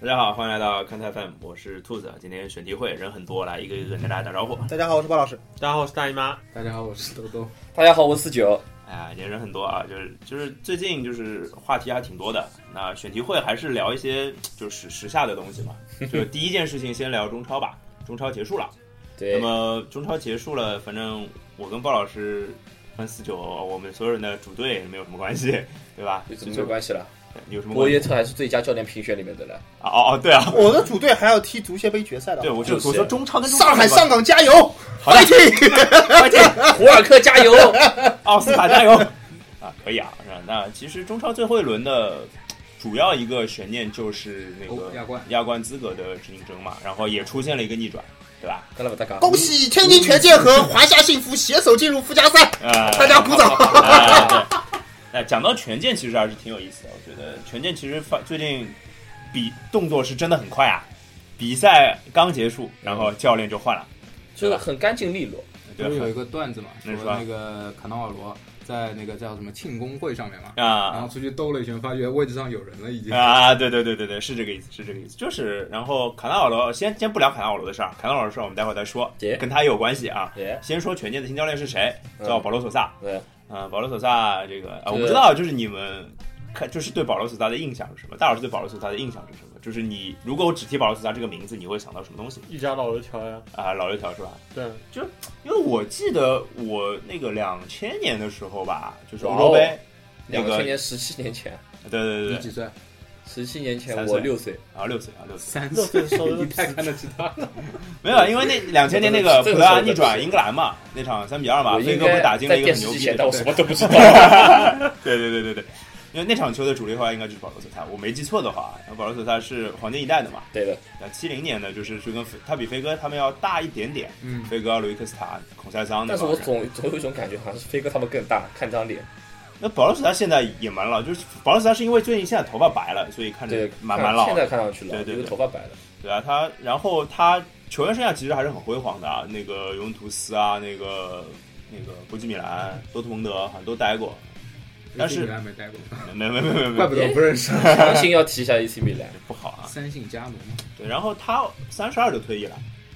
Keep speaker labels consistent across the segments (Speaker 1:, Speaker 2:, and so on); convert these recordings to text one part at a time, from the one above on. Speaker 1: 大家好，欢迎来到看台 FM，我是兔子。今天选题会人很多，来一个一个跟大家打招呼。
Speaker 2: 大家好，我是包老师。
Speaker 3: 大家好，我是大姨妈。
Speaker 4: 大家好，我是豆豆。
Speaker 5: 大家好，我是四九。
Speaker 1: 哎呀，今天人很多啊，就是就是最近就是话题还挺多的。那选题会还是聊一些就是时下的东西嘛。就是第一件事情，先聊中超吧。中超结束了，那
Speaker 5: 对，
Speaker 1: 么中超结束了，反正我跟鲍老师跟四九，我们所有人的主队没有什么关系，对吧？
Speaker 5: 有什么
Speaker 1: 就
Speaker 5: 没关系了？
Speaker 1: 有什么
Speaker 5: 博
Speaker 1: 关系
Speaker 5: 耶特还是最佳教练评选里面 的了。
Speaker 1: 啊？哦哦，对啊，
Speaker 2: 我的主队还要踢足协杯决赛的。
Speaker 1: 对，我就
Speaker 5: 就是
Speaker 1: 我说中超跟中超
Speaker 2: 上海
Speaker 1: 没关
Speaker 2: 上港加油！
Speaker 1: 好的
Speaker 5: 胡尔克加 油！
Speaker 1: 奥斯卡加油 啊，可以啊。是吧那其实中超最后一轮的主要一个悬念就是那个
Speaker 4: 哦亚冠
Speaker 1: 亚冠资格的竞争嘛，然后也出现了一个逆转，对吧？
Speaker 5: 看了吧，大哥。
Speaker 2: 恭喜天津权健和华夏幸福携手进入附加赛，
Speaker 1: 呃，
Speaker 2: 大家 鼓掌。
Speaker 1: 哎对，哎，讲到权健，其实还是挺有意思的。我觉得权健其实发最近比动作是真的很快啊，比赛刚结束，然后教练就换了，
Speaker 5: 就是很干净利落。
Speaker 4: 不
Speaker 1: 对
Speaker 4: 是
Speaker 1: 吧
Speaker 4: 有一个段子嘛，
Speaker 1: 那
Speaker 4: 说
Speaker 1: 是吧
Speaker 4: 那个卡纳瓦罗在那个叫什么庆功会上面嘛，然
Speaker 1: 啊
Speaker 4: 后出去兜了一圈，发觉位置上有人了，已经。
Speaker 1: 啊，对对对对对，是这个意思，是这个意思。就是，然后卡纳瓦罗，先先不聊卡纳瓦罗的事儿，卡纳瓦罗的事儿我们待会儿再说
Speaker 5: 姐，
Speaker 1: 跟他也有关系啊。
Speaker 5: 对，
Speaker 1: 先说权健的新教练是谁，
Speaker 5: 嗯
Speaker 1: 叫保罗索萨。
Speaker 5: 对，
Speaker 1: 啊，保罗索萨这个啊，
Speaker 5: 对
Speaker 1: 我不知道，就是你们看，就是对保罗索萨的印象是什么？大老师对保罗索萨的印象是什么？就是你如果我只提保罗索萨这个名字，你会想到什么东西
Speaker 3: 一家老油条呀，
Speaker 1: 啊？老油条是吧？
Speaker 3: 对，
Speaker 1: 因为我记得我那个两千年的时候吧，就是欧
Speaker 5: 哇哦
Speaker 1: 洲杯，那
Speaker 5: 两
Speaker 1: 个
Speaker 5: 千年十七年前，
Speaker 1: 对对
Speaker 4: 你
Speaker 1: 对对
Speaker 4: 几岁？
Speaker 5: 十七年前
Speaker 1: 三岁
Speaker 5: 我六岁，
Speaker 1: 啊，六岁啊六岁，
Speaker 4: 三
Speaker 3: 热
Speaker 4: 岁。
Speaker 3: 水烧的
Speaker 4: 你太看得起他了。
Speaker 1: 没有，因为那两千年那个葡
Speaker 5: 这个
Speaker 1: 萄牙
Speaker 5: 这个
Speaker 1: 逆转英格兰嘛，那场三比二嘛，
Speaker 5: 我
Speaker 1: 飞
Speaker 5: 应
Speaker 1: 哥不
Speaker 5: 该
Speaker 1: 是打进了
Speaker 5: 在
Speaker 1: 一个
Speaker 5: 电
Speaker 1: 很
Speaker 5: 视
Speaker 1: 牛
Speaker 5: 机
Speaker 1: 逼
Speaker 5: 前，
Speaker 1: 的
Speaker 5: 但我
Speaker 1: 球
Speaker 5: 什么都不 知道。
Speaker 1: 对对对对对，因为那场球的主力后来应该就是保罗索萨，我没记错的话，保罗索萨是黄金一代的嘛，
Speaker 5: 对的，
Speaker 1: 那七零年的就是是跟飞他比飞哥他们要大一点点，
Speaker 4: 嗯，
Speaker 1: 飞哥、鲁伊克斯塔、孔塞桑那
Speaker 5: 但是
Speaker 1: 帮
Speaker 5: 我
Speaker 1: 人。
Speaker 5: 总总有一种感觉，好像是飞哥他们更大，看张脸。
Speaker 1: 那保罗索萨现在也蛮老，就是保罗索萨是因为最近现在头发白了，所以看
Speaker 5: 对
Speaker 1: 着，蛮
Speaker 5: 看
Speaker 1: 蛮老
Speaker 5: 现
Speaker 1: 的，
Speaker 5: 在看上去老，
Speaker 1: 对对
Speaker 5: 因为
Speaker 1: 对
Speaker 5: 头发白了。
Speaker 1: 对啊，他然后他球员生涯其实还是很辉煌的啊，那个尤文图斯啊，那个那个国际米兰、多特蒙德好像都待过，但是
Speaker 4: AC 米兰没待过，
Speaker 1: 没没没没没
Speaker 4: 怪不得我不认识。
Speaker 5: 强行要提一下 AC 米兰，
Speaker 1: 不好啊，
Speaker 4: 三姓家奴嘛，
Speaker 1: 对，然后他三十二就退役了，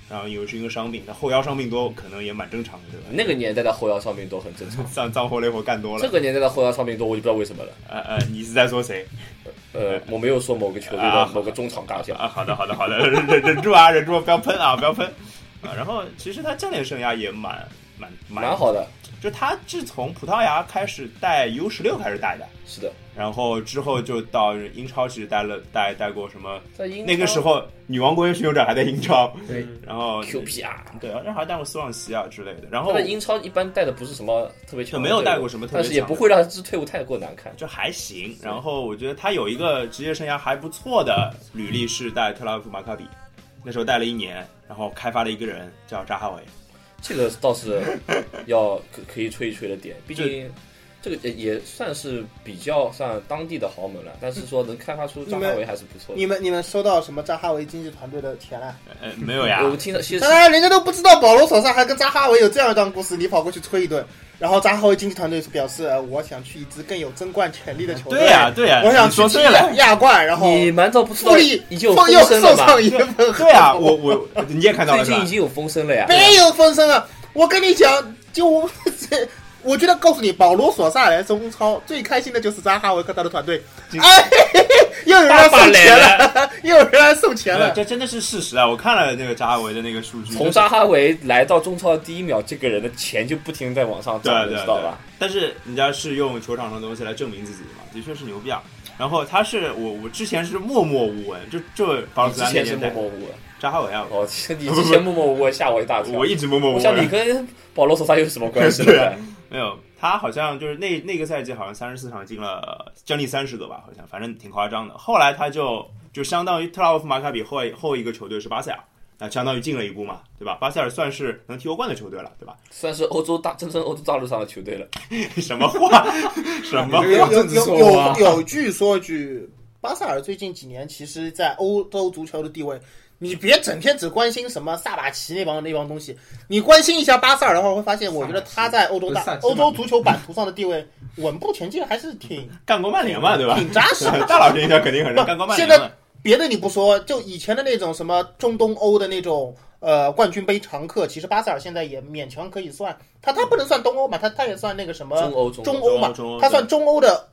Speaker 1: 然后有是因为伤病，他后腰伤病多，可能也蛮正常的，对吧？。
Speaker 5: 那个年代的后腰伤病都很正常
Speaker 1: 脏脏活累活干多了。
Speaker 5: 这个年代的后腰伤病多，我就不知道为什么了。
Speaker 1: 呃呃，你是在说谁
Speaker 5: 呃，我没有说某个球队
Speaker 1: 啊
Speaker 5: 的某个中场大将，
Speaker 1: 啊？好的好的好 的，忍忍忍住啊，忍住，不要喷啊，不要喷啊。然后其实他教练生涯也蛮蛮蛮
Speaker 5: 蛮，好的，
Speaker 1: 就他自从葡萄牙开始带 U 十六开始带的，
Speaker 5: 是的。
Speaker 1: 然后之后就到英超其实带了带带过什么，
Speaker 5: 在英
Speaker 1: 那个时候女王国际巡游者还在英超，
Speaker 4: 对
Speaker 3: 嗯
Speaker 1: 然后
Speaker 5: QPR，
Speaker 1: 对，然后还带过斯旺西啊之类的，然后
Speaker 5: 啊他在英超一般带的不是什么特别强
Speaker 1: 就
Speaker 5: 的
Speaker 1: 没
Speaker 5: 队伍，
Speaker 1: 有带过什么特别
Speaker 5: 但是也
Speaker 1: 强
Speaker 5: 不
Speaker 1: 的
Speaker 5: 会让这支队伍太过难看。
Speaker 1: 就还行。然后我觉得他有一个职业生涯还不错的履历是带特拉维夫马卡比，那时候带了一年，然后开发了一个人叫扎哈维。
Speaker 5: 这个倒是要可可以吹一吹的点，毕竟这个也也算是比较算当地的豪门了。但是说能开发出张
Speaker 2: 你
Speaker 5: 大
Speaker 2: 们
Speaker 5: 伟还是不错 的。
Speaker 2: 你们你们收到什么扎哈维经纪团队的钱啊 了？
Speaker 1: 呃，没有呀，
Speaker 5: 我听到其实
Speaker 2: 当然，人家都不知道保罗手上还跟扎哈维有这样一段故事，你跑过去吹一顿。然后扎哈维经纪团队表示，呃我想去一支更有争冠潜力的球队。
Speaker 1: 对呀、对呀、
Speaker 2: 我想
Speaker 1: 你
Speaker 2: 去
Speaker 1: 说
Speaker 2: 踢
Speaker 1: 对了。
Speaker 2: 亚冠，然后
Speaker 5: 你难道不知道
Speaker 2: 富力
Speaker 5: 已经有
Speaker 2: 放
Speaker 5: 风
Speaker 2: 又
Speaker 5: 声
Speaker 2: 送
Speaker 5: 了吗
Speaker 2: 上？一份
Speaker 1: 对呀、我我你也看到
Speaker 5: 最
Speaker 1: 了是
Speaker 5: 近
Speaker 1: 吧
Speaker 5: 已？经有风声了呀。
Speaker 2: 没有风声啊！我跟你讲，就我 这，我觉得告诉你，保罗索萨来中超最开心的就是扎哈维和他的团队。哎， 又有人来
Speaker 5: 大把
Speaker 2: 送
Speaker 5: 来
Speaker 2: 钱了，
Speaker 5: 了，
Speaker 2: 又有人来送钱
Speaker 1: 没有
Speaker 2: 了。
Speaker 1: 这真的是事实啊！我看了那个扎哈维的那个数据，
Speaker 5: 从扎哈维来到中超的第一秒，这个人的钱就不停地在往上
Speaker 1: 对
Speaker 5: 涨，
Speaker 1: 对
Speaker 5: 你知
Speaker 1: 对
Speaker 5: 道吧？
Speaker 1: 但是人家是用球场上的东西来证明自己的嘛，的确是牛逼啊。然后他是我我之前是默默无闻，就就保罗
Speaker 5: 你
Speaker 1: 斯
Speaker 5: 之前是默默无闻，
Speaker 1: 扎哈维啊，
Speaker 5: 哦，你之前默默无闻吓我一大跳。
Speaker 1: 我一直默默无
Speaker 5: 我
Speaker 1: 闻。
Speaker 5: 想你跟保罗索萨有什么关系
Speaker 1: 对啊
Speaker 5: 了？
Speaker 1: 没有，他好像就是那那个赛季好像三十四场进了将近三十个吧，好像反正挺夸张的。后来他就就相当于特拉沃夫马卡比后后一个球队是巴塞尔，那相当于进了一步嘛，对吧？巴塞尔算是能踢欧冠的球队了，对吧？
Speaker 5: 算是欧洲大真正欧洲大陆上的球队了。
Speaker 1: 什么 话？什么
Speaker 4: 你
Speaker 2: 有
Speaker 1: 话？
Speaker 4: 这
Speaker 2: 有
Speaker 4: 个政治
Speaker 2: 有
Speaker 4: 说
Speaker 2: 有
Speaker 4: 法
Speaker 2: 有据说句，巴塞尔最近几年其实，在欧洲足球的地位，你别整天只关心什么萨瓦齐那帮那帮东西，你关心一下巴塞尔的话，会发现我觉得他在欧洲大
Speaker 4: 萨瓦齐
Speaker 2: 欧洲足球版图上的地位稳步前进，还是挺
Speaker 1: 干过曼联嘛，对吧？
Speaker 2: 挺扎实的。
Speaker 1: 大老师印象肯定很深，干过曼
Speaker 2: 嗯 现
Speaker 1: 联
Speaker 2: 在
Speaker 1: 嘛。
Speaker 2: 别的你不说，就以前的那种什么中东欧的那种呃冠军杯常客，其实巴塞尔现在也勉强可以算，他他不能算东欧嘛，他他也算那个什么
Speaker 5: 中欧中
Speaker 2: 中
Speaker 1: 欧
Speaker 2: 欧嘛
Speaker 1: 中欧，
Speaker 2: 他算中欧的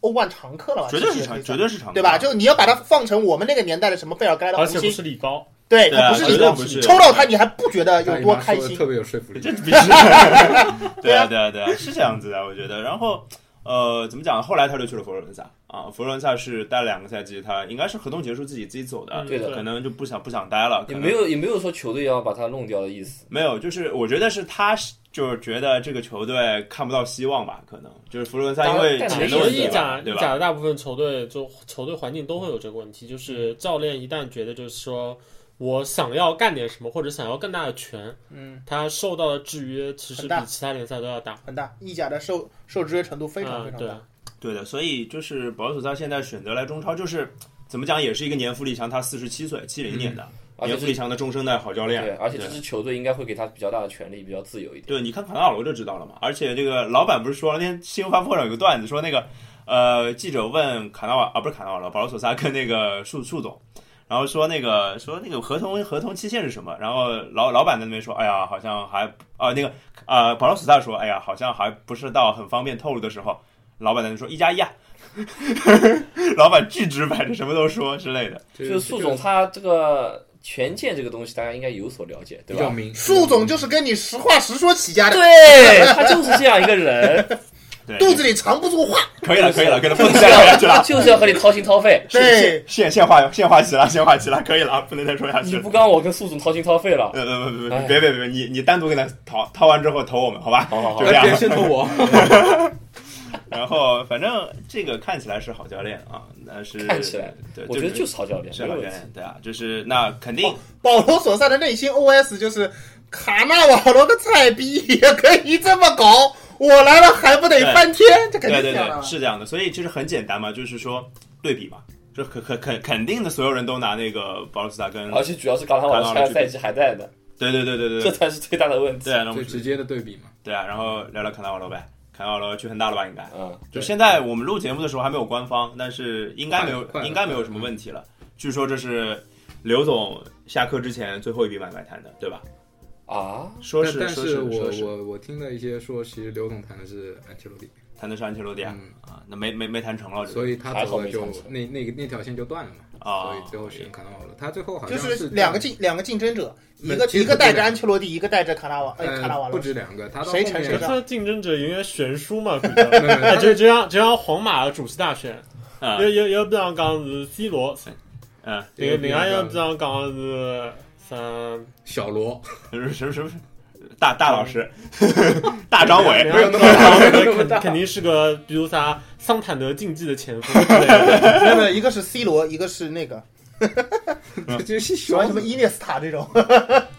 Speaker 2: 欧冠常客了吧？
Speaker 1: 绝对是
Speaker 2: 其实也可
Speaker 1: 常，
Speaker 2: 以算
Speaker 1: 绝对是常客，
Speaker 2: 对吧？就你要把它放成我们那个年代的什么贝尔格莱德
Speaker 3: 而
Speaker 2: 红
Speaker 3: 且不
Speaker 2: 星，
Speaker 3: 是礼包，
Speaker 2: 对，
Speaker 1: 对啊哎
Speaker 2: 它不是
Speaker 1: 绝
Speaker 2: 你
Speaker 1: 对
Speaker 2: 的
Speaker 1: 不是
Speaker 2: 抽到它你还不觉得有
Speaker 4: 大姨
Speaker 2: 多
Speaker 4: 妈
Speaker 2: 开
Speaker 4: 说的
Speaker 2: 心
Speaker 4: 特。别有说 服力。
Speaker 1: 这必须。对 啊，对啊，对啊，是这样子的，我觉得。然后，呃，怎么讲？后来他就去了佛罗伦萨啊，佛罗伦萨是待了两个赛季，他应该是合同结束自己自己走的，
Speaker 3: 嗯
Speaker 5: 对的
Speaker 1: 可能就不想不想待了，可
Speaker 5: 也
Speaker 1: 能
Speaker 5: 没有也没有说球队要把他弄掉的意思。
Speaker 1: 没有，就是我觉得是他是就是觉得这个球队看不到希望吧，可能就是佛罗伦萨因为
Speaker 5: 当然
Speaker 1: 钱
Speaker 5: 没
Speaker 1: 的
Speaker 5: 有
Speaker 1: 问
Speaker 5: 意
Speaker 1: 题
Speaker 5: 义
Speaker 3: 意
Speaker 1: 吧
Speaker 3: 甲，
Speaker 1: 对
Speaker 3: 意甲
Speaker 1: 吧？
Speaker 3: 的大部分球队就球队环境都会有这个问题，就是教练一旦觉得就是说我想要干点什么，或者想要更大的权，
Speaker 2: 嗯，
Speaker 3: 他受到的制约其实
Speaker 2: 很
Speaker 3: 比
Speaker 2: 大
Speaker 3: 其他联赛都要大，
Speaker 2: 很大，意甲的受受制约程度非常
Speaker 3: 嗯
Speaker 2: 非常
Speaker 3: 对
Speaker 2: 大。
Speaker 1: 对的，所以就是保索萨现在选择来中超，就是怎么讲也是一个年富力强，他四十七岁，七零年的、
Speaker 5: 嗯而且
Speaker 1: 年
Speaker 5: 这
Speaker 1: 富力强的中生代好教练，
Speaker 5: 对，而且
Speaker 1: 对
Speaker 5: 这支球队应该会给他比较大的权利，比较自由一点。
Speaker 1: 对，你看卡纳瓦罗就知道了嘛。而且这个老板不是说那天新闻发布会上有个段子，说那个呃记者问卡纳瓦啊不是卡纳瓦罗，保罗索萨跟那个树树总，然后说那个说那个合同合同期限是什么？然后老老板在那边说，哎呀，好像还啊、那个啊保罗索萨说，哎呀，好像还不是到很方便透露的时候。老板在那说一加一啊， 老板巨直白的什么都说之类的。
Speaker 4: 就
Speaker 5: 就是宿总他这个权健这个东西，大家应该有所了解，
Speaker 4: 比
Speaker 5: 对
Speaker 4: 较
Speaker 5: 吧？
Speaker 4: 明，
Speaker 2: 树总就是跟你实话实说起家的，
Speaker 5: 对，他就是这样一 个人，
Speaker 1: 对，
Speaker 2: 肚子里藏不住话。
Speaker 1: 可以了，可以了，可以了，不能再聊下去
Speaker 5: 他
Speaker 1: 了。
Speaker 5: 就是要和你掏心掏肺。
Speaker 2: 对，
Speaker 1: 现现话现话齐了，现话齐了，可以了，不能再说下去
Speaker 5: 你
Speaker 1: 了
Speaker 5: 不。刚我跟宿总掏心掏肺了，
Speaker 1: 呃呃不不不
Speaker 5: 哎
Speaker 1: 别别别，你你单独给他掏掏完之后投我们，好吧？
Speaker 5: 好好好
Speaker 1: 就这
Speaker 4: 哎，别
Speaker 1: 样。
Speaker 4: 渗透我。
Speaker 1: 然后反正这个看起来是好教练啊，但是
Speaker 5: 看起来
Speaker 1: 对，
Speaker 5: 我觉得就是是曹教练，
Speaker 1: 是
Speaker 5: 没
Speaker 1: 好
Speaker 5: 有
Speaker 1: 教
Speaker 5: 问题。
Speaker 1: 练，对啊，就是那肯定
Speaker 2: 保罗索萨的内心 OS 就是：卡纳瓦罗个菜逼也可以这么搞，我来了还不得翻天？这肯
Speaker 1: 对对
Speaker 2: 定这样的
Speaker 1: 对
Speaker 2: 嘛。
Speaker 1: 是这样的，所以就是很简单嘛，就是说对比嘛，就肯肯肯肯定的，所有人都拿那个保罗斯塔跟
Speaker 5: 而且主要是卡塔瓦下个赛季还在的，
Speaker 1: 对对对对对
Speaker 5: 这
Speaker 1: 对
Speaker 5: 才是最大的问题
Speaker 1: 对。啊，那我
Speaker 4: 最
Speaker 1: 们
Speaker 4: 直接的对比嘛，
Speaker 1: 对啊，然后聊聊坎纳瓦罗呗，坎纳瓦罗去恒大了吧应该。
Speaker 5: 嗯，
Speaker 1: 就
Speaker 4: 对
Speaker 1: 现在我们录节目的时候还没有官方，但是应该没有
Speaker 4: 快了快，了
Speaker 1: 应该没有什么问题了。据说这是刘总下课之前最后一笔买卖谈的，对吧？
Speaker 5: 啊，
Speaker 1: 说
Speaker 4: 但
Speaker 1: 是
Speaker 4: 但
Speaker 1: 说
Speaker 4: 是我
Speaker 1: 说是
Speaker 4: 我我听了一些说，其实刘总谈的是安切洛蒂，
Speaker 1: 谈的是安切洛蒂啊，
Speaker 4: 嗯，
Speaker 1: 啊那没没没谈成了，
Speaker 4: 所
Speaker 1: 以
Speaker 4: 以他
Speaker 5: 还好
Speaker 4: 走了
Speaker 5: 没
Speaker 4: 就
Speaker 5: 谈成
Speaker 4: 那那个那条线就断了嘛，
Speaker 1: 啊
Speaker 4: 所以最后选卡纳瓦罗，他最后好
Speaker 2: 就
Speaker 4: 像
Speaker 2: 是
Speaker 4: 是
Speaker 2: 两个竞两个竞争者，一个
Speaker 4: 其实
Speaker 2: 一个
Speaker 4: 不止
Speaker 2: 带着
Speaker 4: 两
Speaker 2: 安切洛蒂，一个带着卡纳瓦呃卡纳瓦
Speaker 4: 呃不
Speaker 2: 罗。
Speaker 4: 止两个，他到后
Speaker 2: 谁成谁
Speaker 4: 面
Speaker 2: 上
Speaker 3: 他的竞争者永远悬殊嘛，比较
Speaker 4: 没有没有
Speaker 3: 哎，就就像就像皇马的主席大选，
Speaker 1: 啊
Speaker 3: 有有有不像讲是 C 罗，
Speaker 1: 嗯，
Speaker 3: 另外
Speaker 4: 那
Speaker 3: 另外
Speaker 4: 个
Speaker 3: 有不像讲是三，
Speaker 4: 小罗，
Speaker 1: 什么什么什么大大老 师，大张伟
Speaker 3: 没有
Speaker 4: 那
Speaker 3: 那
Speaker 4: 么大没有那么
Speaker 3: 肯
Speaker 4: 大
Speaker 3: 肯定是个比如啥桑坦德竞技的前锋之类的。
Speaker 2: 没有没有，一个是 C 罗，一个是那个
Speaker 4: 就是
Speaker 2: 喜
Speaker 4: 小
Speaker 2: 欢什么伊涅斯塔这种，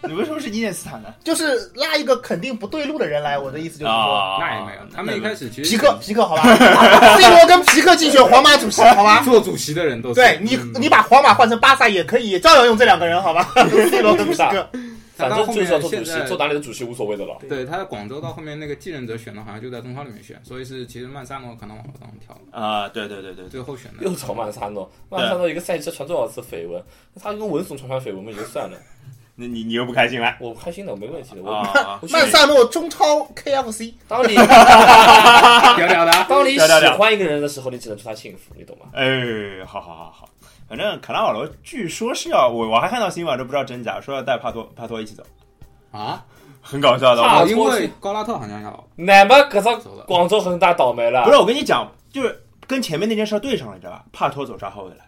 Speaker 1: 你为什么是伊涅斯坦呢？
Speaker 2: 就是拉一个肯定不对路的人来。我的意思就是说，
Speaker 1: 啊，
Speaker 4: 那也没有，他们一开始其实
Speaker 2: 皮克皮克好吧 ，C 罗跟皮克竞选皇马主席好 吧？
Speaker 4: 做主席的人都是
Speaker 2: 啊对你，
Speaker 4: 嗯
Speaker 2: 你把皇马换成巴萨也可以，照样用这两个人，好吧 ？C 罗跟皮克，
Speaker 5: 反正就是要做主
Speaker 4: 现在
Speaker 5: 席，做哪里的主席无所谓的了。
Speaker 4: 对他在广州到后面那个继任者选的好像就在中超里面选，所以是其实曼萨诺可能往当中挑了，
Speaker 1: 啊，对对对对对，
Speaker 4: 最后选的
Speaker 5: 又找曼萨诺，曼萨诺一个赛季传多少次绯闻？那他跟文总传传绯闻嘛也就算了，
Speaker 1: 那你你又不开心了
Speaker 5: 我开心的，没问题的。我
Speaker 1: 啊？
Speaker 5: 我去
Speaker 2: 曼萨诺中超 KFC，
Speaker 5: 当 你
Speaker 4: 屌屌的啊，
Speaker 5: 当你
Speaker 1: 聊聊聊
Speaker 5: 喜欢一个人的时候，你只能祝他幸福，你懂吗？
Speaker 1: 哎，好好好好，反正卡纳瓦罗据说是要我我还看到新闻，这不知道真假，说要带帕托帕托一起走，
Speaker 4: 啊，
Speaker 1: 很搞笑的。我
Speaker 5: 帕
Speaker 4: 哦因为高拉特好像要
Speaker 5: 乃么可是
Speaker 4: 走了，
Speaker 5: 广州恒大倒霉了
Speaker 1: 不，是，我跟你讲，就是跟前面那件事儿对上了，你知道吧？帕托走上后卫来，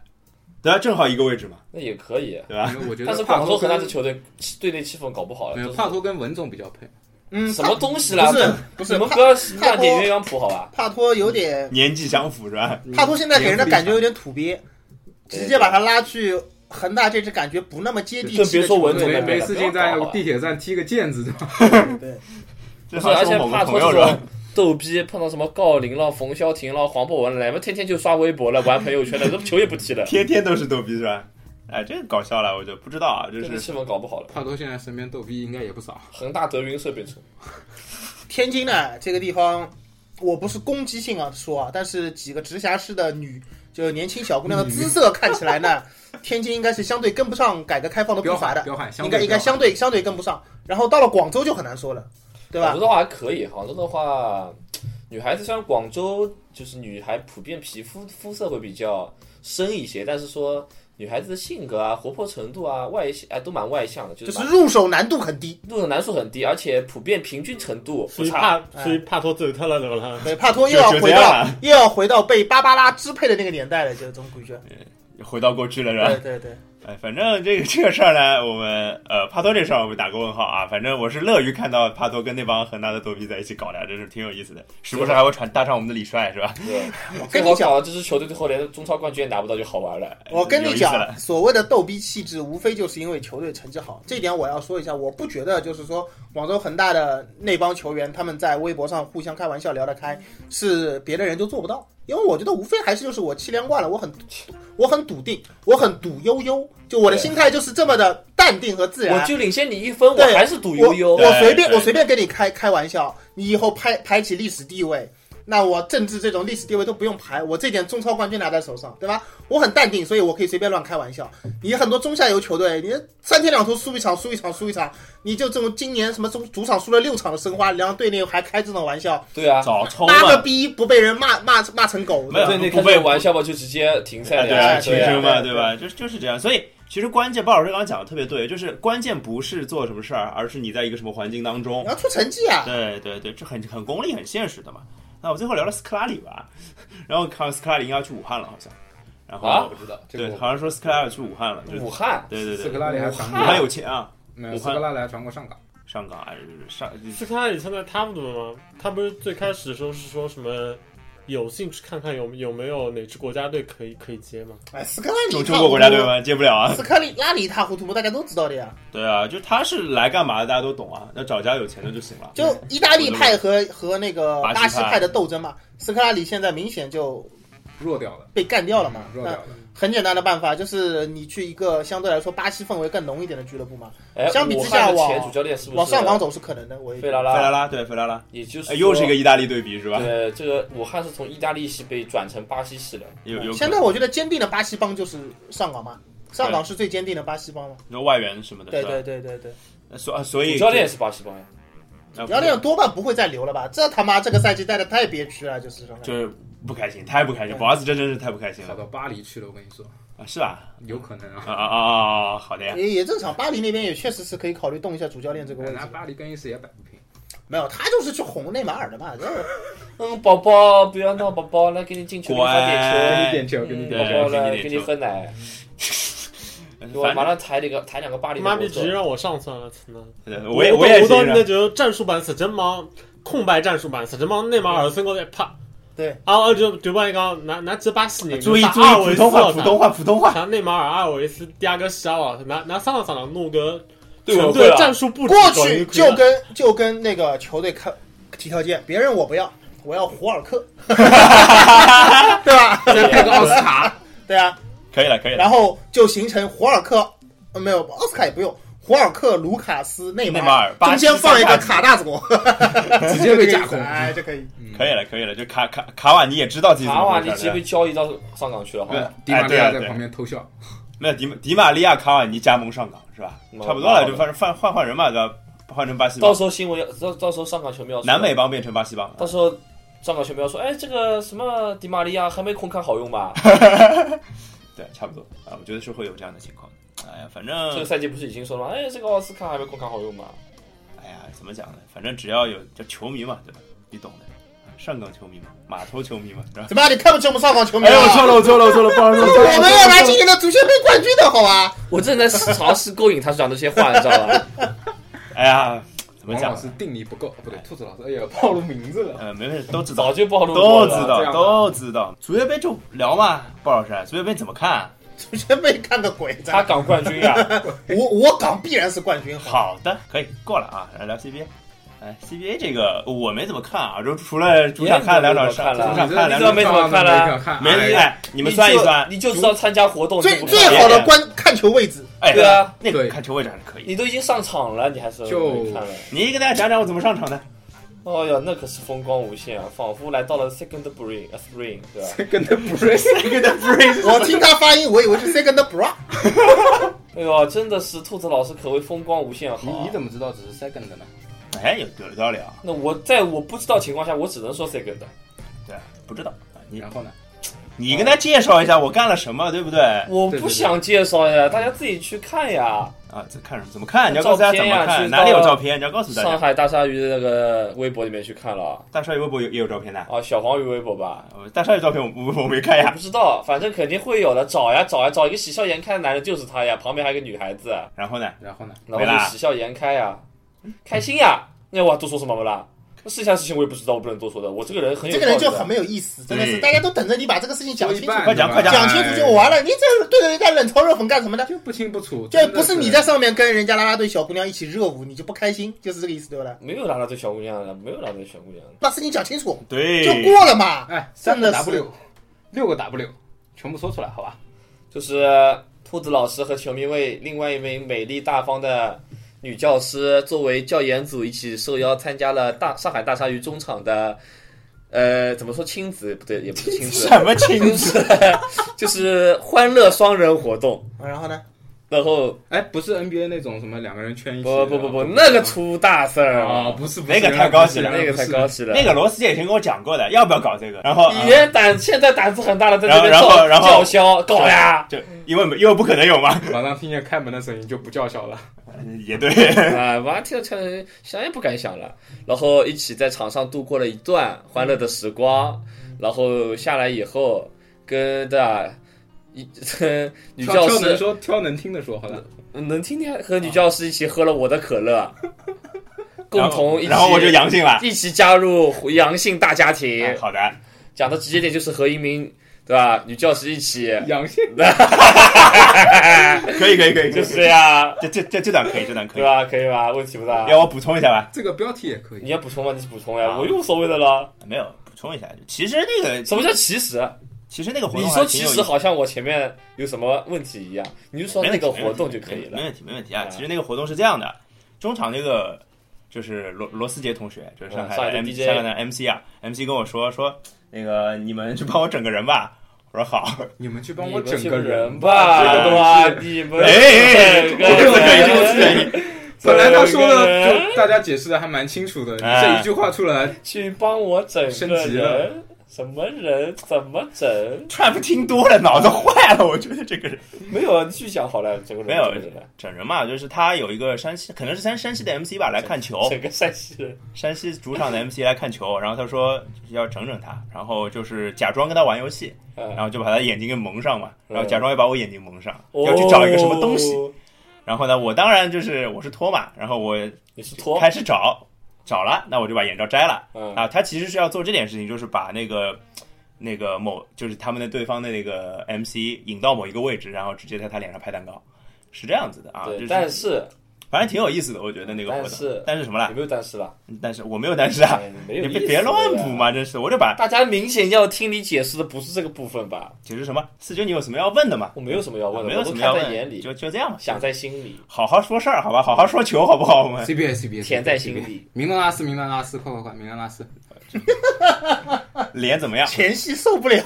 Speaker 1: 对啊，正好一个位置嘛，
Speaker 5: 那也可以。
Speaker 1: 对吧？
Speaker 4: 因为我觉得
Speaker 5: 但是
Speaker 4: 帕
Speaker 5: 广州
Speaker 4: 托
Speaker 5: 恒
Speaker 4: 跟
Speaker 5: 大这球队气队内气氛搞不好了，
Speaker 4: 没
Speaker 5: 就
Speaker 4: 有
Speaker 5: 是
Speaker 4: 帕托跟文总比较配，
Speaker 2: 嗯，
Speaker 5: 什
Speaker 2: 帕
Speaker 5: 么东西啦？
Speaker 2: 不是不是
Speaker 5: 你们
Speaker 2: 帕
Speaker 5: 不要乱点
Speaker 2: 帕托
Speaker 5: 鸳鸯谱好吧？
Speaker 2: 帕托有点，
Speaker 1: 年纪相符是吧？
Speaker 2: 帕托现在给人的感觉有点土鳖，
Speaker 5: 嗯对
Speaker 2: 直接把他拉去恒大，这支感觉不那么接地气的
Speaker 5: 更别说
Speaker 2: 球队
Speaker 5: 文总
Speaker 4: 没
Speaker 5: 了
Speaker 4: 没事情在
Speaker 5: 不要搞了
Speaker 4: 地铁站踢个毽子，对吧
Speaker 2: 对，
Speaker 1: 这
Speaker 5: 是，
Speaker 1: 好像
Speaker 5: 而
Speaker 1: 是
Speaker 5: 且
Speaker 1: 我某
Speaker 5: 帕
Speaker 1: 个
Speaker 5: 托
Speaker 1: 朋
Speaker 5: 这
Speaker 1: 友
Speaker 5: 种
Speaker 1: 说，
Speaker 5: 逗逼碰到什么郜林了、冯潇霆了、黄博文了，乃么天天就刷微博了、玩朋友圈了，这球也 不踢了，
Speaker 1: 天天都是逗逼是吧？哎，这个搞笑了，我就不知道啊，就
Speaker 5: 这个
Speaker 1: 是
Speaker 5: 气氛搞不好了。
Speaker 4: 帕托现在身边逗逼应该也不少，
Speaker 5: 恒大德云社变成
Speaker 2: 天津呢这个地方，我不是攻击性啊说啊，但是几个直辖市的女，就是年轻小姑娘的姿色看起来呢， 天津应该是相对跟不上改革开放的步
Speaker 4: 彪
Speaker 2: 伐
Speaker 4: 悍，
Speaker 2: 的，
Speaker 4: 彪悍，
Speaker 2: 应该应该相对相对跟不上。然后到了广州就很难说了，对
Speaker 5: 广
Speaker 2: 吧
Speaker 5: 州？的话还可以，杭州的话，女孩子虽然广州就是女孩普遍皮肤肤色会比较深一些，但是说女孩子的性格啊、活泼程度啊、外向啊都蛮外向的，就
Speaker 2: 就是是
Speaker 5: 蛮
Speaker 2: 入手难度很低，
Speaker 5: 入的难度很低，而且普遍平均程度
Speaker 3: 属
Speaker 5: 不
Speaker 3: 于
Speaker 5: 差。
Speaker 3: 帕属于帕托嘴特了的 了。
Speaker 2: 对，帕托又要
Speaker 1: 就就
Speaker 2: 回
Speaker 1: 这样
Speaker 2: 到
Speaker 1: 了
Speaker 2: 又要回到被芭芭拉支配的那个年代了，就这种感觉。
Speaker 1: 回到过去了是吧？
Speaker 2: 对对对，
Speaker 1: 哎，反正这个这 个事儿呢，我们呃帕托这事儿我们打个问号啊。反正我是乐于看到帕托跟那帮恒大的逗逼在一起搞的，真是挺有意思的。时不时还会传搭上我们的李帅是吧？
Speaker 5: 对，
Speaker 2: 我
Speaker 5: 最
Speaker 2: 跟
Speaker 5: 好
Speaker 2: 你讲
Speaker 5: 搞，了，这支球队最后连中超冠军也拿不到就好玩了。
Speaker 2: 我跟
Speaker 1: 哎有
Speaker 2: 你
Speaker 1: 意思了
Speaker 2: 讲，所谓的逗逼气质，无非就是因为球队成绩好。这一点我要说一下，我不觉得就是说广州恒大的那帮球员他们在微博上互相开玩笑聊得开，是别的人就做不到。因为我觉得无非还是就是我七连冠了，我很我很笃定，我很赌悠悠，就我的
Speaker 5: 对
Speaker 2: 心态就是这么的淡定和自然。
Speaker 5: 我就领先你一分，我
Speaker 2: 对
Speaker 5: 还是赌
Speaker 2: 我
Speaker 5: 悠悠。
Speaker 1: 对
Speaker 2: 我随便
Speaker 1: 对
Speaker 2: 我随便跟你开开玩笑，你以后排排起历史地位，那我政治这种历史地位都不用排，我这点中超冠军拿在手上，对吧？我很淡定，所以我可以随便乱开玩笑。你很多中下游球队，你三天两头输一场，输一场，输一场，你就这种今年什么中主场输了六场的申花，然后队内还开这种玩笑，
Speaker 5: 对啊，
Speaker 1: 早抽
Speaker 2: 妈个
Speaker 1: 嘛，
Speaker 2: 逼不被人骂骂骂成狗，
Speaker 1: 没有
Speaker 5: 对，
Speaker 1: 不
Speaker 5: 你
Speaker 1: 不
Speaker 5: 开
Speaker 1: 被
Speaker 5: 这玩笑吧，就直接停赛
Speaker 1: 哎
Speaker 5: 了
Speaker 1: 对
Speaker 5: 呀。
Speaker 1: 啊，
Speaker 2: 哎
Speaker 1: 提
Speaker 5: 对啊
Speaker 1: 升嘛，
Speaker 2: 对啊
Speaker 1: 吧？就是就是这样，所以。其实关键，鲍老师刚刚讲的特别对，就是关键不是做什么事儿，而是你在一个什么环境当中
Speaker 2: 你，要出成绩啊！
Speaker 1: 对对对，这很很功利、很现实的嘛。那我最后聊了斯科拉里吧， 然后看斯科拉里应该要去武汉了，好像。然后、
Speaker 5: 啊，不知道这
Speaker 1: 对，
Speaker 5: 个
Speaker 1: 好像说斯科拉里去武汉了，就
Speaker 5: 武汉
Speaker 1: 对对
Speaker 4: 斯科
Speaker 1: 对，
Speaker 4: 拉里还传
Speaker 1: 武汉
Speaker 4: 过，
Speaker 1: 有钱啊，
Speaker 4: 没
Speaker 1: 武
Speaker 4: 有斯
Speaker 1: 汉
Speaker 4: 科拉里还传过上港，
Speaker 1: 上港啊，上
Speaker 3: 是看到你现在他们怎么吗？他不是最开始的时候是说什么有兴趣看看有有没有哪支国家队可以可以接吗？
Speaker 2: 哎，斯科拉里
Speaker 1: 中
Speaker 2: 一塌
Speaker 1: 中
Speaker 2: 糊涂
Speaker 1: 国国家队？吗？接不了啊。
Speaker 2: 斯科里拉里一塌糊涂，大家都知道的呀。
Speaker 1: 对啊，就他是来干嘛的，大家都懂啊，那找家有钱的就行了。
Speaker 2: 就意大利派和和那个巴西派的斗争嘛，斯科拉里现在明显就
Speaker 4: 弱掉了，
Speaker 2: 被干掉了嘛。
Speaker 4: 弱掉
Speaker 2: 那
Speaker 4: 了。
Speaker 2: 很简单的办法就是你去一个相对来说巴西氛围更浓一点的俱乐部嘛，
Speaker 5: 哎，
Speaker 2: 相比
Speaker 5: 武
Speaker 2: 之
Speaker 5: 汉
Speaker 2: 下
Speaker 5: 的
Speaker 2: 往
Speaker 5: 前主教练是不
Speaker 2: 往
Speaker 5: 是
Speaker 2: 上港走是可能的。我也
Speaker 5: 费拉
Speaker 1: 费拉
Speaker 5: 拉？
Speaker 1: 拉对费拉拉，
Speaker 5: 也就是
Speaker 1: 哎，
Speaker 5: 说
Speaker 1: 又是一个意大利对比是吧？
Speaker 5: 对，这个武汉是从意大利系被转成巴西系的，
Speaker 1: 有有
Speaker 2: 现在我觉得坚定的巴西帮就是上港嘛，上港是最坚定的巴西帮嘛。
Speaker 1: 有外援什么的，
Speaker 2: 对
Speaker 1: 是吧
Speaker 2: 对对对对，
Speaker 1: 那所所以
Speaker 5: 主教练也是巴西帮呀。
Speaker 1: 啊
Speaker 2: 主教练多半不会再留了吧？这他妈这个赛季带的太憋屈了，就是什么。
Speaker 1: 就是不开心，太不开心，保尔斯这真是太不开心
Speaker 4: 跑
Speaker 1: 了
Speaker 4: 到巴黎去了，我跟你说，
Speaker 1: 啊，是吧？
Speaker 4: 有可能
Speaker 1: 啊
Speaker 2: 嗯
Speaker 4: 啊。
Speaker 1: 啊啊啊啊！好的呀，
Speaker 2: 也也正常，巴黎那边也确实是可以考虑动一下主教练这个位置
Speaker 4: 拿。巴黎更衣室也摆不平，
Speaker 2: 没有，他就是去哄内马尔的嘛，这
Speaker 5: 嗯，宝宝不要闹，宝宝来给你进球，给你发
Speaker 1: 乖
Speaker 5: 点
Speaker 4: 给你点球，给你
Speaker 5: 球，嗯，
Speaker 4: 点
Speaker 5: 宝
Speaker 1: 对给
Speaker 5: 宝
Speaker 1: 你
Speaker 5: 来
Speaker 1: 点
Speaker 5: 给你
Speaker 1: 球
Speaker 5: 喝奶，我
Speaker 1: 反
Speaker 5: 马上抬两个抬两个巴黎的
Speaker 3: 妈
Speaker 5: 国
Speaker 3: 逼，
Speaker 5: 足
Speaker 3: 直接让我上算了，操那！
Speaker 1: 正我也我也
Speaker 3: 我到
Speaker 1: 是这
Speaker 3: 你那
Speaker 1: 样，
Speaker 3: 就战术版死真忙，空白战术版死真忙，内马尔孙过来啪，
Speaker 2: 对，
Speaker 3: 啊啊就对半一个拿拿直巴西人，
Speaker 1: 注意
Speaker 3: 拿
Speaker 1: 注
Speaker 3: 阿尔
Speaker 1: 意，
Speaker 3: 维
Speaker 1: 普
Speaker 3: 斯
Speaker 1: 通话
Speaker 3: 了
Speaker 1: 普通话普通话，
Speaker 3: 像内马尔、阿尔维斯、迪亚哥、席尔瓦，啊拿拿桑朗桑朗弄个
Speaker 5: 对我
Speaker 3: 全
Speaker 5: 会了
Speaker 1: 啊
Speaker 3: 队战术布置
Speaker 2: 过
Speaker 3: 搞
Speaker 2: 去
Speaker 3: 一个
Speaker 2: 就跟就跟那个球队开提条件，别人我不要，我要胡尔克，对吧？
Speaker 4: 再配个奥斯卡，
Speaker 2: 对啊，
Speaker 1: 可以了可以了。
Speaker 2: 然后就形成胡尔克，呃、没有奥斯卡也不用，胡尔克、卢卡斯、内
Speaker 1: 内马尔巴
Speaker 2: 中
Speaker 1: 西
Speaker 2: 间放一个
Speaker 1: 三大
Speaker 2: 卡大国，
Speaker 4: 直接 被架空。嗯
Speaker 2: 哎，这可以。
Speaker 1: 可以啊了，可以了，就卡卡卡瓦尼也知道自己怎
Speaker 5: 卡
Speaker 1: 么回
Speaker 5: 瓦尼
Speaker 1: 事了
Speaker 5: 直接被交易到上港去了，好
Speaker 1: 对
Speaker 5: 吧？
Speaker 4: 迪玛利亚
Speaker 1: 哎对啊
Speaker 4: 在
Speaker 1: 对
Speaker 4: 旁边偷笑，
Speaker 1: 没有迪马迪玛利亚、卡瓦尼加盟上港是吧？
Speaker 5: 嗯
Speaker 1: 差不多了，
Speaker 5: 好的
Speaker 1: 就反正换换换人嘛，对吧？换成巴西
Speaker 5: 到
Speaker 1: 帮，
Speaker 5: 时候新闻要到到时候上港球迷要说
Speaker 1: 南美，帮变成巴西帮，
Speaker 5: 到时候上港球迷要说，哎，这个什么迪玛利亚还没空看好用吧？
Speaker 1: 对，差不多啊，我觉得是会有这样的情况。哎呀，反
Speaker 5: 这个
Speaker 1: 正
Speaker 5: 赛季不是已经说了吗？哎，这个奥斯卡还没空看好用吧？
Speaker 1: 哎呀，怎么讲呢？反正只要有这球迷嘛，对吧？你懂的，上港球迷嘛，码头球迷嘛，是吧？
Speaker 2: 怎么样？你看不起我们上港球迷
Speaker 1: 哎
Speaker 2: 啊？
Speaker 1: 呀，我错了，我错了，我错了，不好意思，
Speaker 2: 我们要拿
Speaker 1: 进。
Speaker 2: 今年的足协杯冠军的好吧？
Speaker 5: 我正在尝试勾引他讲这些话，你知道吧？
Speaker 1: 哎呀，怎么
Speaker 4: 王
Speaker 1: 讲
Speaker 4: 老
Speaker 1: 呢？
Speaker 4: 师定力不够，不对，兔子老师，哎呀，暴露名字了。
Speaker 1: 呃，没事，都知道
Speaker 5: 早，就暴露
Speaker 1: 都
Speaker 5: 过
Speaker 1: 知
Speaker 5: 了。
Speaker 4: 这
Speaker 1: 道，
Speaker 4: 样吧
Speaker 1: 都知道。足协杯就聊嘛，鲍老师，足协杯怎么看啊？
Speaker 2: 足协杯看个鬼！
Speaker 5: 他港冠军啊呀、
Speaker 2: 我我港必然是冠军，好
Speaker 1: 好
Speaker 2: 吧。
Speaker 1: 的，可以过了啊，来聊 CBA。哎，CBA 这个我没怎么看啊，就除了主场看了两场上，
Speaker 5: 你也
Speaker 1: 主场
Speaker 4: 你
Speaker 1: 看了两
Speaker 5: 这
Speaker 1: 场
Speaker 5: 没怎么看了
Speaker 4: 没看
Speaker 1: 没
Speaker 4: 哎呀
Speaker 1: 哎， 你们算一算，
Speaker 5: 你就，你就知道参加活动，
Speaker 2: 最
Speaker 5: 你就不
Speaker 2: 最
Speaker 5: 看
Speaker 2: 好的观看球位置，
Speaker 1: 哎，
Speaker 5: 对啊，
Speaker 1: 那个
Speaker 4: 对
Speaker 1: 看球位置还是可以。
Speaker 5: 你都已经上场了，你还是
Speaker 4: 就
Speaker 5: 没看了。
Speaker 1: 你给大家讲讲我怎么上场的？
Speaker 5: 哦哟，那可是风光无限啊，仿佛来到了 second spring 啊 spring，对 吧？
Speaker 4: 跟他不认识，
Speaker 1: 这个的 brain
Speaker 2: 我听他发音，我以为是 second bra。
Speaker 5: 哎呦，真的是兔子老师可谓风光无限好
Speaker 4: 你
Speaker 5: 啊
Speaker 4: 你。怎么知道只是 second 呢？
Speaker 1: 哎，有有道理啊，
Speaker 5: 那我在我不知道情况下，我只能说 second。
Speaker 1: 对，不知道。你
Speaker 4: 然后呢？
Speaker 1: 你跟他介绍一下我干了什么，对哎不对？
Speaker 5: 我
Speaker 4: 对对
Speaker 5: 不
Speaker 4: 对
Speaker 5: 想介绍呀，大家自己去看呀。
Speaker 1: 啊，这看什么？怎么看？你要告诉大家怎么
Speaker 5: 照片呀
Speaker 1: 看？
Speaker 5: 去
Speaker 1: 哪里有
Speaker 5: 到
Speaker 1: 照片？你要告诉大
Speaker 5: 上
Speaker 1: 家。
Speaker 5: 海大鲨鱼的那个微博里面去看了
Speaker 1: 大帅微博有也有照片的，
Speaker 5: 啊，小黄鱼微博吧。
Speaker 1: 呃大帅的照片我我我没看
Speaker 5: 我
Speaker 1: 呀。
Speaker 5: 不知道，反正肯定会有的，找呀找呀找一个喜笑颜开的男人就是他呀，旁边还有一个女孩子，
Speaker 1: 然后呢？
Speaker 4: 然后呢？
Speaker 5: 然
Speaker 1: 没
Speaker 5: 后就
Speaker 1: 啦
Speaker 5: 喜笑颜开呀，开心呀，那我多说什么不啦？事情上事情我也不知道，我不能多说的，我这个人很有
Speaker 2: 这个人
Speaker 5: 道
Speaker 2: 就
Speaker 5: 理的
Speaker 2: 很没有意思，真的是，
Speaker 1: 对
Speaker 2: 大家都等着你把这个事情讲
Speaker 4: 说
Speaker 2: 清
Speaker 4: 一
Speaker 2: 楚，
Speaker 4: 半
Speaker 1: 快讲
Speaker 4: 对吧
Speaker 1: 快讲
Speaker 2: 讲清楚就完了。你这对着人家冷嘲热讽干什么呢
Speaker 4: 哎？就不清不楚。
Speaker 2: 就
Speaker 4: 真的
Speaker 2: 不是你在上面跟人家啦啦队小姑娘一起热舞，你就不开心，就是这个意思，对不对？
Speaker 5: 没有拉拉队小姑娘的，没有拉拉队小姑娘的。
Speaker 2: 把事情讲清楚就
Speaker 1: 对，
Speaker 2: 过了嘛。
Speaker 4: 哎，三
Speaker 2: 真
Speaker 4: 个
Speaker 2: 的是
Speaker 4: W，六个 W，全部说出来，好吧？
Speaker 5: 就是兔子老师和球迷为另外一名美丽大方的女教师作为教研组一起受邀参加了大上海大鲨鱼中场的，呃，怎么说亲子不对，也不是亲子，
Speaker 1: 什么亲戚？
Speaker 5: 就是欢乐双人活动。
Speaker 2: 啊然后呢？
Speaker 5: 然后
Speaker 4: 哎，不是 NBA 那种什么两个人圈一起
Speaker 5: 不
Speaker 4: 的。
Speaker 5: 不不
Speaker 1: 啊
Speaker 5: 不，那个出大事儿
Speaker 4: 啊，
Speaker 5: 了，
Speaker 4: 不是不
Speaker 1: 那
Speaker 4: 是
Speaker 1: 个太高级了
Speaker 5: 那个太高。级 了。
Speaker 1: 那个罗斯也以前跟我讲过的，要不要搞这个？然后呃
Speaker 5: 以前胆现在胆子很大了，在这边
Speaker 1: 然后
Speaker 5: 叫
Speaker 1: 然后
Speaker 5: 叫嚣搞呀
Speaker 1: 就因为没因为不可能有嘛，
Speaker 4: 马上听见开门的声音就不叫嚣了。
Speaker 1: 也对，
Speaker 5: 啊！完了听着听着想也不敢想了，然后一起在场上度过了一段欢乐的时光，然后下来以后跟的一 女
Speaker 4: 挑挑
Speaker 5: 教
Speaker 4: 能
Speaker 5: 师
Speaker 4: 说挑能听的说，好了。
Speaker 5: 能听见和女教师一起喝了我的可 乐，共同一起
Speaker 1: 然后我就阳性了。
Speaker 5: 一起加入阳性大家庭
Speaker 1: 哎。好的，
Speaker 5: 讲的直接点就是和一名对吧女教师一 起，
Speaker 4: 阳性
Speaker 1: 可以可以可以，可
Speaker 5: 就
Speaker 1: 以
Speaker 5: 是呀、
Speaker 1: 这这这这段可以，这段可以
Speaker 5: 对。吧？可以吧？问题不大。
Speaker 1: 要我补充一下吧？
Speaker 4: 这个标题也可以。
Speaker 5: 你要补充吗？你补充呀，
Speaker 1: 啊
Speaker 5: 我有所谓的了。
Speaker 1: 没有，补充一下。其实那个，
Speaker 5: 什么叫其实？啊
Speaker 1: 其实那个活动
Speaker 5: 你
Speaker 1: 还
Speaker 5: 说
Speaker 1: 挺
Speaker 5: 其
Speaker 1: 有意
Speaker 5: 实
Speaker 1: 思
Speaker 5: 好像我前面有什么问题一样，你就说
Speaker 1: 没
Speaker 5: 那
Speaker 1: 问题
Speaker 5: 个活动就可以
Speaker 1: 没
Speaker 5: 了。
Speaker 1: 问题，没问题啊。
Speaker 5: 嗯
Speaker 1: 其实那个活动是这样的，中场那个就是罗罗斯杰同学，就是上海
Speaker 5: 嗯上海的
Speaker 1: M
Speaker 5: DJ
Speaker 1: 上海的 MC 啊，MC 跟我说说那个你们去帮我整个人吧。我说好，
Speaker 4: 你们去帮
Speaker 5: 你
Speaker 4: 我
Speaker 5: 们
Speaker 4: 整
Speaker 5: 是
Speaker 4: 个
Speaker 5: 人
Speaker 4: 人。
Speaker 5: 吧，
Speaker 1: 这个
Speaker 5: 对
Speaker 1: 东
Speaker 5: 吧？你们
Speaker 1: 哎哎哎，
Speaker 5: 整
Speaker 1: 这
Speaker 5: 个
Speaker 1: 个可以，这个
Speaker 5: 人
Speaker 1: 可以，
Speaker 4: 本来他说
Speaker 5: 整
Speaker 4: 的
Speaker 5: 个人
Speaker 4: 就大家解释的还蛮清楚的，你
Speaker 1: 哎
Speaker 4: 这一句话出来，
Speaker 5: 去帮我整
Speaker 4: 升
Speaker 5: 个
Speaker 4: 级了
Speaker 5: 人，什么人怎么整？
Speaker 1: trap 听多了，脑子坏了。我觉得这个人
Speaker 5: 没有，啊你去讲好了，整个人
Speaker 1: 没有
Speaker 5: 整个人
Speaker 1: 整人嘛，就是他有一个山西，可能是山山西的 MC 吧，来看球，
Speaker 5: 整个嗯山西人，
Speaker 1: 山西主 场的 MC 来看球，然后他说要整整他，然后就是假装跟他玩游戏，然
Speaker 5: 嗯，
Speaker 1: 后就把他眼睛给蒙上嘛，
Speaker 5: 嗯
Speaker 1: 然后假装要把我眼睛蒙上，要去找一个什么东西。
Speaker 5: 哦，
Speaker 1: 然后呢，我当然就是我是托马，然后我
Speaker 5: 你是托，
Speaker 1: 开始找，找了，那我就把眼罩摘了
Speaker 5: 嗯，
Speaker 1: 啊。他其实是要做这件事情，就是把那个那个某就是他们的对方的那个 MC 引到某一个位置，然后直接在他脸上拍蛋糕，是这样子的啊。就
Speaker 5: 对，
Speaker 1: 是
Speaker 5: 但是
Speaker 1: 反正挺有意思的，我觉得那个活
Speaker 5: 但
Speaker 1: 动。
Speaker 5: 是
Speaker 1: 但是什么啦
Speaker 5: 有？没有但是了？
Speaker 1: 但是我没有但是啊。
Speaker 5: 哎没有
Speaker 1: 你
Speaker 5: 意思
Speaker 1: 别
Speaker 5: 的
Speaker 1: 别乱
Speaker 5: 呀
Speaker 1: 补。嘛，真是！我就把
Speaker 5: 大家明显要听你解释的不是这个部分吧？
Speaker 1: 解释什么四九，你有什么要问的吗？
Speaker 5: 我啊没有什么要问的，
Speaker 1: 没有
Speaker 5: 我都
Speaker 1: 什么
Speaker 5: 看
Speaker 1: 要
Speaker 5: 在
Speaker 1: 问，
Speaker 5: 眼里，
Speaker 1: 就就这样吧。
Speaker 5: 想在心里，
Speaker 1: 好好说事儿，好吧？好好说球，好不好？我们
Speaker 4: CBA CBA
Speaker 5: 甜在心里。
Speaker 4: 明德拉斯，明德拉斯，快快快，明德拉斯！
Speaker 1: 脸怎么样？
Speaker 2: 前戏受不了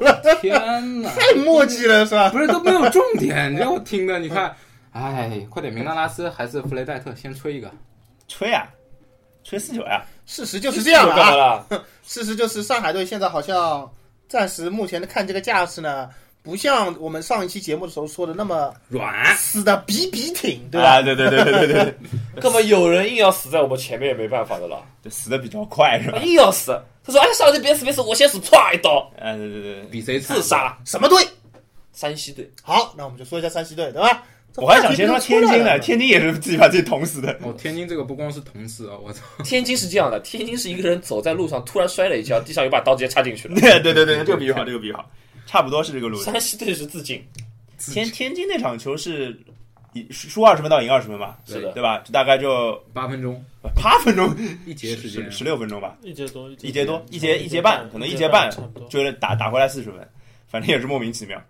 Speaker 2: 了，
Speaker 4: 天哪，
Speaker 2: 太墨迹了是吧？
Speaker 4: 不是都没有重点，你让我听的，你看，
Speaker 1: 嗯
Speaker 4: 哎，快点，明德拉斯还是弗雷戴特先吹一个，
Speaker 1: 吹啊，吹四九呀、
Speaker 2: 事实就是这样了
Speaker 5: 干嘛
Speaker 2: 啊！
Speaker 5: 啦？
Speaker 2: 事实就是上海队现在好像暂时目前的看这个架势呢，不像我们上一期节目的时候说的那么
Speaker 4: 软，
Speaker 2: 死的比比挺，对吧？
Speaker 1: 啊！对对对对对对对
Speaker 5: 根本有人硬要死在我们前面也没办 法的了，
Speaker 1: 对，死的比较快是
Speaker 5: 他
Speaker 1: 吧？
Speaker 5: 硬要死。他说：“哎，上来就别死，别死，我先死，歘一刀
Speaker 1: 啊，对对对对，
Speaker 4: 比谁惨
Speaker 5: 自？杀。
Speaker 2: 什么队？”
Speaker 5: 山西队，
Speaker 2: 好，那我们就说一下山西队，对吧？
Speaker 1: 我还想先说天津
Speaker 2: 的
Speaker 1: 呢，，天津也是自己把自己捅死的。
Speaker 4: 哦，天津这个不光是同事啊，我操，
Speaker 5: 天津是这样的，天津是一个人走在路上突然摔了一跤，地上有把刀直接插进 去了。
Speaker 1: 对对对对，这个比喻好，这个比喻好，差不多是这个路子。
Speaker 5: 山西队是自尽，
Speaker 1: 天天津那场球是以输二十分到赢二十分吧，
Speaker 5: 是的
Speaker 1: 对吧？就大概就
Speaker 4: 八分钟
Speaker 1: 八分钟，
Speaker 4: 一节时间
Speaker 1: 十，十六分钟吧。
Speaker 3: 一节多，
Speaker 1: 一节多，一节一节半，可能一节半
Speaker 3: 差不多。
Speaker 1: 追了打打回来四十分，反正也是莫名其妙。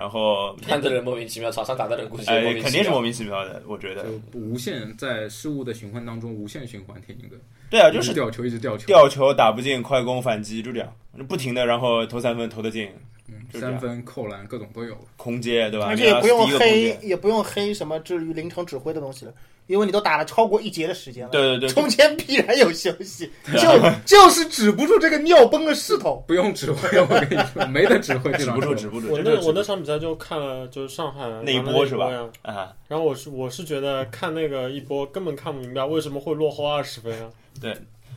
Speaker 1: 然后
Speaker 5: 看的人莫名其妙，场上打的人估计也
Speaker 1: 呃
Speaker 5: 莫名其妙
Speaker 1: 肯定是莫名其妙的，我觉得
Speaker 4: 就无限在失误的循环当中无限循环听一个，
Speaker 1: 对啊，
Speaker 4: 一
Speaker 1: 就
Speaker 4: 直
Speaker 1: 是
Speaker 4: 吊球一直吊球，
Speaker 1: 吊球打不进，快攻反击就这样，不停的然后投三分投得进，
Speaker 4: 嗯
Speaker 1: 就这样
Speaker 4: 三分扣篮各种都有。
Speaker 1: 空接对吧？
Speaker 2: 而且也不用
Speaker 1: 你要第一个
Speaker 2: 黑
Speaker 1: 空接，
Speaker 2: 也不用黑什么至于临场指挥的东西了，因为你都打了超过一节的时间了。
Speaker 1: 对对对，
Speaker 2: 中间必然有休息，
Speaker 1: 对
Speaker 2: 就就是止不住这个尿崩的势头。
Speaker 4: 不用指挥，我跟你说，没得指挥 这
Speaker 1: 止
Speaker 4: 种
Speaker 1: 不
Speaker 4: 球。
Speaker 1: 住，止不住，
Speaker 3: 我
Speaker 1: 真的
Speaker 3: 那
Speaker 1: 止
Speaker 3: 我
Speaker 1: 不
Speaker 3: 那
Speaker 1: 住
Speaker 3: 场比赛就看了，就是上海
Speaker 1: 那一
Speaker 3: 波
Speaker 1: 波是吧
Speaker 3: 呀
Speaker 1: 啊，
Speaker 3: 然后我是我是觉得看那个一波根本看不明白为什么会落后二十分啊，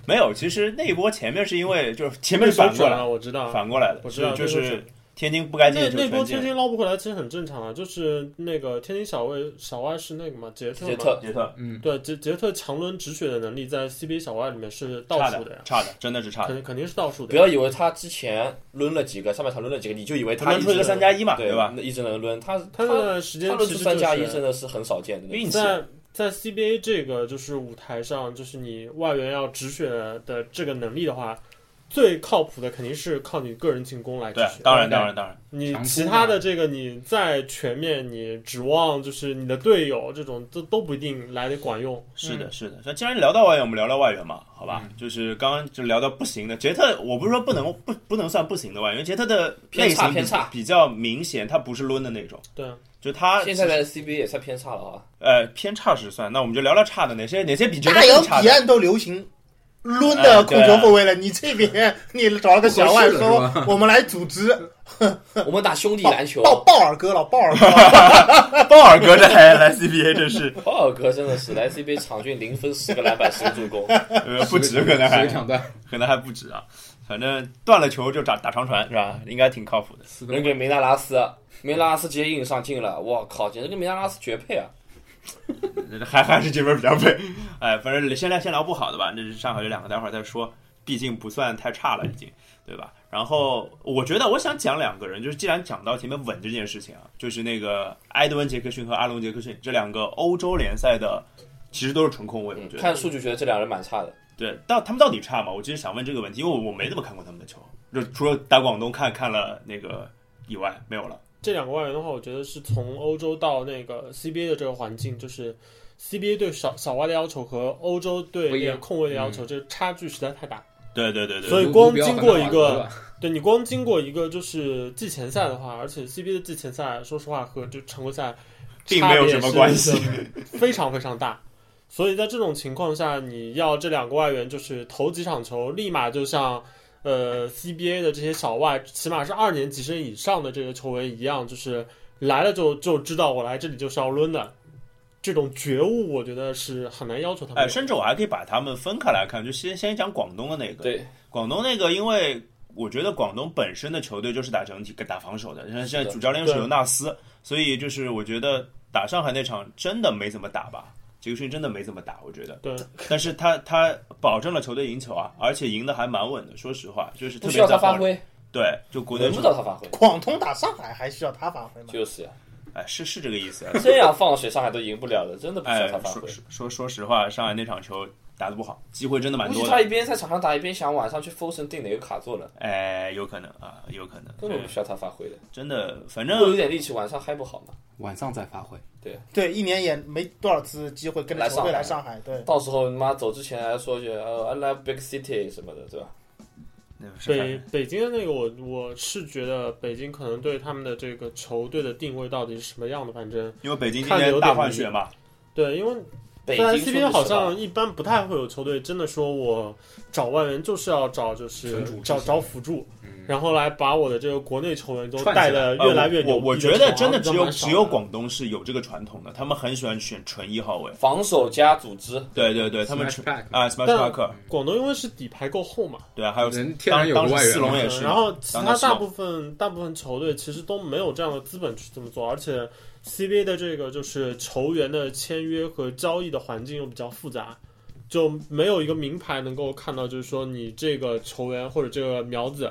Speaker 1: 没有，其实那一波前面是因为就是前面
Speaker 3: 那
Speaker 1: 是
Speaker 3: 手
Speaker 1: 反过
Speaker 3: 准
Speaker 1: 来
Speaker 3: 了，我知道啊。
Speaker 1: 反过来的，
Speaker 3: 我知道
Speaker 1: 就就
Speaker 3: 那时候
Speaker 1: 是
Speaker 3: 准
Speaker 1: 天津不该进
Speaker 3: 那
Speaker 1: 的球
Speaker 3: 那波
Speaker 1: 全进
Speaker 3: 天
Speaker 1: 了，
Speaker 3: 津捞不回来其实很正常啊，就是那个天津小外小外是那个嘛杰特
Speaker 5: 杰
Speaker 3: 嘛，
Speaker 5: 特
Speaker 1: 杰特
Speaker 4: 嗯，
Speaker 3: 对杰杰特强轮止血的能力在 CBA 小外里面是倒
Speaker 1: 差
Speaker 3: 数
Speaker 1: 的
Speaker 3: 的呀，
Speaker 1: 差的，真的是差的，
Speaker 3: 肯肯定是倒数的
Speaker 5: 不
Speaker 3: 呀。
Speaker 5: 要以为他之前抡了几个，上半场抡了几个，你就以为
Speaker 1: 他
Speaker 5: 他
Speaker 1: 能出一个三加一嘛，
Speaker 5: 对
Speaker 1: 对吧？？
Speaker 5: 一直能抡，他
Speaker 3: 他那段时间
Speaker 5: 他抡
Speaker 3: 其
Speaker 5: 出
Speaker 3: 实
Speaker 5: 三加一
Speaker 3: 就是
Speaker 5: 真的是很少见的。
Speaker 1: 运气
Speaker 3: 在在 CBA 这个就是舞台上，就是你外援要止血的这个能力的话，最靠谱的肯定是靠你个人进攻来止
Speaker 1: 对，
Speaker 3: 血。
Speaker 1: 当然当然当然，
Speaker 3: 你
Speaker 4: 强攻
Speaker 3: 其他的这个你在全面，你指望就是你的队友这种都都不一定来的管用。
Speaker 1: 是
Speaker 5: 嗯
Speaker 1: 的，是的。那既然聊到外援，我们聊聊外援嘛，好吧？就是刚刚就聊到不行的杰特，我不是说不能不不能算不行的外援，杰特的类
Speaker 5: 偏差
Speaker 1: 型比
Speaker 5: 偏差
Speaker 1: 比较明显，他不是抡的那种，
Speaker 3: 对啊，
Speaker 1: 就他
Speaker 5: 现在 的 CBA 也算偏差了啊，
Speaker 1: 呃偏差是算。那我们就聊聊差的，哪些哪些比杰特
Speaker 2: 大洋
Speaker 1: 更差
Speaker 2: 彼
Speaker 1: 的？哎
Speaker 2: 岸都流行抡的控球后卫了，你这 边你找了个小外
Speaker 4: 不合适了
Speaker 2: 说我们来组织
Speaker 5: 我们打兄弟 篮
Speaker 1: 哦
Speaker 5: 球，
Speaker 2: 鲍鲍尔哥了，鲍尔哥
Speaker 1: 鲍尔哥这来来 CBA 这是
Speaker 5: 鲍尔哥真的是来 CBA 场均零分、十个篮板、十个助 攻，
Speaker 1: 呃不止，可能
Speaker 4: 十
Speaker 1: 还
Speaker 4: 个抢断，
Speaker 1: 可能还不止啊。反正断了球就打打长传是吧？应该挺靠谱的。
Speaker 4: 四
Speaker 5: 扔
Speaker 4: 分
Speaker 5: 给梅纳拉斯，梅纳拉斯直接硬上进了，我靠，简直跟梅纳拉斯绝配啊！
Speaker 1: 还还是这边比较背。哎，反正先聊先聊不好的吧，那是上海有两个，待会儿再说，毕竟不算太差了已经，对吧？然后我觉得我想讲两个人，就是既然讲到前面稳这件事情啊，就是那个埃德温·杰克逊和阿隆·杰克逊这两个欧洲联赛的，其实都是纯控卫，我
Speaker 5: 嗯
Speaker 1: 觉，得。
Speaker 5: 看数据觉得这两人蛮差的，
Speaker 1: 对，到他们到底差吗？我其实想问这个问题，因为我我没怎么看过他们的球，就除了打广东看看了那个以外，没有了。
Speaker 3: 这两个外援的话，我觉得是从欧洲到那个 CBA 的这个环境，就是 CBA 对小小外的要求和欧洲对
Speaker 4: 不一
Speaker 3: 那个
Speaker 4: 样嗯
Speaker 3: 控卫的要求，这个差距实在太大。
Speaker 1: 对对对对，
Speaker 3: 所以
Speaker 4: 卢
Speaker 3: 光
Speaker 4: 卢比奥
Speaker 3: 经
Speaker 4: 和
Speaker 3: 过
Speaker 4: 纳瓦
Speaker 3: 一个
Speaker 4: 罗吧
Speaker 3: 对你光经过一个就是季前赛的话，而且 CBA 的季前赛，说实话和就常规赛
Speaker 1: 并没有什么关系
Speaker 3: 差别是非常非常大。所以在这种情况下，你要这两个外援就是头几场球立马就像呃 CBA 的这些小外，起码是二年级生以上的这个球员一样，就是来了就就知道我来这里就是要抡的。这种觉悟，我觉得是很难要求他们
Speaker 1: 哎，
Speaker 3: 的。
Speaker 1: 甚至我还可以把他们分开来看，就先先讲广东的那个，
Speaker 5: 对，
Speaker 1: 广东那个，因为我觉得广东本身的球队就是打整体跟打防守的，像现在主教练又是
Speaker 3: 对
Speaker 1: 尤纳斯，所以就是我觉得打上海那场真的没怎么打吧，杰克逊真的没怎么打，我觉得。
Speaker 3: 对，
Speaker 1: 但是他他保证了球队赢球啊，而且赢得还蛮稳的。说实话，就是特
Speaker 5: 不需
Speaker 1: 别
Speaker 5: 要
Speaker 1: 在
Speaker 5: 他发
Speaker 1: 防守
Speaker 5: 挥，
Speaker 1: 对，就国内
Speaker 5: 轮不到他发挥，
Speaker 2: 广东打上海还需要他发挥吗？
Speaker 5: 就是呀，啊
Speaker 1: 哎，是是这个意思啊。
Speaker 5: 这样放水上海都赢不了的，真的不需
Speaker 1: 哎
Speaker 5: 要他，发
Speaker 1: 说
Speaker 5: 挥。
Speaker 1: 说说说实话，上海那场球打得不好，机会真的蛮
Speaker 5: 估计
Speaker 1: 多
Speaker 5: 他
Speaker 1: 的。
Speaker 5: 一边在场上打，一边想晚上去封神定哪个卡座了，
Speaker 1: 哎，有可能啊，有可能，
Speaker 5: 根本不需要他发挥的。
Speaker 1: 真的，反
Speaker 5: 如果有
Speaker 1: 正
Speaker 5: 点力气，晚上嗨不好嘛，
Speaker 4: 晚上再发挥，
Speaker 2: 对，一年也没多少次机会跟着球队来上海。对，
Speaker 5: 到时候你妈走之前还说一句呃 I love big city 什么的，对吧？
Speaker 1: 那个是
Speaker 3: 北北京的那个我，我是觉得北京可能对他们的这个球队的定位到底是什么样的，反正
Speaker 1: 因为北京今
Speaker 3: 看着
Speaker 1: 年
Speaker 3: 有
Speaker 1: 大
Speaker 3: 点
Speaker 1: 换
Speaker 3: 迷
Speaker 1: 血嘛，
Speaker 3: 对，因为
Speaker 5: 北
Speaker 3: 在
Speaker 5: 京
Speaker 3: CBA
Speaker 5: 说
Speaker 3: 好
Speaker 5: 实话
Speaker 3: 像一般不太会有球队真的说我找外援就是要找就是
Speaker 4: 纯主力
Speaker 3: 找找辅助，
Speaker 1: 嗯
Speaker 3: 然后来把我的这个国内球员都
Speaker 4: 串起
Speaker 3: 带
Speaker 4: 来
Speaker 3: 的
Speaker 1: 呃
Speaker 3: 越来越
Speaker 1: 我
Speaker 3: 牛
Speaker 1: 我我
Speaker 3: 逼
Speaker 1: 觉得真
Speaker 3: 的
Speaker 1: 的
Speaker 3: 球
Speaker 1: 只
Speaker 3: 员好
Speaker 1: 有
Speaker 3: 像
Speaker 1: 只有广东是有这个传统的，他们很喜欢选纯一号位。
Speaker 5: 防守加组织，
Speaker 1: 对对对，他们
Speaker 4: Smash back
Speaker 1: 啊，Smash
Speaker 3: 但
Speaker 1: Parker，
Speaker 3: 广东因为是底牌够厚嘛，
Speaker 1: 对啊，还有
Speaker 4: 人天
Speaker 1: 当
Speaker 4: 然有
Speaker 1: 当
Speaker 4: 个外
Speaker 1: 时
Speaker 4: 援
Speaker 1: 四龙也
Speaker 3: 嗯
Speaker 1: 是，
Speaker 3: 然后其
Speaker 1: 当
Speaker 3: 他
Speaker 1: 时是
Speaker 3: 大
Speaker 1: 吧
Speaker 3: 部分大部分球队其实都没有这样的资本去这么做，而且 CBA 的这个就是球员的签约和交易的环境又比较复杂，就没有一个名牌能够看到，就是说你这个球员或者这个苗子。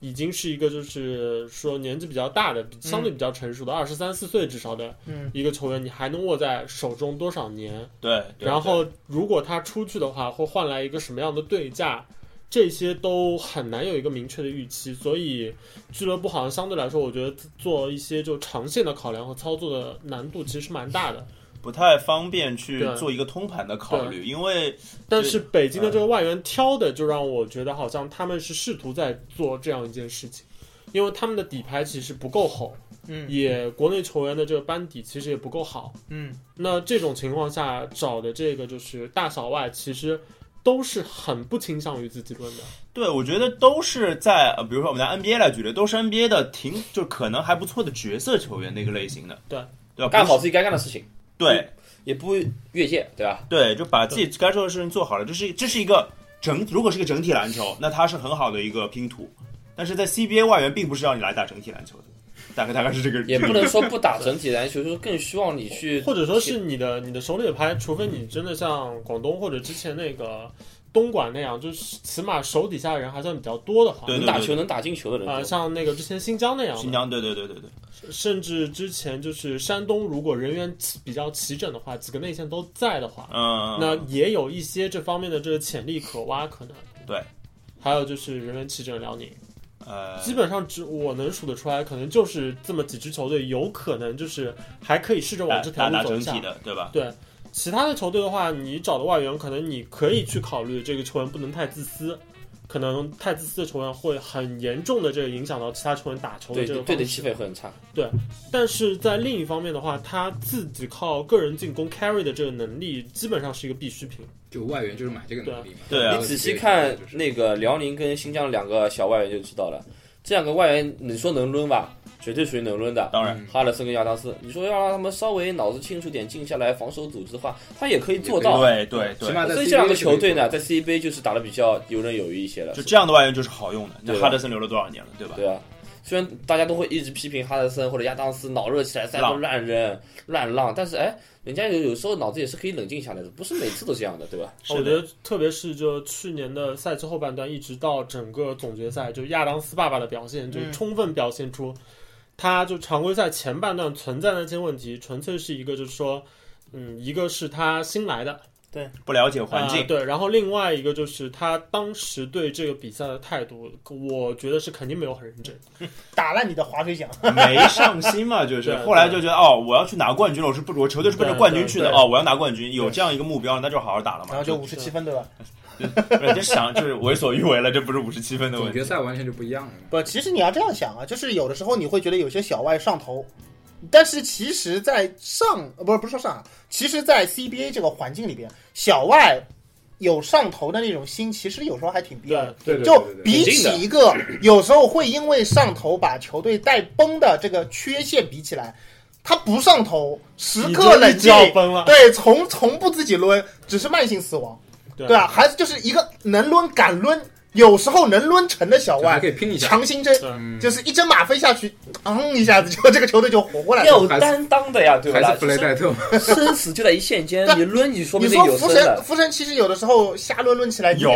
Speaker 3: 已经是一个就是说年纪比较大的、比相对比较成熟的二十三四岁至少的
Speaker 2: 嗯
Speaker 3: 一个球员，你还能握在手中多少年？
Speaker 1: 对，对
Speaker 3: 然后如果他出去的话，会换来一个什么样的对价？这些都很难有一个明确的预期，所以俱乐部好像相对来说，我觉得做一些就长线的考量和操作的难度其实蛮大的。
Speaker 1: 不太方便去
Speaker 3: 对
Speaker 1: 做一个通盘的考虑，因为
Speaker 3: 但是北京的这个外援挑的，就让我觉得好像他们是试图在做这样一件事情，因为他们的底牌其实不够厚，
Speaker 2: 嗯
Speaker 3: 也国内球员的这个班底其实也不够好。
Speaker 2: 嗯，
Speaker 3: 那这种情况下找的这个就是大小外，其实都是很不倾向于自己论的。
Speaker 1: 对我觉得都是在，呃比如说我们拿 NBA 来举例，都是 NBA 的挺就是可能还不错的角色球员那个类型的，
Speaker 3: 对
Speaker 1: 对吧？
Speaker 5: 干好
Speaker 1: 不
Speaker 5: 自己该干的事情，
Speaker 1: 是对
Speaker 5: 也不越界，对吧？
Speaker 1: 对，就把自己该做的事情做好了，这是这是一个整，如果是一个整体篮球，那它是很好的一个拼图，但是在 CBA 外援并不是要你来打整体篮球的，大概大概是这个
Speaker 5: 也
Speaker 1: 这
Speaker 5: 不
Speaker 1: 个
Speaker 5: 能说不打整体篮球，就是更希望你去，
Speaker 3: 或者说是你的你的手里的牌，除非你真的像广东或者之前那个东莞那样，就是起码手底下人还算比较多的话，
Speaker 1: 对
Speaker 5: 能打球能打进球的人
Speaker 3: 啊、
Speaker 5: 多。
Speaker 3: 像那个之前新疆那样的
Speaker 1: 新疆，对对对对对，
Speaker 3: 甚至之前就是山东，如果人员齐比较齐整的话，几个内线都在的话，
Speaker 1: 嗯，
Speaker 3: 那也有一些这方面的这个潜力可挖可能。
Speaker 1: 对，
Speaker 3: 还有就是人员齐整，辽宁。
Speaker 1: 呃，
Speaker 3: 基本上只我能数得出来，可能就是这么几支球队有可能就是还可以试着往
Speaker 1: 打
Speaker 3: 这
Speaker 1: 打
Speaker 3: 条路
Speaker 1: 哎打
Speaker 3: 走
Speaker 1: 整
Speaker 3: 一下
Speaker 1: 体。的，对吧？
Speaker 3: 其他的球队的话，你找的外援，可能你可以去考虑这个球员不能太自私，可能太自私的球员会很严重的这个影响到其他球员打球的
Speaker 5: 对
Speaker 3: 这个
Speaker 5: 对的
Speaker 3: 方
Speaker 5: 气
Speaker 3: 式。
Speaker 5: 氛会很差，
Speaker 3: 但是在另一方面的话，他自己靠个人进攻 carry 的这个能力，基本上是一个必需品。
Speaker 4: 就外援就是买这个能力嘛。
Speaker 1: 对啊
Speaker 5: 你仔细看
Speaker 4: 就是嗯
Speaker 5: 那个辽宁跟新疆两个小外援就知道了，这两个外援你说能抡吧，绝对属于能抡的。
Speaker 1: 当然，
Speaker 4: 嗯
Speaker 5: 哈勒森跟亚当斯，你说要让他们稍微脑子清楚点，静下来防守组织的话，他也可以做
Speaker 3: 嗯
Speaker 5: 到。
Speaker 1: 对对
Speaker 4: 起
Speaker 1: 对，
Speaker 4: 码在
Speaker 5: 所以
Speaker 4: CBA
Speaker 5: 这两个球队呢，
Speaker 4: 就可
Speaker 5: 在 CBA 就是打得比较游刃有余一些了
Speaker 1: 就。这样的外援就是好用的。那
Speaker 5: 对吧
Speaker 1: 哈德森留了多少年了，对吧？
Speaker 5: 对啊，虽然大家都会一直批评哈德森或者亚当斯脑热起来三
Speaker 1: 浪
Speaker 5: 分乱扔乱浪，但是哎，人家有有时候脑子也是可以冷静下来的，不是每次都这样的，对吧？
Speaker 1: 是
Speaker 3: 我觉
Speaker 1: 的，
Speaker 3: 得，特别是就去年的赛季后半段，一直到整个总决赛，就亚当斯爸爸的表现，就
Speaker 2: 嗯
Speaker 3: 充分表现出，他就常规赛前半段存在的那些问题，纯粹是一个就是说，嗯，一个是他新来的
Speaker 1: 不了解环境
Speaker 3: 呃，对，然后另外一个就是他当时对这个比赛的态度，我觉得是肯定没有很认真。
Speaker 2: 打烂你的划水桨。
Speaker 1: 没上心嘛，就是
Speaker 3: 对对
Speaker 1: 后来就觉得哦，我要去拿冠军了，我是不，我球队是奔着
Speaker 3: 对
Speaker 1: 冠军去的
Speaker 3: 对对
Speaker 1: 哦，我要拿冠军，有这样一个目标，那就好好打了嘛。
Speaker 2: 然后啊就五十七分对吧？
Speaker 1: 不是就想就是为所欲为了，这不是五十七分的
Speaker 4: 以
Speaker 1: 问
Speaker 4: 总决
Speaker 1: 题。
Speaker 4: 赛完全就不一样了嘛。
Speaker 2: 不，其实你要这样想啊，就是有的时候你会觉得有些小外上头，但是其实，在上呃不是不是说上啊，其实，在 CBA 这个环境里边，小外有上头的那种心，其实有时候还挺必要的。
Speaker 3: 对，
Speaker 4: 对对
Speaker 2: 就
Speaker 4: 对对对
Speaker 2: 比
Speaker 5: 肯定的
Speaker 2: 起一个有时候会因为上头把球队带崩的这个缺陷比起来，他不上头，时
Speaker 3: 你
Speaker 2: 刻
Speaker 3: 终于
Speaker 2: 冷
Speaker 3: 就
Speaker 2: 静，
Speaker 3: 要崩了，
Speaker 2: 对，从从不自己抡，只是慢性死亡，
Speaker 3: 对
Speaker 2: 对啊，还是就是一个能抡敢抡，有时候能抡成的小
Speaker 4: 就还
Speaker 2: 外
Speaker 4: 可，以拼一下。
Speaker 2: 强心针，
Speaker 4: 嗯
Speaker 2: 就是一针马飞下去，昂一下子就这个球队就活过来了。
Speaker 5: 要有担当的呀，对不
Speaker 4: 还
Speaker 5: 啦
Speaker 4: 是？弗雷戴特嘛，
Speaker 5: 就是生死就在一线间，
Speaker 2: 对
Speaker 5: 你抡你说不
Speaker 2: 你
Speaker 5: 定
Speaker 2: 说
Speaker 5: 有
Speaker 2: 福
Speaker 5: 生
Speaker 2: 神，
Speaker 5: 的。
Speaker 2: 福神其实有的时候瞎抡抡起来，你
Speaker 1: 有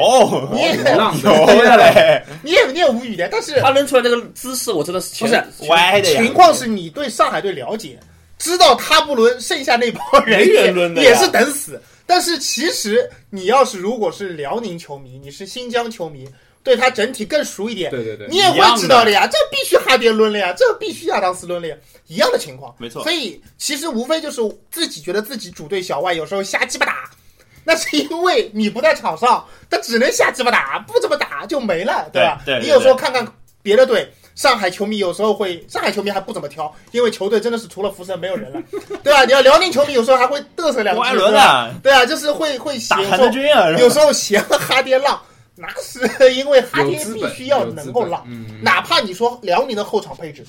Speaker 2: 你也
Speaker 4: 浪
Speaker 1: 有
Speaker 4: 的
Speaker 1: 的嘞，
Speaker 2: 你也你也无语的，但是
Speaker 5: 他扔出来这个姿势，我真的是
Speaker 2: 不是
Speaker 5: 全
Speaker 1: 歪的呀。
Speaker 2: 情况是你对上海队了解，知道他不抡，剩下那帮人
Speaker 5: 没人
Speaker 2: 也
Speaker 5: 抡的呀
Speaker 2: 也是等死。但是其实你要是如果是辽宁球迷，你是新疆球迷，对他整体更熟一点，
Speaker 4: 对对对
Speaker 2: 你，也会知道的呀。这必须哈迪抡了呀，这必须亚当斯抡了呀，一样的情况。
Speaker 1: 没错
Speaker 2: 所以其实无非就是自己觉得自己主队小外有时候瞎鸡巴打。那是因为你不在场上，他只能瞎鸡巴打，不怎么打就没了，吧？
Speaker 1: 对对对
Speaker 2: 你有时候看看别的队，上海球迷有时候会，上海球迷还不怎么挑，因为球队真的是除了福神没有人了，对吧？你要辽宁球迷有时候还会嘚瑟两
Speaker 1: 郭
Speaker 2: 句，
Speaker 1: 艾伦
Speaker 2: 对吧
Speaker 1: 啊，
Speaker 2: 对啊，就是会会嫌
Speaker 1: 打韩德
Speaker 2: 说，
Speaker 1: 君啊，
Speaker 2: 有时候嫌哈爹浪，那是因为哈
Speaker 4: 有
Speaker 2: 爹
Speaker 4: 资
Speaker 2: 必
Speaker 4: 本，
Speaker 2: 须要
Speaker 4: 有资
Speaker 2: 能够
Speaker 4: 本
Speaker 2: 浪，
Speaker 4: 嗯，
Speaker 2: 哪怕你说辽宁的后场配置，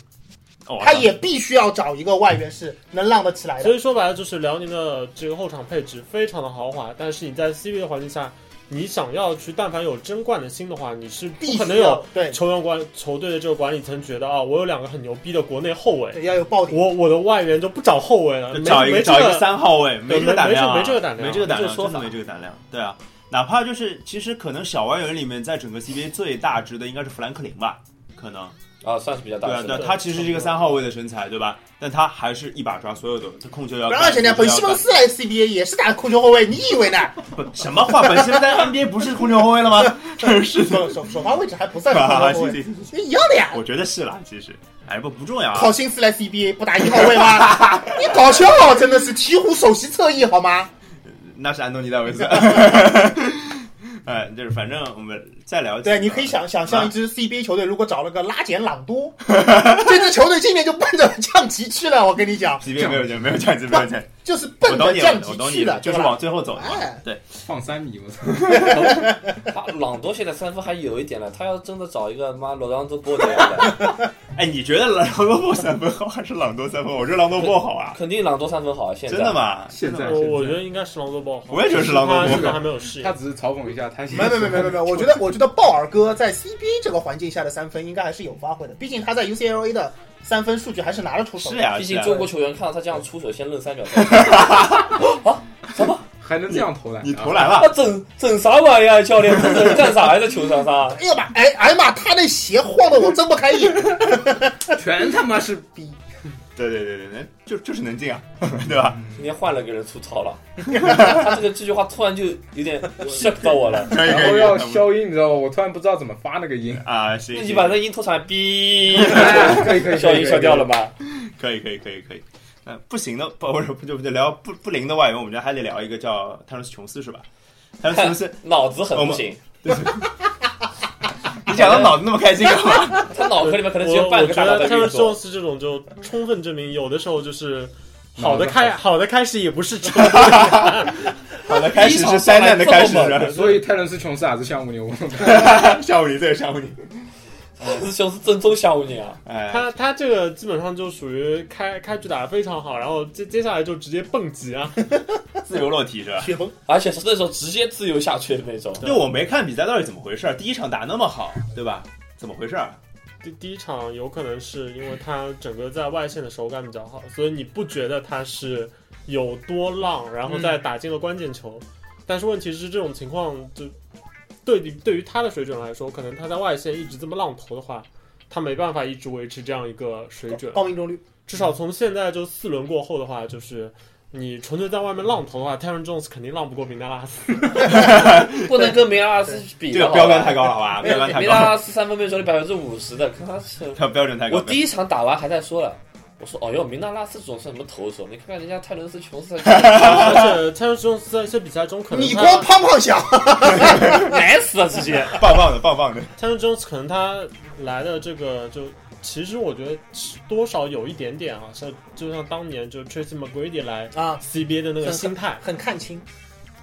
Speaker 1: 哦
Speaker 2: 他也必须要找一个外援是能浪得起来的。
Speaker 3: 所以说白了就是辽宁的这个后场配置非常的豪华，但是你在 CBA 的环境下，你想要去但凡有争冠的心的话，你是
Speaker 2: 必
Speaker 3: 不可能
Speaker 2: 须
Speaker 3: 有
Speaker 2: 要对
Speaker 3: 球员管球队的这个管理层觉得啊，我有两个很牛逼的国内后卫，
Speaker 2: 对要有爆点，
Speaker 3: 我我的外援就不找后卫了，
Speaker 1: 就
Speaker 3: 没
Speaker 1: 找一个
Speaker 3: 没这
Speaker 1: 找一个
Speaker 3: 个
Speaker 1: 三号位，没
Speaker 3: 对
Speaker 1: 这个
Speaker 3: 没
Speaker 1: 胆
Speaker 3: 没
Speaker 1: 量啊，
Speaker 3: 这没这个胆量
Speaker 1: 没这个胆
Speaker 5: 没这
Speaker 1: 量，
Speaker 5: 个说
Speaker 1: 真的
Speaker 5: 法
Speaker 1: 没这个胆量，对啊。哪怕就是，其实可能小外援里面，在整个 CBA 最大值的应该是弗兰克林吧，可能
Speaker 5: 啊，算是比较大
Speaker 1: 对啊，
Speaker 5: 的
Speaker 1: 对
Speaker 5: 胜
Speaker 1: 啊
Speaker 5: 的。
Speaker 1: 他其实是一个三号位的身材，对吧？但他还是一把抓所有的，他控球要干。
Speaker 2: 而且呢，
Speaker 1: 控球要
Speaker 2: 本西
Speaker 1: 干
Speaker 2: 蒙斯来 CBA 也是打控球后卫，你以为呢？
Speaker 1: 不什么话？本西蒙斯在 NBA 不是控球后卫了吗？真是的。
Speaker 2: 首首首发位置还不算是
Speaker 1: 哈
Speaker 2: 后
Speaker 1: 哈，
Speaker 2: 腰
Speaker 1: 行
Speaker 2: 位，
Speaker 3: 啊
Speaker 1: 行行，
Speaker 2: 那一样的呀。
Speaker 1: 我觉得是啦，其实，哎不不重要啊
Speaker 2: 考。辛斯来 CBA 不打一号位吗？ 你搞笑啊，真的是鹈鹕首席侧翼好吗？
Speaker 1: 那是安东尼戴维 斯。哎，就是反正我们再聊几啊个。
Speaker 2: 对，你可以想想象
Speaker 3: 啊
Speaker 2: 一支 CBA 球队如果找了个拉简朗都，这支球队今年就奔着降级去了。我跟你讲，
Speaker 1: 级别没有钱，没有降级，没有降级。
Speaker 2: 就是
Speaker 1: 我
Speaker 2: 奔
Speaker 1: 懂
Speaker 2: 着
Speaker 1: 你
Speaker 2: 降
Speaker 1: 了，
Speaker 2: 级
Speaker 1: 我懂
Speaker 2: 去
Speaker 1: 你
Speaker 2: 的，
Speaker 1: 了，就是
Speaker 2: 对吧
Speaker 1: 往最后走嘛。
Speaker 2: 哎
Speaker 1: 对，
Speaker 4: 放三米，我操！
Speaker 5: 他朗多现在三分还有一点了，他要真的找一个妈罗当多波那样的，
Speaker 1: 哎，你觉得朗多波三分好还是朗多三分好？我觉得朗多波好啊，
Speaker 5: 肯定朗多三分好。现在
Speaker 1: 真的？吗？
Speaker 4: 现在
Speaker 1: 真的吗
Speaker 3: 我我觉得应该是狼多鲍，
Speaker 1: 我也觉得是狼多鲍
Speaker 3: 他现在还没有适
Speaker 4: 他
Speaker 3: 应。
Speaker 4: 只是嘲讽一下，他现
Speaker 2: 没
Speaker 4: 在
Speaker 2: 有没有没有没有 没有，我觉得我觉得鲍尔哥在 CBA 这个环境下的三分应该还是有发挥的，毕竟他在 UCLA 的三分数据还是拿得出手
Speaker 1: 是
Speaker 2: 的。
Speaker 1: 呀，
Speaker 5: 毕
Speaker 1: 是
Speaker 5: 竟
Speaker 1: 呀。
Speaker 5: 中国球员看到他这样出手，先愣三秒钟。啊，什么？
Speaker 4: 还能这样投篮？
Speaker 1: 你投篮
Speaker 5: 啊
Speaker 1: 了，，
Speaker 5: 整整啥玩意儿？啊教练，这整干啥呀？在球场上？
Speaker 2: 哎呀妈，哎哎呀妈，他那鞋晃得我睁不开眼。
Speaker 4: 啊全他妈是逼！
Speaker 1: 对对对对对，就就是能进啊， 对吧？
Speaker 5: 今天换了个人出操了，他这个这句话突然就有点 shock 到我了。
Speaker 1: 可以可以
Speaker 4: 然后
Speaker 1: 可以
Speaker 4: 要
Speaker 1: 哎他们
Speaker 4: 消音，你知道吗？我突然不知道怎么发那个音。
Speaker 1: 啊，
Speaker 5: 那
Speaker 1: 行，
Speaker 5: 你
Speaker 1: 行
Speaker 5: 把那音拖上来，哔，
Speaker 4: 可以可以，
Speaker 5: 消音消掉了
Speaker 4: 吧？
Speaker 5: 吧？
Speaker 1: 可以可以可以可以。呃，不行的，不， 不是，不就不就聊不不灵的外援，我们家还得聊一个叫泰伦斯琼斯是吧？泰伦斯琼 斯，
Speaker 5: 脑子很不行，
Speaker 1: 你讲到脑子那么开心干 嘛？
Speaker 5: 他脑壳里面可能只
Speaker 3: 我
Speaker 5: 有半
Speaker 3: 我
Speaker 5: 个
Speaker 3: 觉
Speaker 5: 大脑在
Speaker 3: 得泰
Speaker 5: 运
Speaker 3: 勒
Speaker 5: 作。
Speaker 3: 斯这种就充分证明，有的时候就是好
Speaker 4: 脑
Speaker 3: 的
Speaker 4: 子
Speaker 3: 开
Speaker 4: 好
Speaker 3: 好的开始也不是真的。
Speaker 1: 好的，开始是灾难的开始是吧？
Speaker 4: 所以泰伦斯琼斯还是项目牛，
Speaker 1: 吓唬你，对，吓唬你。
Speaker 5: 师兄是正宗下午你啊，
Speaker 1: 哎，
Speaker 3: 他他这个基本上就属于开开局打得非常好，然后接接下来就直接蹦极啊，
Speaker 1: 自由落体是吧？
Speaker 2: 雪崩，
Speaker 5: 而且是那种直接自由下去的那种。
Speaker 1: 就我没看比赛到底怎么回事儿，第一场打那么好，对吧？怎么回事儿？
Speaker 3: 第第一场有可能是因为他整个在外线的手感比较好，所以你不觉得他是有多浪，然后再打进了关键球。但是问题是，这种情况就对于对于他的水准来说，可能他在外线一直这么浪投的话，他没办法一直维持这样一个水准。
Speaker 2: 高命中率，
Speaker 3: 至少从现在就四轮过后的话，就是你纯粹在外面浪投的话 t e r r n Jones 肯定浪不过明达拉斯。
Speaker 5: 不能跟梅拉拉斯比
Speaker 1: 这
Speaker 5: 的
Speaker 1: 个
Speaker 5: 好吧，
Speaker 1: 标杆太高了，好 吧？
Speaker 5: 梅
Speaker 1: 标杆太
Speaker 5: 梅
Speaker 1: 高
Speaker 5: 拉
Speaker 1: 了，
Speaker 5: 拉斯三分命中率百分之五十的，看他是。
Speaker 1: 他标准太高。
Speaker 5: 我第一场打完还在说了，我说哦哟，明纳拉斯这种是什么投手？你看看人家泰伦斯琼斯，
Speaker 3: 而且 t e r r n Jones 在一些比赛中可能
Speaker 2: 你
Speaker 3: 他
Speaker 2: 光胖胖想，
Speaker 5: 难死了直接。
Speaker 1: 棒棒的，棒棒的。
Speaker 3: t e r r n Jones 可能他来的这个就。其实我觉得多少有一点点啊，像就像当年就 Tracy McGrady 来
Speaker 2: 啊，
Speaker 3: CBA 的那个心态，
Speaker 2: 很看清。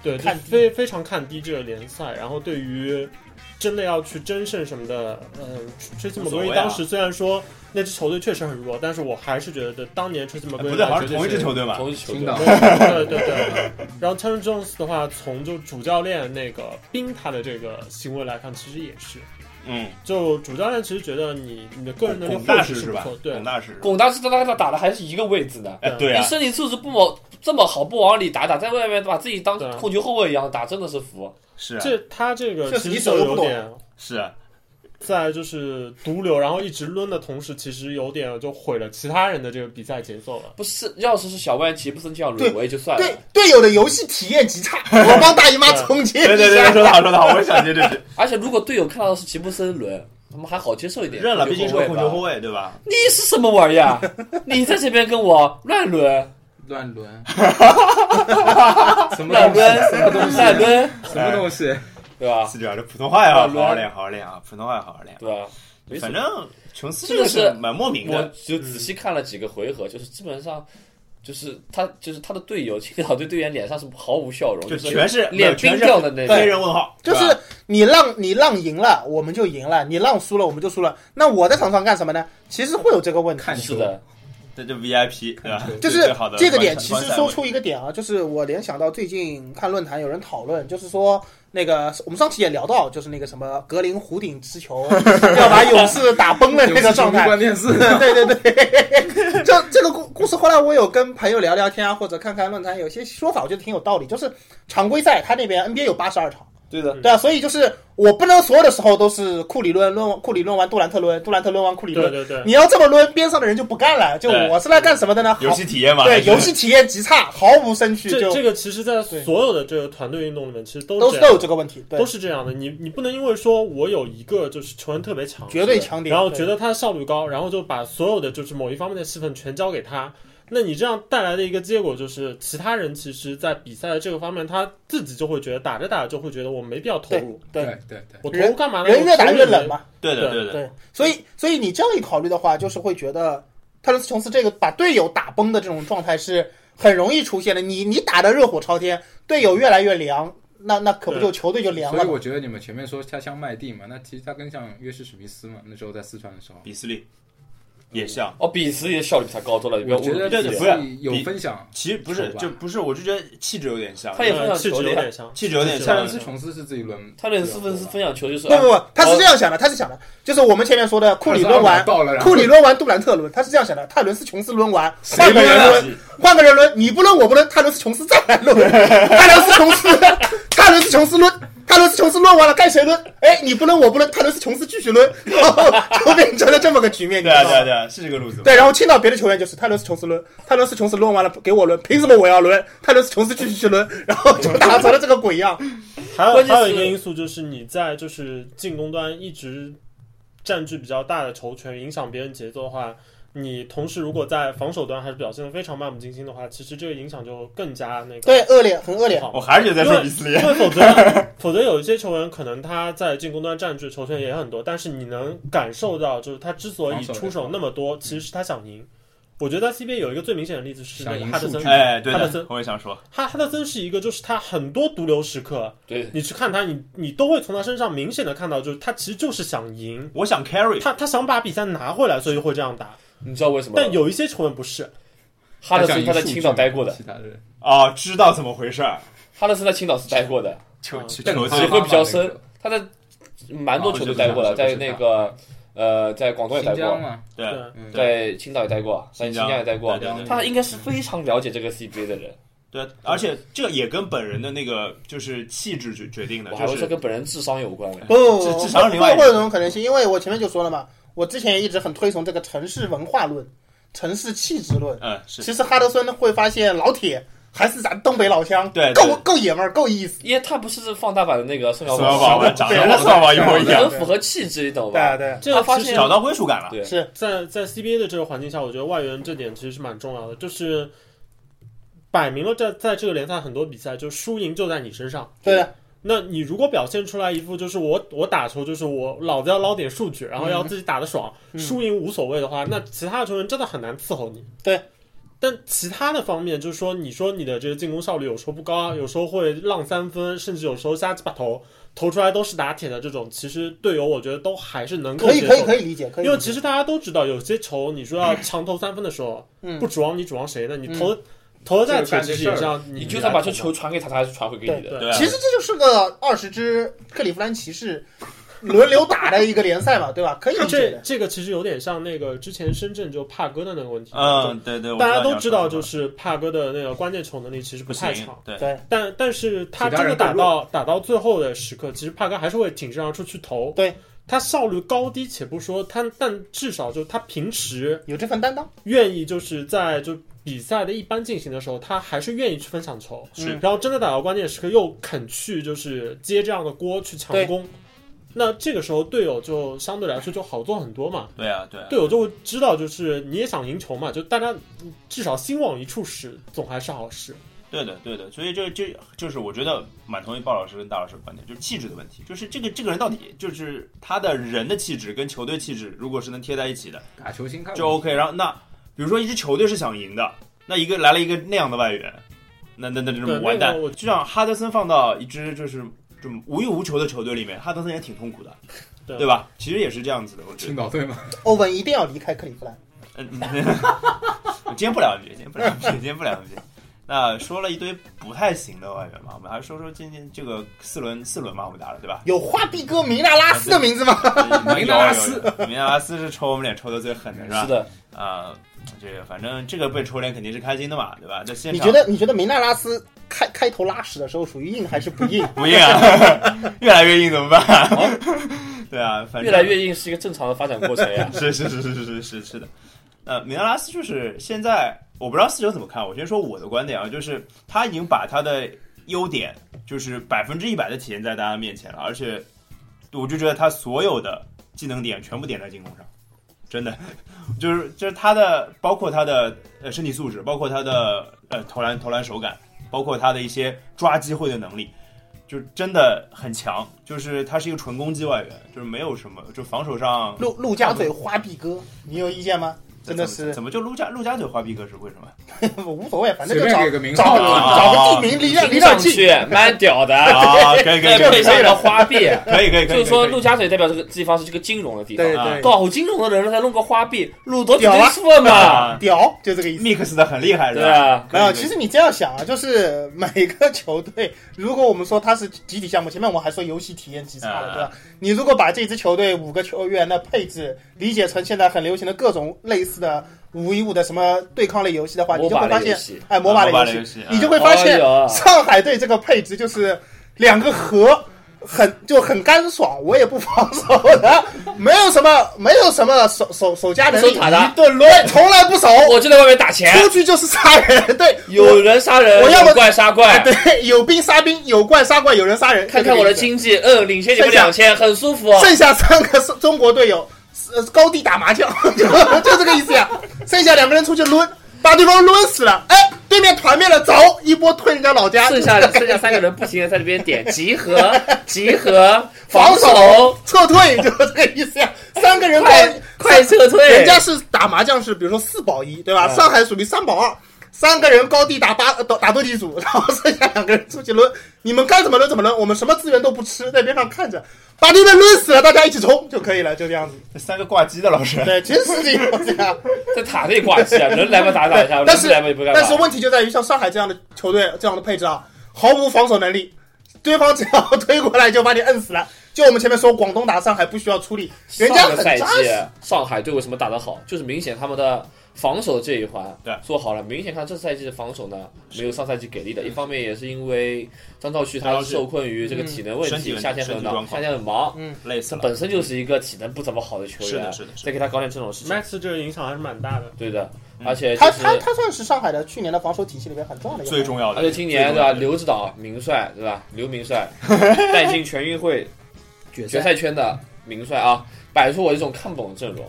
Speaker 3: 对，就
Speaker 2: 看低
Speaker 3: 非非常看低这个联赛。然后对于真的要去争胜什么的，呃，Tracy
Speaker 1: 无所谓
Speaker 3: McGrady
Speaker 1: 啊
Speaker 3: 当时虽然说那支球队确实很弱，但是我还是觉得当年 Tracy
Speaker 1: 哎
Speaker 3: McGrady
Speaker 1: 不对，好像是
Speaker 3: 来绝对
Speaker 1: 同一支
Speaker 3: 是
Speaker 1: 球队吧？
Speaker 5: 同一球
Speaker 4: 听
Speaker 5: 队
Speaker 4: 到，
Speaker 3: 对对对，然后 Terry Jones 的话，从就主教练那个冰他的这个行为来看，其实也是，
Speaker 1: 嗯，
Speaker 3: 就主教练其实觉得你你的个人能力
Speaker 1: 巩
Speaker 3: 或
Speaker 1: 大
Speaker 3: 许
Speaker 1: 师
Speaker 3: 是不
Speaker 1: 吧
Speaker 3: 错，？对
Speaker 1: 巩，大师。
Speaker 5: 巩大师他他打的还是一个位置的，
Speaker 1: 哎， 对
Speaker 5: 你
Speaker 1: 啊，
Speaker 5: 身体素质不往这么好，不往里打打，在外面把自己当
Speaker 3: 对啊
Speaker 5: 控球后卫一样打，真的是服。
Speaker 1: 是啊，
Speaker 3: 这他这个
Speaker 2: 这
Speaker 3: 其
Speaker 2: 你
Speaker 3: 实
Speaker 2: 手
Speaker 3: 就
Speaker 2: 都不
Speaker 3: 有
Speaker 2: 懂
Speaker 3: 点
Speaker 1: 是啊，
Speaker 3: 在就是毒瘤，然后一直抡的同时，其实有点就毁了其他人的这个比赛节奏了。
Speaker 5: 不是，要是是小万吉布森这样
Speaker 2: 对
Speaker 5: 轮我也就算了
Speaker 2: 对，队友的游戏体验 极差，我帮大姨妈总结
Speaker 1: 对对
Speaker 2: 一
Speaker 1: 对，
Speaker 2: 下。
Speaker 1: 说的好，说的好，我也想接这句。
Speaker 5: 而且如果队友看到的是吉布森轮，他们还好接受一点。
Speaker 1: 认了，毕
Speaker 5: 控
Speaker 1: 竟
Speaker 5: 球
Speaker 1: 是个控
Speaker 5: 后卫吧
Speaker 1: 球后卫，对吧？
Speaker 5: 你是什么玩意儿？你在这边跟我乱伦，
Speaker 4: 乱伦，什么东
Speaker 5: 乱
Speaker 4: 西？
Speaker 5: 伦
Speaker 4: 什
Speaker 1: 啊
Speaker 4: 么东，西？
Speaker 5: 乱伦，
Speaker 4: 什么东西？
Speaker 5: 对吧？
Speaker 1: 是这样的，普通话要
Speaker 5: 啊
Speaker 1: 好好
Speaker 5: 伦
Speaker 1: 练，好好练啊，普通话要好好练。
Speaker 5: 对吧？没什
Speaker 1: 反
Speaker 5: 么
Speaker 1: 正琼斯
Speaker 5: 这
Speaker 1: 这个
Speaker 5: 个
Speaker 1: 是
Speaker 5: 是
Speaker 1: 蛮莫名
Speaker 5: 我
Speaker 1: 的，
Speaker 5: 就仔细看了几个回合，就是基本上，就是他就是他的队友青岛队队员脸上是毫无笑容，
Speaker 1: 就是全是没有
Speaker 5: 脸
Speaker 1: 全
Speaker 5: 冰
Speaker 1: 是
Speaker 5: 掉的那
Speaker 1: 黑
Speaker 5: 种。
Speaker 1: 人问号，
Speaker 2: 就
Speaker 1: 对
Speaker 2: 是
Speaker 1: 吧
Speaker 2: 你浪你浪赢了，我们就赢了；你浪输了，我们就输了。那我在场上干什么呢？其实会有这个问题。
Speaker 4: 看
Speaker 5: 是
Speaker 4: 球，
Speaker 5: 的，
Speaker 1: 这就 VIP 对吧？
Speaker 2: 就
Speaker 1: 最
Speaker 2: 是
Speaker 1: 好的
Speaker 2: 这个
Speaker 1: 观
Speaker 2: 点，
Speaker 1: 赛
Speaker 2: 其实
Speaker 1: 观赛
Speaker 2: 说
Speaker 1: 位
Speaker 2: 出一个点啊，就是我联想到最近看论坛有人讨论，就是说那个我们上期也聊到，就是那个什么格林湖顶之球要把勇士打崩的那个状态，
Speaker 4: 关键是
Speaker 2: 对对对，这这个故故事后来我有跟朋友聊聊天啊，或者看看论坛，有些说法我觉得挺有道理。就是常规赛他那边 NBA 有八十二场，
Speaker 5: 对的，
Speaker 2: 对啊，所以就是我不能所有的时候都是库里论论库里论完杜兰特论，杜兰特论完库里
Speaker 3: 对
Speaker 2: 论。
Speaker 3: 对对，
Speaker 2: 你要这么论，边上的人就不干了。就
Speaker 1: 对
Speaker 2: 我是来干什么的呢？
Speaker 1: 游
Speaker 2: 好，
Speaker 1: 戏体验嘛，还
Speaker 2: 对，
Speaker 1: 是
Speaker 2: 游戏体验极差，毫无生趣，
Speaker 3: 这
Speaker 2: 就
Speaker 3: 这个其实，在
Speaker 2: 对
Speaker 3: 所有的这个团队运动里面，其实都
Speaker 2: 都
Speaker 3: 这
Speaker 2: 是
Speaker 3: 样
Speaker 2: 都有这个问题，对
Speaker 3: 都，是这样的。你你不能因为说我有一个就是球员特别强，
Speaker 2: 绝对强点。
Speaker 3: 然后
Speaker 2: 对
Speaker 3: 觉得他效率高，然后就把所有的就是某一方面的戏份全交给他。那你这样带来的一个结果就是，其他人其实，在比赛的这个方面，他自己就会觉得打着打着就会觉得我没必要投入，
Speaker 2: 对
Speaker 4: 对对对，
Speaker 3: 我投入干嘛呢？
Speaker 2: 人越打
Speaker 3: 我投入
Speaker 2: 越冷 嘛。
Speaker 1: 对的对的，
Speaker 2: 对，所以所以你这样一考虑的话，就是会觉得泰伦斯琼斯这个把队友打崩的这种状态是很容易出现的。你你打的热火朝天，队友越来越凉，那那可不
Speaker 3: 对
Speaker 2: 就球队就凉
Speaker 4: 所
Speaker 2: 了
Speaker 4: 以
Speaker 2: 吗？
Speaker 4: 我觉得你们前面说他像麦蒂嘛，那其实他更像约什史密斯嘛。那时候在四川的时候，
Speaker 1: 比斯利也像。
Speaker 5: 哦，比斯也效率比他高多了，你不要
Speaker 4: 我
Speaker 5: 侮
Speaker 4: 觉
Speaker 5: 辱
Speaker 4: 得
Speaker 5: 比
Speaker 1: 对
Speaker 5: 斯
Speaker 1: 的
Speaker 5: 耶
Speaker 1: 不。是
Speaker 4: 有
Speaker 1: 比
Speaker 4: 分享，
Speaker 1: 其实不是
Speaker 4: 丑，吧
Speaker 1: 就不是，我就觉得气质有点像，
Speaker 5: 他也分
Speaker 3: 呃
Speaker 5: 享球
Speaker 3: 气质有
Speaker 5: 流量
Speaker 3: 点，像，
Speaker 1: 气质有点
Speaker 4: 泰
Speaker 1: 像
Speaker 4: 伦斯琼斯是自己轮，
Speaker 5: 他连四分是分享球就是啊
Speaker 2: 不不不，他是这样想的，他是想的，就是我们前面说的库里抡完，
Speaker 4: 到了，然后
Speaker 2: 库里抡完杜兰特抡，他是这样想的，泰伦斯琼斯抡完，
Speaker 4: 谁
Speaker 2: 换个人
Speaker 4: 抡啊
Speaker 2: 抡，换个人抡，你不抡我不抡，泰伦斯琼斯再来 抡，泰伦斯琼斯，泰伦斯琼斯抡，泰伦斯琼斯抡完了该谁抡？哎，你不抡我不抡，泰伦斯琼斯继续抡，然后 就变成了这么个局面，你
Speaker 1: 对
Speaker 2: 知
Speaker 1: 啊
Speaker 2: 道
Speaker 1: 对啊
Speaker 2: 吗？
Speaker 1: 对啊，是这个路子吗。
Speaker 2: 对，然后听到别的球员就是泰伦斯琼斯抡，泰伦斯琼斯抡完了给我抡，凭什么我要抡？泰伦斯琼斯继续去抡， 然后就打成了这个鬼样。
Speaker 3: 还有
Speaker 5: 关键
Speaker 3: 还
Speaker 5: 是
Speaker 3: 有一个因素就是你在就是进攻端一直占据比较大的球权，影响别人节奏的话，你同时如果在防守端还是表现的非常漫不经心的话，其实这个影响就更加那个
Speaker 2: 对，恶劣，很恶
Speaker 3: 不
Speaker 2: 劣。
Speaker 3: 好
Speaker 1: 我还是觉得在说比斯利
Speaker 3: 因，为否则否则有一些球员可能他在进攻端占据球权也很多，但是你能感受到，就是他之所以出手那么多，其实是他想赢。我觉得在 CBA 有一个最明显的例子是那个哈
Speaker 4: 想赢
Speaker 3: 德
Speaker 4: 数
Speaker 3: 森，
Speaker 4: 据
Speaker 1: 哎，对
Speaker 3: 哈德
Speaker 1: 的
Speaker 3: 森，
Speaker 1: 我也想说，
Speaker 3: 哈哈德森是一个，就是他很多毒瘤时刻，
Speaker 5: 对，
Speaker 3: 你去看他，你你都会从他身上明显的看到，就是他其实就是想赢，
Speaker 1: 我想 carry，
Speaker 3: 他他想把比赛拿回来，所以会这样打。
Speaker 5: 你知道为什么吗？
Speaker 3: 但有一些球员不是，
Speaker 5: 哈德
Speaker 4: 像
Speaker 5: 森
Speaker 4: 一
Speaker 5: 他在
Speaker 4: 数
Speaker 5: 青
Speaker 4: 据
Speaker 5: 岛待过的，
Speaker 4: 其他人
Speaker 1: 哦，知道怎么回事儿，
Speaker 5: 哈德森在青岛是待过的，
Speaker 1: 球球
Speaker 4: 邓
Speaker 1: 球
Speaker 4: 哈
Speaker 5: 只
Speaker 1: 队
Speaker 5: 会比较深
Speaker 4: 那个
Speaker 5: 他在蛮多球队
Speaker 1: 哦
Speaker 5: 待过的，
Speaker 4: 这不
Speaker 5: 在
Speaker 4: 是他
Speaker 5: 那个呃，在广东也待
Speaker 4: 新疆
Speaker 5: 过，
Speaker 4: 嘛，
Speaker 1: 对
Speaker 3: 对
Speaker 4: 嗯，
Speaker 5: 在青岛也待过，在新疆也待过
Speaker 1: 对。对对
Speaker 5: 他应该是非常了解这个 CBA 的人，
Speaker 1: 对，而且这也跟本人的那个就是气质决决
Speaker 4: 嗯
Speaker 1: 定的，
Speaker 5: 我还
Speaker 1: 就
Speaker 5: 会说
Speaker 1: 是
Speaker 5: 跟本人智商有关的。
Speaker 2: 不，
Speaker 1: 至
Speaker 2: 我
Speaker 1: 至少有另外
Speaker 2: 包
Speaker 1: 一
Speaker 2: 括
Speaker 1: 种
Speaker 2: 有种可能性，因为我前面就说了嘛，我之前也一直很推崇这个城市文化论、城市气质论。
Speaker 1: 嗯 是
Speaker 2: 其实哈德森会发现老铁还是咱东北老乡，
Speaker 1: 对哎对
Speaker 2: 够够爷们儿，够意思。
Speaker 5: 因为他不是放大版的那个宋小
Speaker 1: 宋小宝
Speaker 5: 宝
Speaker 1: 嘛，
Speaker 5: 吗，
Speaker 1: 长得跟宋小宝一模一
Speaker 2: 对
Speaker 1: 样，
Speaker 5: 很符合气质，你懂
Speaker 2: 对
Speaker 5: 吧？
Speaker 2: 对，
Speaker 3: 这
Speaker 5: 他
Speaker 3: 个
Speaker 5: 发
Speaker 3: 其实
Speaker 5: 现
Speaker 1: 找到归属感了。
Speaker 5: 对
Speaker 2: 是
Speaker 3: 在在 CBA 的这个环境下，我觉得外援这点其实是蛮重要的，就是摆明了在在这个联赛很多比赛，就输赢就在你身上。
Speaker 2: 对啊的，
Speaker 3: 那你如果表现出来一副就是我我打球就是我老子要捞点数据，然后要自己打得爽，
Speaker 2: 嗯
Speaker 3: 输赢无所谓的话，那其他的球员真的很难伺候你。
Speaker 2: 对。
Speaker 3: 但其他的方面，就是说，你说你的这个进攻效率有时候不高，啊有时候会浪三分，甚至有时候瞎鸡巴投，投出来都是打铁的这种，其实队友我觉得都还是能够
Speaker 2: 可以
Speaker 3: 接受
Speaker 2: 可以
Speaker 3: 的。
Speaker 2: 可以理解，可以
Speaker 3: 因为
Speaker 2: 理
Speaker 3: 其
Speaker 2: 解。
Speaker 3: 实大家都知道，有些球你说要强投三分的时候，
Speaker 2: 嗯
Speaker 3: 不指望你指望谁呢？你
Speaker 2: 嗯
Speaker 3: 投、投的
Speaker 4: 这
Speaker 3: 再
Speaker 4: 个
Speaker 3: 铁，
Speaker 4: 干
Speaker 3: 其
Speaker 4: 这
Speaker 3: 实
Speaker 4: 事
Speaker 3: 也
Speaker 4: 儿
Speaker 3: 是让
Speaker 5: 你
Speaker 3: 你
Speaker 5: 就
Speaker 3: 在
Speaker 5: 算把这球传给他，他还是传回给你的。
Speaker 1: 对啊
Speaker 2: 其实这就是个二十支克利夫兰骑士轮流打的一个联赛嘛，对吧？可以理解
Speaker 3: 这
Speaker 2: 的。
Speaker 3: 这个其实有点像那个之前深圳就帕哥的那个问题，
Speaker 1: 嗯，对对，我
Speaker 3: 大家都知
Speaker 1: 知道
Speaker 3: 道，
Speaker 1: 你要说什么
Speaker 3: 就是帕哥的那个关键球能力其实
Speaker 1: 不
Speaker 3: 太
Speaker 1: 行
Speaker 3: 强，，
Speaker 1: 对
Speaker 2: 对
Speaker 3: 但但是他
Speaker 4: 其他
Speaker 3: 真的
Speaker 4: 人更
Speaker 3: 打到打到最后的时刻，其实帕哥还是会挺身而出去投，
Speaker 2: 对
Speaker 3: 他效率高低且不说，他但至少就他平时
Speaker 2: 有这份担当，
Speaker 3: 愿意就是在就比赛的一般进行的时候，他还是愿意去分享球，
Speaker 1: 是
Speaker 3: 然后真的打到关键时刻又肯去就是接这样的锅去强
Speaker 2: 对
Speaker 3: 攻，那这个时候队友就相对来说就好做很多嘛。
Speaker 1: 对啊对啊，
Speaker 3: 队友就会知道，就是你也想赢球嘛，就大家嗯至少心往一处使，总还是好事。
Speaker 1: 对的对的，所以这这就是我觉得蛮同意鲍老师跟大老师的观点，就是气质的问题，就是这个这个人到底就是他的人的气质跟球队气质如果是能贴在一起的，
Speaker 4: 打球心态
Speaker 1: 就 OK。然后那比如说一支球队是想赢的，那一个来了一个那样的外援，那那那这
Speaker 3: 对
Speaker 1: 种完蛋
Speaker 3: 那个我。
Speaker 1: 就像哈德森放到一支就是这种无欲无求的球队里面，哈德森也挺痛苦的，
Speaker 3: 对
Speaker 1: 对吧？其实也是这样子的，我觉
Speaker 4: 青
Speaker 1: 得。
Speaker 4: 岛队嘛，
Speaker 2: 欧文一定要离开克利夫兰。
Speaker 1: 嗯，我今天不聊 NBA，今天不聊 NBA，今天不聊 NBA。那说了一堆不太行的外援嘛，我们还说说今天这个四轮四轮嘛，我们打了对吧？
Speaker 2: 有花臂哥明纳拉斯的名字吗？
Speaker 1: 有
Speaker 4: 梅纳拉斯，
Speaker 1: 有有米纳拉斯是抽我们脸抽的最狠的是吧？
Speaker 5: 是的，
Speaker 1: 啊、这个反正这个被抽脸肯定是开心的嘛，对吧？在现
Speaker 2: 你
Speaker 1: 场
Speaker 2: 觉得你觉得明纳拉斯开开头拉屎的时候属于硬还是不硬？
Speaker 1: 不硬啊， 越来越硬怎么办？ 对啊，反正。
Speaker 5: 越来越硬是一个正常的发展过程呀
Speaker 1: 是是是是是是是的。呃，米拉拉斯就是现在我不知道四九怎么看，我先说我的观点啊，就是他已经把他的优点就是百分之一百的体现在大家面前了，而且我就觉得他所有的技能点全部点在进攻上，真的 就是就是他的包括他的呃身体素质，包括他的呃投篮投篮手感，包括他的一些抓机会的能力。就真的很强，就是他是一个纯攻击外援，就是没有什么，就防守上
Speaker 2: 陆陆家嘴花臂哥，你有意见吗？真的
Speaker 1: 怎么
Speaker 2: 是
Speaker 1: 怎么就陆家陆家嘴花臂哥是为什么？
Speaker 2: 无所谓，反正
Speaker 4: 随
Speaker 2: 就
Speaker 4: 便
Speaker 2: 找
Speaker 4: 给个名
Speaker 2: 找
Speaker 4: 号
Speaker 1: 啊
Speaker 2: 找个地名离得离
Speaker 5: 听
Speaker 2: 得
Speaker 5: 上
Speaker 2: 近，
Speaker 5: 去蛮屌的，
Speaker 1: 啊，可以可以
Speaker 5: 再
Speaker 1: 可
Speaker 5: 配
Speaker 1: 以
Speaker 5: 上一个花臂，
Speaker 1: 可 以可以可以，
Speaker 5: 就是
Speaker 1: 可
Speaker 5: 说
Speaker 1: 以
Speaker 5: 陆家嘴代表这个地方是这个金融的地
Speaker 2: 对
Speaker 5: 方。
Speaker 1: 啊
Speaker 2: 对，
Speaker 5: 搞金融的人再弄个花臂，鲁多
Speaker 2: 屌啊
Speaker 5: 结束了嘛？
Speaker 1: 啊
Speaker 2: 屌就 这个意思。
Speaker 1: ，mix 的很厉害是
Speaker 5: 对
Speaker 1: 吧？
Speaker 5: 啊，
Speaker 1: 可
Speaker 2: 没
Speaker 1: 以
Speaker 2: 有，
Speaker 1: 可以
Speaker 2: 其实你这样想啊，就是 每个球队，如果我们说它是集体项目，前面我还说游戏体验极差
Speaker 1: 啊
Speaker 2: 了，对吧？你如果把这支球队五个球员的配置理解成现在很流行的各种类似的五 v 五的什么对抗类游戏的话，你
Speaker 5: 魔
Speaker 2: 就
Speaker 5: 法
Speaker 2: 会发
Speaker 5: 类游
Speaker 2: 现，
Speaker 5: 戏，
Speaker 2: 哎，魔法
Speaker 1: 啊魔法
Speaker 2: 类
Speaker 1: 类游
Speaker 2: 游
Speaker 1: 戏
Speaker 2: 戏，
Speaker 1: 啊
Speaker 2: 你就会发现
Speaker 5: 哎呀
Speaker 2: 上海队这个配置就是两个和。很就很干爽，我也不防守的，没有什么没有什么守守守家能
Speaker 5: 守
Speaker 2: 力，
Speaker 5: 塔的
Speaker 2: 一顿抡，从来不守，
Speaker 5: 我就在外面打钱，
Speaker 2: 出去就是杀人，对，
Speaker 5: 哎有人杀人，
Speaker 2: 我要么
Speaker 5: 有怪杀怪。
Speaker 2: 对， 有兵杀兵，有怪杀怪，有人杀人。
Speaker 5: 看看我的
Speaker 2: 经，
Speaker 5: 经济，嗯，领先你们两千，很舒服。哦
Speaker 2: 剩下三个是中国队友，呃高地打麻将， 就就这个意思呀。剩下两个人出去抡，把对方抡死了。哎，对面团灭了，走一波退人家老家。
Speaker 5: 剩下剩下三个人不停的在那边点集 合，集合，
Speaker 2: 防
Speaker 5: 守，
Speaker 2: 撤退， 就这个意思呀。三个人高，
Speaker 5: 快快撤退。
Speaker 2: 人家是打麻将是比如说四保一，对吧？
Speaker 5: 嗯
Speaker 2: 上海属于三保二。三个人高地打八打打斗地主，然后剩下两个人出去抡，你们该怎么抡怎么抡，我们什么资源都不吃，在边上看着，把对面抡死了，大家一起冲就可以了，就这样子。
Speaker 1: 这三个挂机的老师，
Speaker 2: 对，其实是这样啊这 样。
Speaker 5: 在塔内挂机啊，人来吧打打一下，
Speaker 2: 但
Speaker 5: 人
Speaker 2: 是
Speaker 5: 不来吧也不干嘛。
Speaker 2: 但是问题就在于像上海这样的球队这样的配置啊，毫无防守能力，对方只要 推过来就把你摁死了。就我们前面说，广东打上海不需要出力，人家
Speaker 5: 上个
Speaker 2: 很
Speaker 5: 赛
Speaker 2: 扎
Speaker 5: 季
Speaker 2: 实。
Speaker 5: 上海队为什么打得好，就是明显他们的防守这一环
Speaker 1: 对
Speaker 5: 做好了，明显看这赛季的防守呢没有上赛季给力的。一方面也是因为张兆旭
Speaker 1: 嗯张
Speaker 5: 他
Speaker 1: 兆旭
Speaker 5: 受困于这
Speaker 2: 嗯
Speaker 5: 个体能问
Speaker 1: 身体
Speaker 5: 题，
Speaker 1: 问题
Speaker 5: 夏天
Speaker 1: 身
Speaker 5: 很
Speaker 1: 体状
Speaker 5: 忙，
Speaker 1: 况
Speaker 5: 夏天很忙，
Speaker 1: 累死了，
Speaker 5: 本身就是一个体能不怎么好的球员，
Speaker 1: 是的是的是的
Speaker 5: 再给他搞点这种事情，
Speaker 3: Max 这个影响还是蛮大的。
Speaker 5: 对的
Speaker 1: 嗯。
Speaker 5: 而且
Speaker 2: 他
Speaker 5: 就是，
Speaker 2: 他他算是上海的去年的防守体系里面很重要的一个。
Speaker 1: 最重要的，
Speaker 5: 而且今年
Speaker 1: 最
Speaker 5: 对
Speaker 1: 重要
Speaker 5: 吧，
Speaker 1: 的
Speaker 5: 刘指导名帅对吧？刘 名帅带进全运会
Speaker 2: 决
Speaker 5: 决赛圈的名帅啊，摆出我这种看不懂的阵容，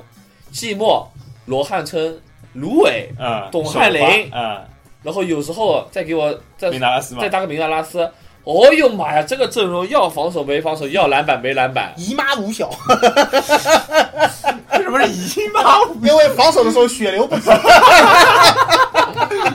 Speaker 5: 季末罗汉琛、芦苇，
Speaker 1: 啊，
Speaker 5: 董翰林
Speaker 1: 啊，
Speaker 5: 然后有时候再给我再
Speaker 1: 米纳拉斯嘛
Speaker 5: 再，搭个明纳拉斯。哦呦妈呀！这个阵容要防守没防守，要篮板没 篮板，
Speaker 2: 姨妈五小，
Speaker 1: 为什么是姨妈？
Speaker 2: 因为防守的时候血 流不止。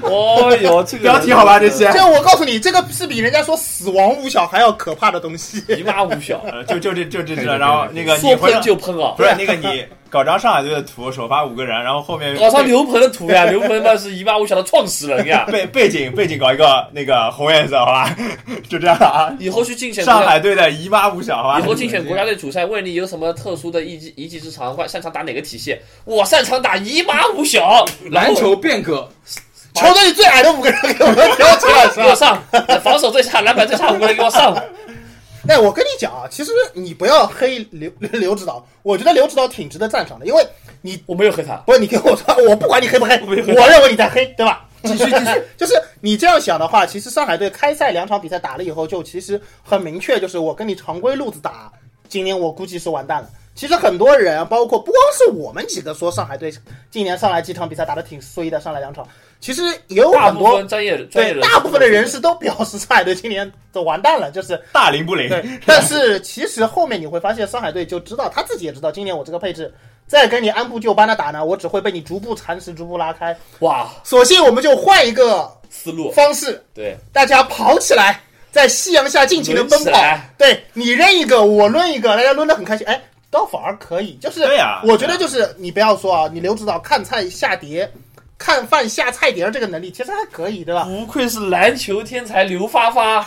Speaker 5: 哦呦，这个
Speaker 1: 标题好吧这些
Speaker 2: 这我告诉你，这个是比人家说死亡五小还要可怕的东西。
Speaker 5: 姨妈五小，
Speaker 1: 呃就就这就这
Speaker 4: 对对
Speaker 1: 这，
Speaker 4: 对
Speaker 1: 然后那个你
Speaker 5: 说
Speaker 1: 回
Speaker 5: 喷
Speaker 1: 来
Speaker 5: 就喷啊！
Speaker 1: 不是那个你搞张上海队的图，首发五个人，然后后面
Speaker 5: 搞上刘鹏的图呀，刘鹏嘛是姨妈五小的创始人 呀，
Speaker 1: 背背景背景搞一个那个红颜色，好吧， 就这样了啊。
Speaker 5: 以后去竞选国家
Speaker 1: 上海队的姨妈五小，好吧
Speaker 5: 以，后竞选国家队主帅，问你有什么特殊的一技一技之长，或擅长打哪个体系？我擅长打姨妈五 小，
Speaker 4: 篮球变革，
Speaker 2: 球队里最矮的五个人给我们挑起 来是
Speaker 5: 给
Speaker 2: 吧
Speaker 5: 我？上，呃防守最差，篮板最差，五个人给我上。
Speaker 2: 哎，我跟你讲啊，其实你不要黑刘刘指导，我觉得刘指导挺值得赞赏的，因为
Speaker 5: 我没有黑他，
Speaker 2: 不是你听我说，我不管你黑 不黑，
Speaker 5: 没有黑
Speaker 2: 我认为你在黑，对 吧？继续继续，就是你这样想的话，其实上海队开赛两场比赛打了以后，就其实很明确，就是我跟你常规路子打，今年我估计是完蛋了。其实很多人，包括不光是我们几个说上海队今年上来几场比赛打得挺衰的，上来两场，其实也有
Speaker 5: 大
Speaker 2: 很
Speaker 5: 部
Speaker 2: 多
Speaker 5: 分专业专业
Speaker 2: 对
Speaker 5: 人，
Speaker 2: 大部分的人士都表示上海队今年都完蛋了，就是
Speaker 1: 大龄不龄，
Speaker 2: 对，但是其实后面你会发现，上海队就知道他自己也知道，今年我这个配置再跟你按部就班的打呢，我只会被你逐步蚕食、逐步拉开。
Speaker 5: 哇
Speaker 2: 索性我们就换一个
Speaker 5: 思路，
Speaker 2: 方式，
Speaker 5: 对，
Speaker 2: 大家跑起来，在夕阳下尽情的奔
Speaker 5: 抡起
Speaker 2: 跑
Speaker 5: 来。
Speaker 2: 对你扔一个，我抡一个，大家抡得很开心。哎，倒反而可以，就是
Speaker 1: 对呀
Speaker 2: 我觉得就是你不要说啊，你刘指导看菜下碟。看饭下菜碟儿这个能力其实还可以，对吧？
Speaker 5: 不愧是篮球天才刘 发发，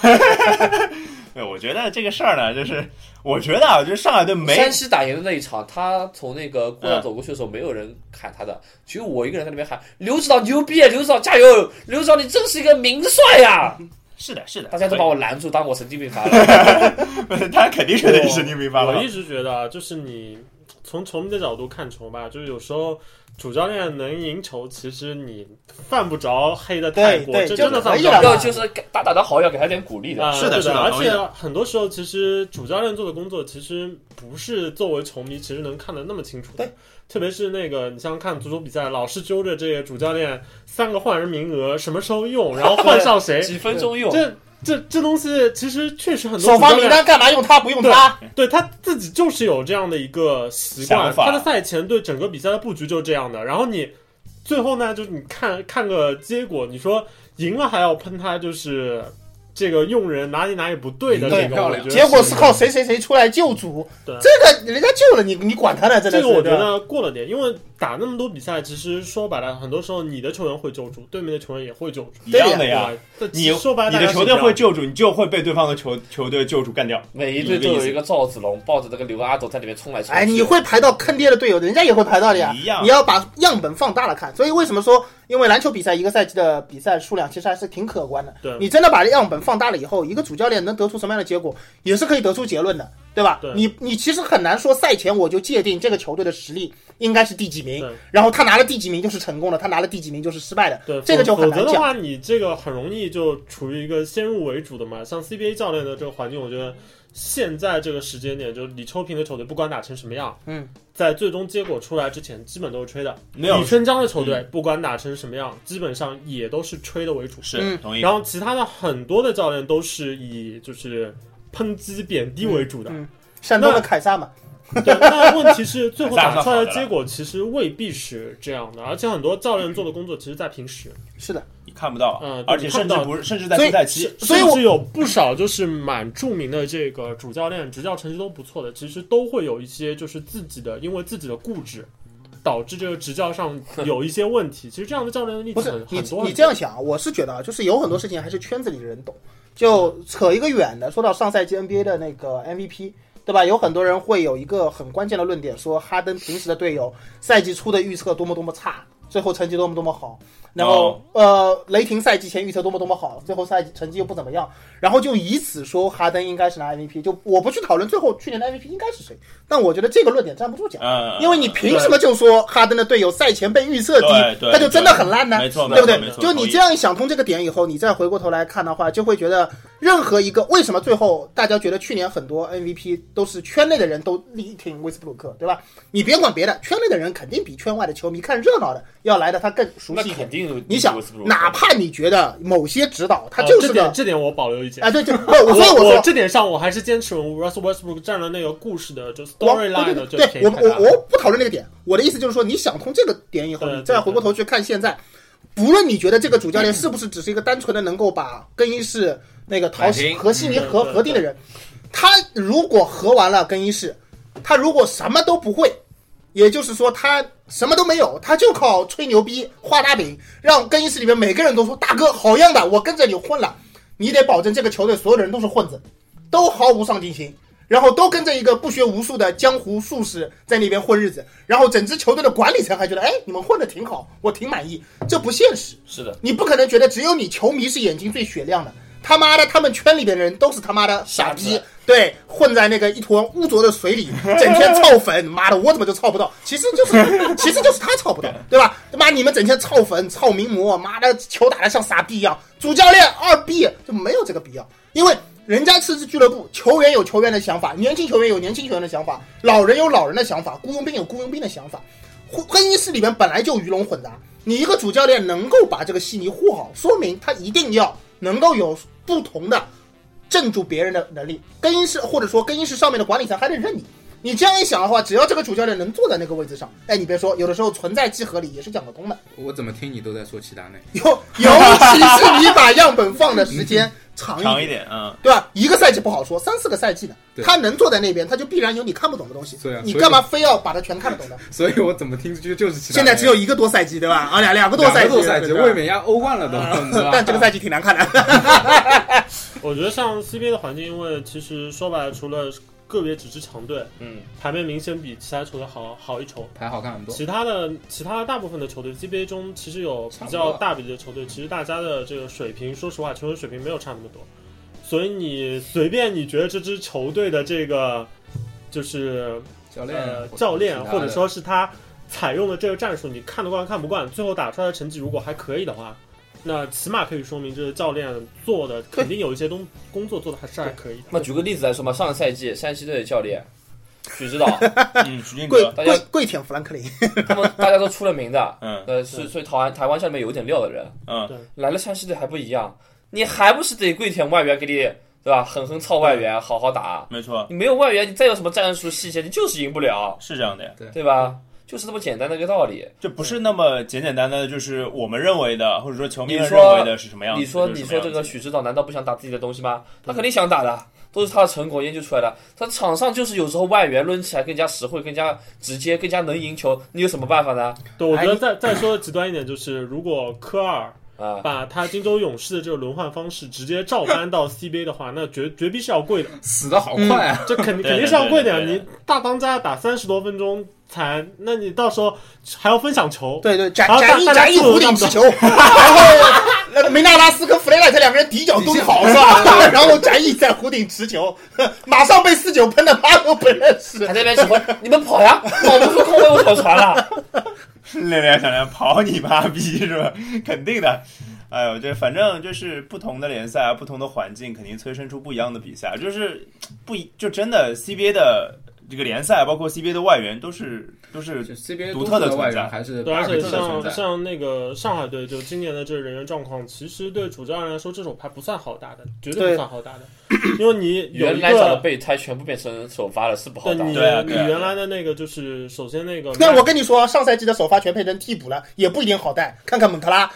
Speaker 1: 对，我觉得这个事儿呢，就是我觉得啊，就是上海队没
Speaker 5: 山西打赢的那一场，他从那个
Speaker 2: 嗯
Speaker 5: 过道走过去的时候，没有人喊他的，只有啊我一个人在那边喊刘指导牛逼，刘指导加油，刘指导你真是一个名帅呀！啊
Speaker 1: 是的，是的，
Speaker 5: 大家都把
Speaker 1: 可以
Speaker 5: 我拦住，当我神经病 发了。
Speaker 1: 他肯定是得神经病发
Speaker 3: 我
Speaker 1: 了
Speaker 3: 一。直觉得啊，就是你从球迷的角度看球吧，就是有时候主教练能赢球，其实你犯不着黑的太过，
Speaker 2: 对对
Speaker 3: 这真的犯不
Speaker 2: 就
Speaker 3: 着
Speaker 2: 可以了
Speaker 5: 要就是给打打的好，要给他点鼓励的。
Speaker 3: 啊，
Speaker 1: 是的
Speaker 3: 对
Speaker 1: 是的
Speaker 3: 而
Speaker 1: 同意
Speaker 3: 且很多时候，其实主教练做的工作，其实不是作为球迷其实能看得那么清楚的。
Speaker 2: 对，
Speaker 3: 特别是那个，你像看足球比赛，老是揪着这个主教练三个换人名额什么时候用，然后换上
Speaker 2: 哎
Speaker 3: 谁，
Speaker 5: 几分钟用，
Speaker 3: 这这这东西其实确实很多
Speaker 2: 首
Speaker 3: 主教
Speaker 2: 发名
Speaker 3: 练
Speaker 2: 单干嘛用他不用他？
Speaker 3: 对他自己就是有这样的一个习惯
Speaker 1: 想，法
Speaker 3: 他的赛前对整个比赛的布局就是这样的。然后你最后呢，就是你看看个结果，你说赢了还要喷他，就是这个用人哪里哪里不对的
Speaker 2: 对
Speaker 3: 这个，
Speaker 4: 漂
Speaker 3: 我
Speaker 4: 亮
Speaker 3: 觉得
Speaker 2: 结果是靠谁谁谁出来救主，
Speaker 3: 对
Speaker 2: 这个人家救了你，你管他呢？真的
Speaker 3: 这
Speaker 2: 是
Speaker 3: 个我觉
Speaker 2: 对吧
Speaker 3: 得过了点，因为打那么多比赛，其实说白了，很多时候你的球员会救助，对面的球员也会救助，
Speaker 1: 一样的
Speaker 3: 对
Speaker 1: 呀
Speaker 3: 吧，？这
Speaker 1: 你
Speaker 3: 说白了，
Speaker 1: 你
Speaker 3: 大
Speaker 1: 的
Speaker 3: 家
Speaker 1: 球
Speaker 3: 是
Speaker 1: 队
Speaker 3: 这样
Speaker 1: 会救主，你就会被对方的球球队救主干掉。
Speaker 5: 每一队都有一个赵子龙抱着那个刘阿斗在里面冲来冲去。
Speaker 2: 哎，你会排到坑爹的队友的，人家也会排到的呀。
Speaker 1: 一样
Speaker 2: 你要把样本放大了看。所以为什么说，因为篮球比赛一个赛季的比赛数量其实还是挺可观的。
Speaker 3: 对
Speaker 2: 你真的把样本放大了以后，一个主教练能得出什么样的结果，也是可以得出结论的，对吧？
Speaker 3: 对
Speaker 2: 你你其实很难说赛前我就界定这个球队的实力应该是第几名
Speaker 3: 对，
Speaker 2: 然后他拿了第几名就是成功的，他拿了第几名就是失败的。
Speaker 3: 对，
Speaker 2: 这个就
Speaker 3: 否
Speaker 2: 很
Speaker 3: 否则
Speaker 2: 难
Speaker 3: 的
Speaker 2: 讲。
Speaker 3: 话，你这个很容易就处于一个先入为主的嘛。像 CBA 教练的这个环境，我觉得现在这个时间点，就是李秋平的球队不管打成什么样，
Speaker 2: 嗯，
Speaker 3: 在最终结果出来之前，基本都是吹的。
Speaker 1: 没有嗯
Speaker 3: 李春江的球队不管打成什么样，基本上也都是吹的为主。
Speaker 1: 是
Speaker 2: 嗯
Speaker 1: 同意
Speaker 3: 然。后其他的很多的教练都是以就是抨击贬低为主的。
Speaker 2: 嗯山东的凯撒嘛，
Speaker 3: 对，那问题是 最后
Speaker 1: 还是
Speaker 3: 打
Speaker 1: 按照
Speaker 3: 出来
Speaker 1: 好
Speaker 3: 的
Speaker 1: 的
Speaker 3: 结果其实未必是这样的，而且很多教练做的工作其实在平时。
Speaker 2: 是的，
Speaker 1: 你看不到
Speaker 3: 嗯，
Speaker 1: 而且
Speaker 3: 看
Speaker 1: 甚
Speaker 3: 不
Speaker 1: 至
Speaker 3: 到
Speaker 1: 不是，甚至在
Speaker 2: 所以
Speaker 1: 休赛期，
Speaker 2: 所以
Speaker 3: 甚
Speaker 2: 我
Speaker 3: 至有不少就是蛮著名的这个主教练、执教成绩都不错的，其实都会有一些就是自己的因为自己的固执，导致这个执教上有一些问题。其实这样的教练的例
Speaker 2: 不
Speaker 3: 子
Speaker 2: 是
Speaker 3: 很
Speaker 2: 你
Speaker 3: 很多。
Speaker 2: 你这样想啊，我是觉得啊，就是有很多事情还是圈子里的人懂。就扯一个远的，说到上赛季 NBA 的那个 MVP，对吧？有很多人会有一个很关键的论点，说哈登平时的队友赛季初的预测多么多么差，最后成绩多么多么好。然后、呃，雷霆赛季前预测多么多么好，最后赛季成绩又不怎么样，然后就以此说哈登应该是拿 MVP。就我不去讨论最后去年的 MVP 应该是谁，但我觉得这个论点站不住脚。
Speaker 1: 嗯，
Speaker 2: 因为你凭什么就说哈登的队友赛前被预测低
Speaker 1: 对，对
Speaker 2: 那就真的很烂呢？
Speaker 1: 没错，
Speaker 2: 对不对
Speaker 1: 没错没错
Speaker 2: 就你这样想通这个点以后，你再回过头来看的话，就会觉得任何一个为什么最后大家觉得去年很多 MVP 都是圈内的人都力挺威斯布鲁克，对吧？你别管别的，圈内的人肯定比圈外的球迷看热闹的要来的他更熟
Speaker 5: 那
Speaker 2: 悉一点
Speaker 5: 肯。定，
Speaker 2: 你想
Speaker 5: 我是不，是
Speaker 2: 哪怕你觉得某些指导他
Speaker 1: 啊
Speaker 3: 呃
Speaker 2: 就
Speaker 3: 这
Speaker 2: 是个
Speaker 3: 点，这点我保留意见。
Speaker 2: 啊， 对对，不，所以
Speaker 3: 我
Speaker 2: 说
Speaker 3: 这点上我还是坚持我 Russell Westbrook 占了那个故事的就
Speaker 2: 我
Speaker 3: storyline 的这
Speaker 2: 对
Speaker 3: 便
Speaker 2: 我
Speaker 3: 宜太大
Speaker 2: 我我不讨论那个点，我的意思就是说，你想通这个点以后，
Speaker 3: 对
Speaker 2: 你再回过头去看现在，不论你觉得这个主教练是不是只是一个单纯的能够把更衣室那个淘
Speaker 4: 摆平
Speaker 2: 和稀泥合
Speaker 3: 对对
Speaker 2: 合定的人，他如果合完了更衣室，他如果什么都不会。也就是说，他什么都没有，他就靠吹牛逼、画大饼，让更衣室里面每个人都说：“大哥，好样的，我跟着你混了。”你得保证这个球队所有的人都是混子，都毫无上进心，然后都跟着一个不学无术的江湖术士在那边混日子，然后整支球队的管理层还觉得，哎，你们混的挺好，我挺满意，这不现实。
Speaker 5: 是的，
Speaker 2: 你不可能觉得只有你球迷是眼睛最雪亮的，他妈的，他们圈里边的人都是他妈的傻
Speaker 5: 傻
Speaker 2: 逼
Speaker 5: 子，
Speaker 2: 对，混在那个一坨污浊的水里，整天操粉，妈的，我怎么就操不到？其实就是，其实就是他操不到，对吧？他妈你们整天操粉、操名模，妈的，球打得像傻逼一样，主教练二逼就没有这个必要，因为。人家是支俱乐部，球员有球员的想法，年轻球员有年轻球员的想法，老人有老人的想法，雇佣兵有雇佣兵的想法，混更衣室里面本来就鱼龙混杂，你一个主教练能够把这个稀泥护好，说明他一定要能够有不同的镇住别人的能力。更衣室或者说更衣室上面的管理层还得认你。你这样一想的话，只要这个主教练能坐在那个位置上，哎，你别说，有的时候存在即合理也是讲得通的。
Speaker 4: 我怎么听你都在说齐达内，
Speaker 2: 尤尤其是你把样本放的时间长一
Speaker 1: 长
Speaker 2: 点
Speaker 1: 一，点，嗯，
Speaker 2: 对吧？一个赛季不好说，三四个赛季呢，
Speaker 4: 对
Speaker 2: 他能坐在那边，他就必然有你看不懂的东西
Speaker 4: 对啊。
Speaker 2: 你
Speaker 4: 所以
Speaker 2: 干嘛非要把它全看得 懂呢？
Speaker 4: 所以我怎么听就就是齐达
Speaker 2: 现
Speaker 4: 内。
Speaker 2: 在只有一个多赛季，对吧？啊，两两个多
Speaker 4: 两
Speaker 2: 赛
Speaker 4: 个
Speaker 2: 季，
Speaker 4: 多赛季，
Speaker 2: 对吧
Speaker 4: 卫冕压欧冠了 都，你知道吧
Speaker 2: 但这个赛季
Speaker 4: 啊
Speaker 2: 挺难看的。
Speaker 3: 我觉得像 CBA 的环境，因为其实说白了，除了个别几支强队
Speaker 5: 嗯，
Speaker 3: 排面明显比其他球队好好一筹。
Speaker 4: 牌好看很多。
Speaker 3: 其他的其他大部分的球队 CBA 中其实有比较大比例的球队，其实大家的这个水平，说实话，球员水平没有差那么多。所以你随便你觉得这支球队的这个就是
Speaker 4: 教练、
Speaker 3: 呃教练，
Speaker 4: 其他的
Speaker 3: 或者说是他采用的这个战术，你看得惯看不惯，最后打出来的成绩如果还可以的话，那起码可以说明这个教练做的肯定有一些东工作做的还是还可以的。
Speaker 5: 那举个例子来说嘛，上个赛季山西队的教练许指导，
Speaker 1: 嗯，徐静
Speaker 2: 跪
Speaker 1: 哥，
Speaker 4: 啊
Speaker 5: 大家
Speaker 2: 跪跪舔富兰克林，
Speaker 5: 他们大家都出了名的，
Speaker 1: 嗯
Speaker 5: 呃，所以所以台湾台湾下面有点料的人，
Speaker 1: 嗯，
Speaker 5: 来了山西队还不一样，你还不是得跪舔外援给你，对吧？狠狠操外
Speaker 2: 嗯
Speaker 5: 援，好好打。
Speaker 1: 没错，
Speaker 5: 你没有外援，你再有什么战术细节，你就是赢不了，
Speaker 1: 是这样的呀，
Speaker 5: 对吧？就是这么简单的一个道理。
Speaker 1: 这不是那么简简单单的，就是我们认为的，或者说球迷们
Speaker 5: 你说
Speaker 1: 认为的是什么样子？
Speaker 5: 你说，
Speaker 1: 就是什
Speaker 5: 你
Speaker 1: 么
Speaker 5: 说
Speaker 1: 样
Speaker 5: 这
Speaker 1: 子
Speaker 5: 个许指导难道不想打自己的东西吗？他肯定想打的，都是他的成果研究出来的。他场上就是有时候外援抡起来更加实惠、更加直接、更加能赢球，你有什么办法呢？
Speaker 3: 对，我觉得再再说极端一点，就是如果科尔
Speaker 5: 啊，
Speaker 3: 把他金州勇士的这个轮换方式直接照 搬到 CBA 的话，那绝绝逼是要贵的，
Speaker 4: 死的好快啊！
Speaker 3: 这肯定
Speaker 1: 对
Speaker 3: 肯定是要贵的呀。
Speaker 1: 对对对
Speaker 3: 你大当家打三十多分钟才，那你到时候还要分享球，
Speaker 2: 对对，展
Speaker 3: 好
Speaker 2: 展翼
Speaker 3: 大大家
Speaker 2: 展翼
Speaker 3: 自由
Speaker 2: 弧顶
Speaker 3: 运
Speaker 2: 持
Speaker 3: 动
Speaker 2: 球，然后呃梅纳拉斯跟弗雷奈特两个人底角蹲好是 吧？然后展翼在弧顶持球，马上被四九喷的妈都不认识
Speaker 5: 还。在那边指挥，你们跑呀，跑不出空位我跑船了。
Speaker 1: 练练想练，跑你妈逼是吧？肯定的。哎呦，这反正就是不同的联赛啊，不同的环境，肯定催生出不一样的比赛。就是不一，就真的 CBA 的这个联赛，包括 CBA 的外援，都是都是
Speaker 4: 就 CBA
Speaker 1: 独特的
Speaker 4: 多数
Speaker 1: 存
Speaker 4: 外
Speaker 1: 在
Speaker 4: 援还是
Speaker 3: 对，而
Speaker 4: 巴
Speaker 3: 且
Speaker 4: 比特的存
Speaker 3: 像
Speaker 4: 在。
Speaker 3: 像那个上海队，就今年的这个人员状况，其实对主教练来说，这手牌不算好打的，绝对
Speaker 2: 对
Speaker 3: 不算好打的，因为你有
Speaker 5: 原
Speaker 3: 一
Speaker 5: 来打的
Speaker 3: 个。
Speaker 5: 备胎全部变成首发了，是不好
Speaker 3: 对
Speaker 5: 打
Speaker 3: 你，
Speaker 5: 的。
Speaker 1: 对啊
Speaker 3: 你
Speaker 1: 对啊
Speaker 3: 原来的那个就是首先 那个，
Speaker 2: 那我跟你说，上赛季的首发全变成替补了，也不一定好带。看看蒙特拉，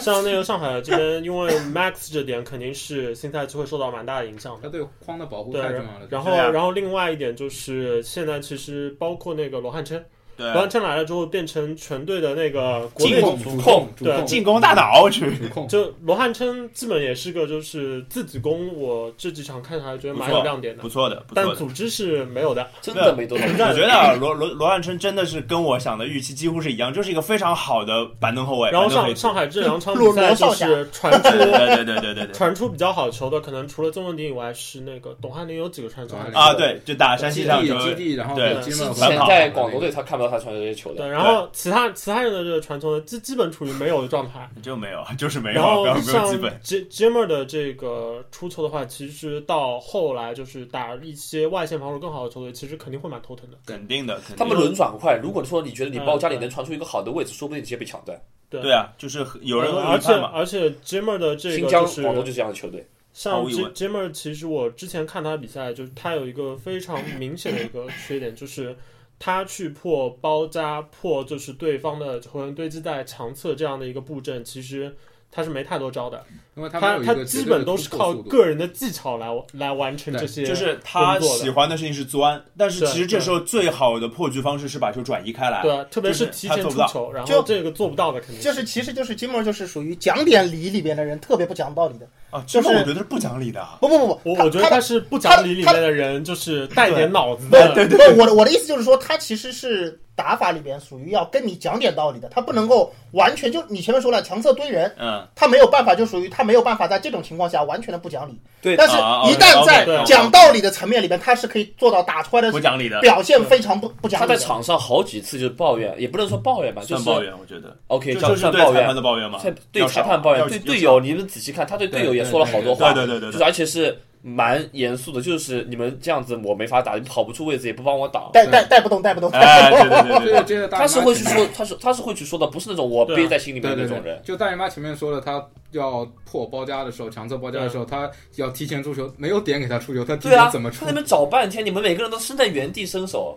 Speaker 3: 像那个上海这边，因为 Max 这点肯定是心态就会受到蛮大的影响的
Speaker 4: 他。对框的保护
Speaker 3: 对，
Speaker 4: 太重
Speaker 3: 然
Speaker 4: 要了。
Speaker 3: 然
Speaker 1: 是这
Speaker 3: 后
Speaker 1: 样
Speaker 3: 然后另外一点就是，现在其实包括那个罗汉琛，
Speaker 1: 对
Speaker 3: 罗汉琛来了之后变成全队的那个国
Speaker 1: 进
Speaker 3: 内
Speaker 1: 攻
Speaker 3: 主
Speaker 4: 主
Speaker 5: 控
Speaker 4: 控主
Speaker 3: 对
Speaker 4: 控
Speaker 1: 进攻大脑，我去，
Speaker 4: 主控，
Speaker 3: 就罗汉琛基本也是个就是自己攻，我这几场看下来觉得蛮
Speaker 1: 不
Speaker 3: 有
Speaker 1: 错
Speaker 3: 亮点的
Speaker 1: 不，错的，不
Speaker 3: 但
Speaker 1: 错的。
Speaker 3: 组织是没有的。
Speaker 5: 真的没多少。
Speaker 1: 我觉得啊，罗罗罗汉琛真的是跟我想的预期几乎是一样，就是一个非常好的板凳后卫。
Speaker 3: 然后
Speaker 1: 板凳后
Speaker 3: 上
Speaker 1: 卫
Speaker 3: 上海这两场
Speaker 2: 裸
Speaker 3: 比赛
Speaker 2: 裸
Speaker 3: 就
Speaker 2: 上下
Speaker 3: 是传出
Speaker 1: 对对对对对对 对
Speaker 3: 传出比较好球的，可能除了曾文鼎以外，是那个董翰林有几个传球还是
Speaker 4: 董翰
Speaker 1: 啊，
Speaker 4: 林
Speaker 1: 对，就打山西
Speaker 4: 基
Speaker 1: 上
Speaker 4: 地
Speaker 1: 就
Speaker 4: 基地，然后
Speaker 1: 对
Speaker 4: 基
Speaker 5: 之
Speaker 4: 本
Speaker 5: 前在广州队，他看不到他传的这些球的。
Speaker 3: 对，然后其他其他人的这个传球呢，基基本处于没有的状态。
Speaker 1: 就没有，就是没有，
Speaker 3: 然
Speaker 1: 不要
Speaker 3: 后
Speaker 1: 没有
Speaker 3: 像
Speaker 1: 基本。
Speaker 3: J Jimmer 的这个出球的话，其实到后来就是打一些外线防守更好的球队，其实肯定会蛮头疼的。
Speaker 1: 肯定的，肯定的
Speaker 5: 他们轮转快，如果说你觉得
Speaker 1: 嗯
Speaker 5: 你包夹里能传出一个好的位置，说不定你直接被抢断。
Speaker 3: 对
Speaker 1: 对啊，就是有人
Speaker 3: 呃而
Speaker 1: 预
Speaker 3: 且
Speaker 1: 判嘛，
Speaker 3: 而且 Jimmer 的这
Speaker 5: 新
Speaker 3: 个
Speaker 5: 疆、
Speaker 3: 就是
Speaker 5: 广东就是这样的球队，
Speaker 1: 毫
Speaker 3: 像
Speaker 1: 无疑
Speaker 3: J
Speaker 1: 问
Speaker 3: Jimmer，其实我之前看他比赛，就是他有一个非常明显的一个缺点，就是他去破包夹、破就是对方的球员堆积在强侧这样的一个布阵，其实他是没太多招的。
Speaker 4: 因为他
Speaker 3: 他
Speaker 4: 们
Speaker 3: 他基本都是靠个人的技巧来来完成
Speaker 4: 对
Speaker 3: 这些，
Speaker 1: 就是他
Speaker 3: 工作的
Speaker 1: 喜欢的事情是钻，但是
Speaker 3: 对
Speaker 1: 其实这时候最好的破局方式是把球转移开来。
Speaker 3: 对啊，特别是
Speaker 1: 就是
Speaker 3: 提
Speaker 1: 他
Speaker 3: 前
Speaker 1: 做不
Speaker 3: 出
Speaker 1: 到
Speaker 3: 球，然后
Speaker 2: 就
Speaker 3: 这个做不到的肯定
Speaker 2: 就是其实就是金毛就是属于讲点理里边的人，特别不讲道理的。
Speaker 1: 啊，
Speaker 2: 就
Speaker 1: 这
Speaker 2: 是
Speaker 1: 个我觉得是不讲理的。啊
Speaker 2: 不不不不，
Speaker 3: 我我觉得
Speaker 2: 他
Speaker 3: 他是不讲理里面的人，就是带点脑子
Speaker 2: 不
Speaker 3: 的。
Speaker 2: 不，我的我的意思就是说，他其实是打法里边属于要跟你讲点道理的，他不能够完全就你前面说了强侧堆人，
Speaker 1: 嗯，
Speaker 2: 他没有办法，就属于他没有办法在这种情况下完全的不讲理。
Speaker 5: 对
Speaker 2: 但是
Speaker 1: 啊
Speaker 2: 一
Speaker 1: 啊
Speaker 2: 旦在
Speaker 1: 对
Speaker 2: 讲道理的层面里边，他是可以做到打出来
Speaker 1: 不
Speaker 2: 的
Speaker 1: 讲理的，
Speaker 2: 表现非常不不讲
Speaker 5: 他
Speaker 2: 理
Speaker 5: 在
Speaker 2: 的。
Speaker 5: 场上好几次就是抱怨，也不能说抱怨吧，
Speaker 1: 嗯
Speaker 5: 就
Speaker 1: 算
Speaker 5: 是
Speaker 1: 抱怨，我觉得
Speaker 5: OK，
Speaker 1: 这
Speaker 5: 叫
Speaker 1: 就是
Speaker 5: 算
Speaker 1: 对
Speaker 5: 抱
Speaker 1: 裁
Speaker 5: 怨
Speaker 1: 判，的抱怨嘛
Speaker 5: 在，对
Speaker 1: 要
Speaker 5: 裁
Speaker 1: 少
Speaker 5: 判抱
Speaker 1: 要
Speaker 5: 怨，对
Speaker 1: 要
Speaker 5: 队
Speaker 1: 少
Speaker 5: 友，你们仔细看，他对队友也说了好多话，
Speaker 1: 对对对对
Speaker 5: 就
Speaker 1: 对
Speaker 5: 是而且是蛮严肃的，就是你们这样子我没法打，你跑不出位置也不帮我挡。
Speaker 2: 带带带不动，带不动。
Speaker 1: 对，嗯 哎，对对对
Speaker 4: 所以
Speaker 1: 对
Speaker 4: 我
Speaker 1: 对，
Speaker 4: 觉得大姨妈
Speaker 5: 他是会去
Speaker 4: 前面
Speaker 5: 说，他是他是会去说的，不是那种我
Speaker 3: 对啊
Speaker 5: 憋在心里面
Speaker 4: 对对
Speaker 5: 的那种人
Speaker 4: 对，。就大姨妈前面说了，他要破包夹的时候，强侧包夹的时候，他要提前出球，没有点给他出球，他提
Speaker 5: 嗯对啊，
Speaker 4: 前怎
Speaker 5: 他
Speaker 4: 么出
Speaker 5: 在那？边找半天，你们每个人都身在原地伸手，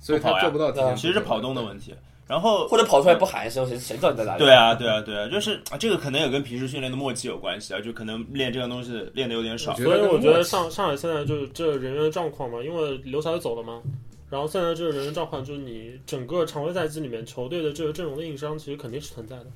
Speaker 4: 所以他做不到提前出球。
Speaker 1: 其实是跑动的问题。然后
Speaker 5: 或者跑出来不喊一声，谁谁知道你在哪里？
Speaker 1: 对啊，对啊，对啊，就是啊这个可能也跟平时训练的默契有关系啊，就可能练这个东西练的有点少
Speaker 4: 我。觉
Speaker 3: 所以
Speaker 4: 得
Speaker 3: 我觉得上上海现在就是这人员状况嘛，因为刘晓伟走了嘛，然后现在这个人员状况就是你整个常规赛季里面球队的这个阵容的硬伤其实肯定是存在的。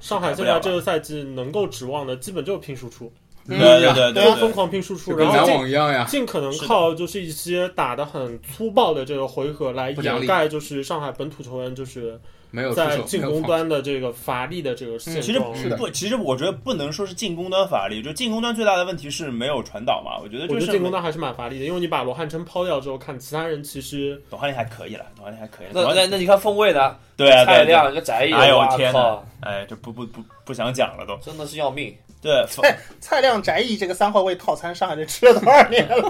Speaker 3: 上海现在这个赛季能够指望的，基本就是拼输出，
Speaker 1: 对对对
Speaker 2: 对啊
Speaker 3: 嗯疯
Speaker 1: 对，
Speaker 3: 狂拼输出，
Speaker 4: 就嗯跟
Speaker 3: 然后
Speaker 4: 篮
Speaker 3: 尽
Speaker 4: 网一样呀。
Speaker 3: 尽可能
Speaker 1: 是的
Speaker 3: 靠就是一些打得很粗暴的这个回合来
Speaker 4: 不讲理
Speaker 3: 掩盖，就是上海本土球员就是
Speaker 4: 没有出
Speaker 3: 在
Speaker 4: 手，
Speaker 3: 进
Speaker 4: 没有
Speaker 3: 攻
Speaker 4: 防
Speaker 3: 端 的这个乏力的这个现
Speaker 1: 其实
Speaker 3: 状。
Speaker 2: 是的
Speaker 1: 不，其实我觉得不能说是进攻端乏力，就进攻端最大的问题是没有传导嘛。我觉得就
Speaker 3: 我觉
Speaker 1: 是
Speaker 3: 得进攻端还是蛮乏力的，因为你把罗汉琛抛掉之后，看其他人其实
Speaker 1: 董瀚林还可以了，董瀚林还可以了。
Speaker 5: 那
Speaker 1: 董瀚
Speaker 5: 那那你看锋卫呢？
Speaker 1: 对啊，
Speaker 5: 蔡
Speaker 1: 对对，
Speaker 5: 亮一个宅友，
Speaker 1: 哎呦
Speaker 5: 哇
Speaker 1: 天哪
Speaker 5: 靠，
Speaker 1: 哎，这不不不不想讲了都。
Speaker 5: 真的是要命。
Speaker 1: 对，啊
Speaker 2: 蔡 蔡亮翟毅这个三号位套餐，上海人吃了多少年了？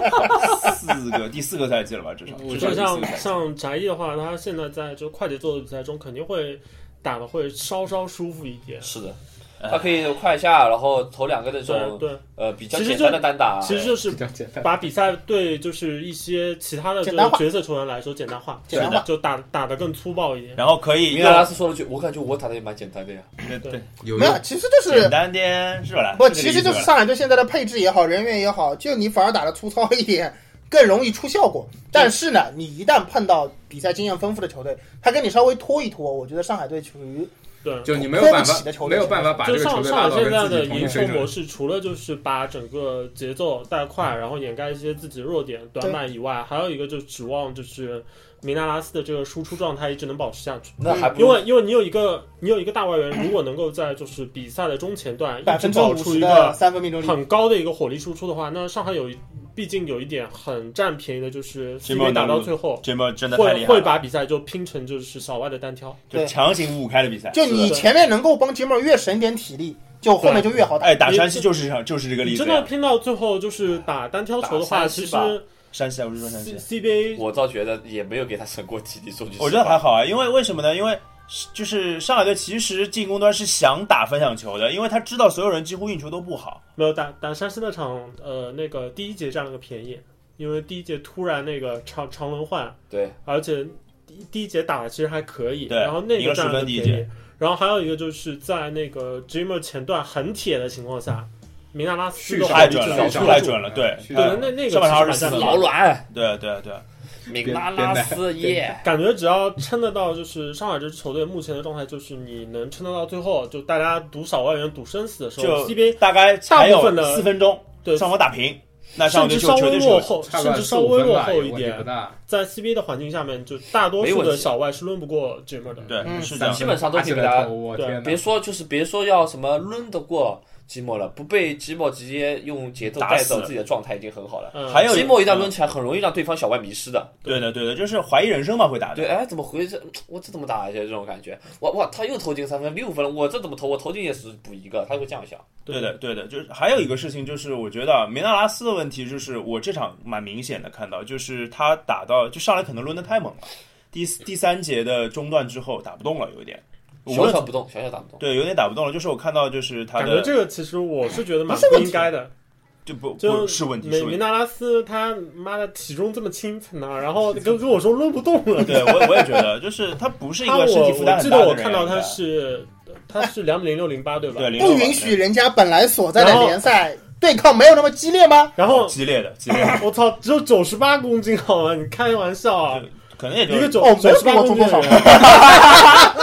Speaker 1: 四个第四个赛季了吧，至少
Speaker 4: 我
Speaker 1: 至少
Speaker 4: 觉得
Speaker 1: 第四个
Speaker 3: 就像
Speaker 1: 赛季。
Speaker 3: 像翟毅的话，他现在在就快节奏的比赛中肯定会打的会稍稍舒服一点。
Speaker 5: 是的，
Speaker 1: 哎
Speaker 5: 他可以快下，然后投两个那
Speaker 3: 对
Speaker 4: 哦
Speaker 5: 种
Speaker 3: 对，
Speaker 5: 呃比较
Speaker 3: 其实
Speaker 5: 简
Speaker 3: 就
Speaker 5: 单的单打。
Speaker 3: 其实就是
Speaker 4: 比较简单。
Speaker 3: 把比赛对就是一些其他的这
Speaker 2: 简单
Speaker 3: 个
Speaker 2: 化
Speaker 3: 角色球员来说简单化，
Speaker 2: 简单化
Speaker 3: 就打打得更粗暴一点。
Speaker 1: 然后可以
Speaker 5: 米拉拉
Speaker 1: 用
Speaker 5: 斯说了句：“我感觉我打的也蛮简单的呀。
Speaker 1: 对对
Speaker 4: 有
Speaker 2: 没有，其实就
Speaker 1: 嗯
Speaker 2: 是
Speaker 1: 简单点是吧？
Speaker 2: 不，
Speaker 1: 这个嗯
Speaker 2: 其实
Speaker 1: 意思
Speaker 2: 就是
Speaker 1: 吧
Speaker 2: 上海队现在的配置也好，人员也好，就你反而打得粗糙一点，更容易出效果。但是呢，你一旦碰到比赛经验丰富的球队，他跟你稍微拖一拖，我觉得上海队处于
Speaker 3: 对，
Speaker 4: 就你没有办
Speaker 2: 拖不起的
Speaker 4: 法，
Speaker 2: 球队
Speaker 4: 没有办法把这
Speaker 3: 就
Speaker 4: 个球
Speaker 3: 上
Speaker 4: 队
Speaker 3: 上
Speaker 4: 拉
Speaker 3: 海
Speaker 4: 到跟
Speaker 3: 现在
Speaker 4: 自
Speaker 3: 的
Speaker 4: 己同一
Speaker 3: 赢球
Speaker 4: 水
Speaker 3: 模
Speaker 4: 准。
Speaker 3: 式，除了就是把整个节奏带
Speaker 4: 嗯
Speaker 3: 快，然后掩盖一些自己的弱点、短板以外，还有一个就指望就是米纳拉斯的这个输出状态一直能保持下去。”
Speaker 5: 那还不
Speaker 3: 因
Speaker 5: 如
Speaker 3: 为因为你有一个你有一个大外援，如果能够在就是比赛的中前段
Speaker 2: 百
Speaker 3: 一直
Speaker 2: 分之五
Speaker 3: 保出
Speaker 2: 十
Speaker 3: 一
Speaker 2: 的
Speaker 3: 个
Speaker 2: 三分命中率。
Speaker 3: 很高的一个火力输出的话，那上海有一毕竟有一点很占便宜的，就是
Speaker 1: 金毛
Speaker 3: CBA 打
Speaker 1: 南
Speaker 3: 到
Speaker 1: 路
Speaker 3: 最后
Speaker 1: 这波真的太厉
Speaker 3: 会
Speaker 1: 害
Speaker 3: 会
Speaker 1: 了，
Speaker 3: 把比赛就拼成就是小外的单挑。
Speaker 1: 就强行五五开哎的比赛。
Speaker 2: 就你前面能够帮吉姆越省点体力，就后面就越好打。
Speaker 1: 哎，打山西就是这场，就是这个例
Speaker 3: 你
Speaker 1: 子
Speaker 3: 真的
Speaker 1: 呀。
Speaker 3: 拼到最后就是打单挑球
Speaker 5: 打
Speaker 3: 的话，
Speaker 5: 山
Speaker 3: 其
Speaker 5: 西
Speaker 3: 实
Speaker 5: 吧
Speaker 1: 山西，我是说山西，
Speaker 3: C
Speaker 1: 啊
Speaker 3: CBA
Speaker 5: 我倒觉得也没有给他省过体力。说句实话，
Speaker 1: 我觉得还好啊，因为为什么呢？因为是就是上海队其实进攻端是想打分享球的，因为他知道所有人几乎运球都不好。
Speaker 3: 没有打打山西那场，呃，那个第一节占了个便宜，因为第一节突然那个长长轮换，
Speaker 5: 对，
Speaker 3: 而且第第一节打的其实还可以，
Speaker 1: 对
Speaker 3: 然后那
Speaker 1: 赢
Speaker 3: 个
Speaker 1: 了
Speaker 3: 占
Speaker 1: 10
Speaker 3: 了
Speaker 1: 分
Speaker 3: 个
Speaker 1: 第一
Speaker 3: 便宜，然后还有一个就是在那个 Dreamer 前段很铁的情况下，明纳拉斯
Speaker 4: 续
Speaker 3: 的
Speaker 4: 上
Speaker 3: 话
Speaker 1: 太
Speaker 3: 就
Speaker 1: 准
Speaker 3: 是
Speaker 1: 了
Speaker 3: 咬
Speaker 4: 续
Speaker 3: 住
Speaker 4: 上
Speaker 1: 太
Speaker 3: 了
Speaker 1: 准了，对，
Speaker 4: 续
Speaker 3: 对
Speaker 4: 上
Speaker 1: 呃，
Speaker 3: 那那个
Speaker 1: 上半场
Speaker 3: 其实
Speaker 1: 24
Speaker 3: 蛮
Speaker 1: 分
Speaker 5: 老卵
Speaker 1: 对对对，
Speaker 5: 米拉拉斯耶，
Speaker 3: 感觉只要撑得到，就是上海这支球队目前的状态，就是你能撑得到最后，就大家赌少外援赌生死的时候
Speaker 1: 就
Speaker 3: ，CBA
Speaker 1: 大概还有四分钟，
Speaker 3: 对
Speaker 1: 双方打平，那上海队
Speaker 3: 甚至
Speaker 1: 就
Speaker 3: 稍
Speaker 1: 绝
Speaker 3: 微
Speaker 1: 对是
Speaker 3: 落
Speaker 1: 有
Speaker 3: 后，
Speaker 4: 差
Speaker 3: 甚
Speaker 4: 个
Speaker 3: 至
Speaker 4: 四
Speaker 3: 稍
Speaker 4: 五
Speaker 3: 微
Speaker 4: 分
Speaker 3: 落
Speaker 4: 吧，
Speaker 3: 后
Speaker 4: 也
Speaker 3: 一
Speaker 4: 问题不
Speaker 3: 点，
Speaker 4: 大。
Speaker 3: 在 CBA 的环境下面，就大多
Speaker 5: 没
Speaker 3: 数
Speaker 5: 问
Speaker 3: 的
Speaker 5: 题
Speaker 3: 小外是抡不过 Dreamer 的。
Speaker 1: 对，
Speaker 2: 嗯
Speaker 1: 是这样
Speaker 5: 基
Speaker 1: 的。
Speaker 5: 本上都可以给大家
Speaker 4: 打起来头我
Speaker 3: 对
Speaker 4: 天哪
Speaker 5: 别说就是别说要什么抡得过吉莫了，不被吉莫直接用节奏带走
Speaker 1: 打死
Speaker 5: 自己的状态已经很好了。
Speaker 3: 嗯，
Speaker 1: 还有
Speaker 5: 吉莫一旦抡起来，很容易让对方小外迷失的。
Speaker 1: 对的对的，就是怀疑人生嘛，会打的。
Speaker 5: 对，哎，怎么回事？我这怎么打一下这种感觉？哇哇，他又投进三分，六分了，我这怎么投？我投进也是补一个，他会这样想。
Speaker 1: 对的，对的，就是还有一个事情，就是我觉得啊梅纳拉斯的问题，就是我这场蛮明显的看到，就是他打到就上来可能抡的太猛了，第四第三节的中段之后打不动了，有一点，无
Speaker 5: 小
Speaker 1: 论
Speaker 5: 小不动，小小打不动。
Speaker 1: 对，有点打不动了。就是我看到就是他
Speaker 3: 感觉
Speaker 1: 的
Speaker 3: 这个其实我是觉得蛮
Speaker 2: 不是
Speaker 3: 不
Speaker 2: 问题
Speaker 3: 应该的，
Speaker 1: 就不
Speaker 3: 就
Speaker 1: 不是问题，
Speaker 3: 美
Speaker 1: 是问
Speaker 3: 米
Speaker 1: 题。
Speaker 3: 纳拉斯他妈的体重这么轻呢，然后跟跟我说抡不动了。
Speaker 1: 对我我也觉得，就是他不是一
Speaker 3: 他
Speaker 1: 个
Speaker 3: 我
Speaker 1: 身体负担
Speaker 3: 我记
Speaker 1: 很
Speaker 3: 得
Speaker 1: 大的人。
Speaker 3: 我看到他
Speaker 1: 应该
Speaker 3: 是他是两米零六零八对吧？
Speaker 1: 对零
Speaker 2: 不
Speaker 1: 六吧
Speaker 2: 允许人家本来所在的联赛对抗没有那么激烈吗？
Speaker 3: 然后
Speaker 1: 激烈的激烈的，
Speaker 3: 我操，只有九十八公斤好吗？你开玩笑啊！
Speaker 1: 可能也就
Speaker 3: 一个九
Speaker 2: 哦没
Speaker 3: 九
Speaker 2: 有
Speaker 3: 十
Speaker 2: 比
Speaker 3: 八
Speaker 2: 我重
Speaker 3: 公斤
Speaker 2: 多少
Speaker 3: 的人，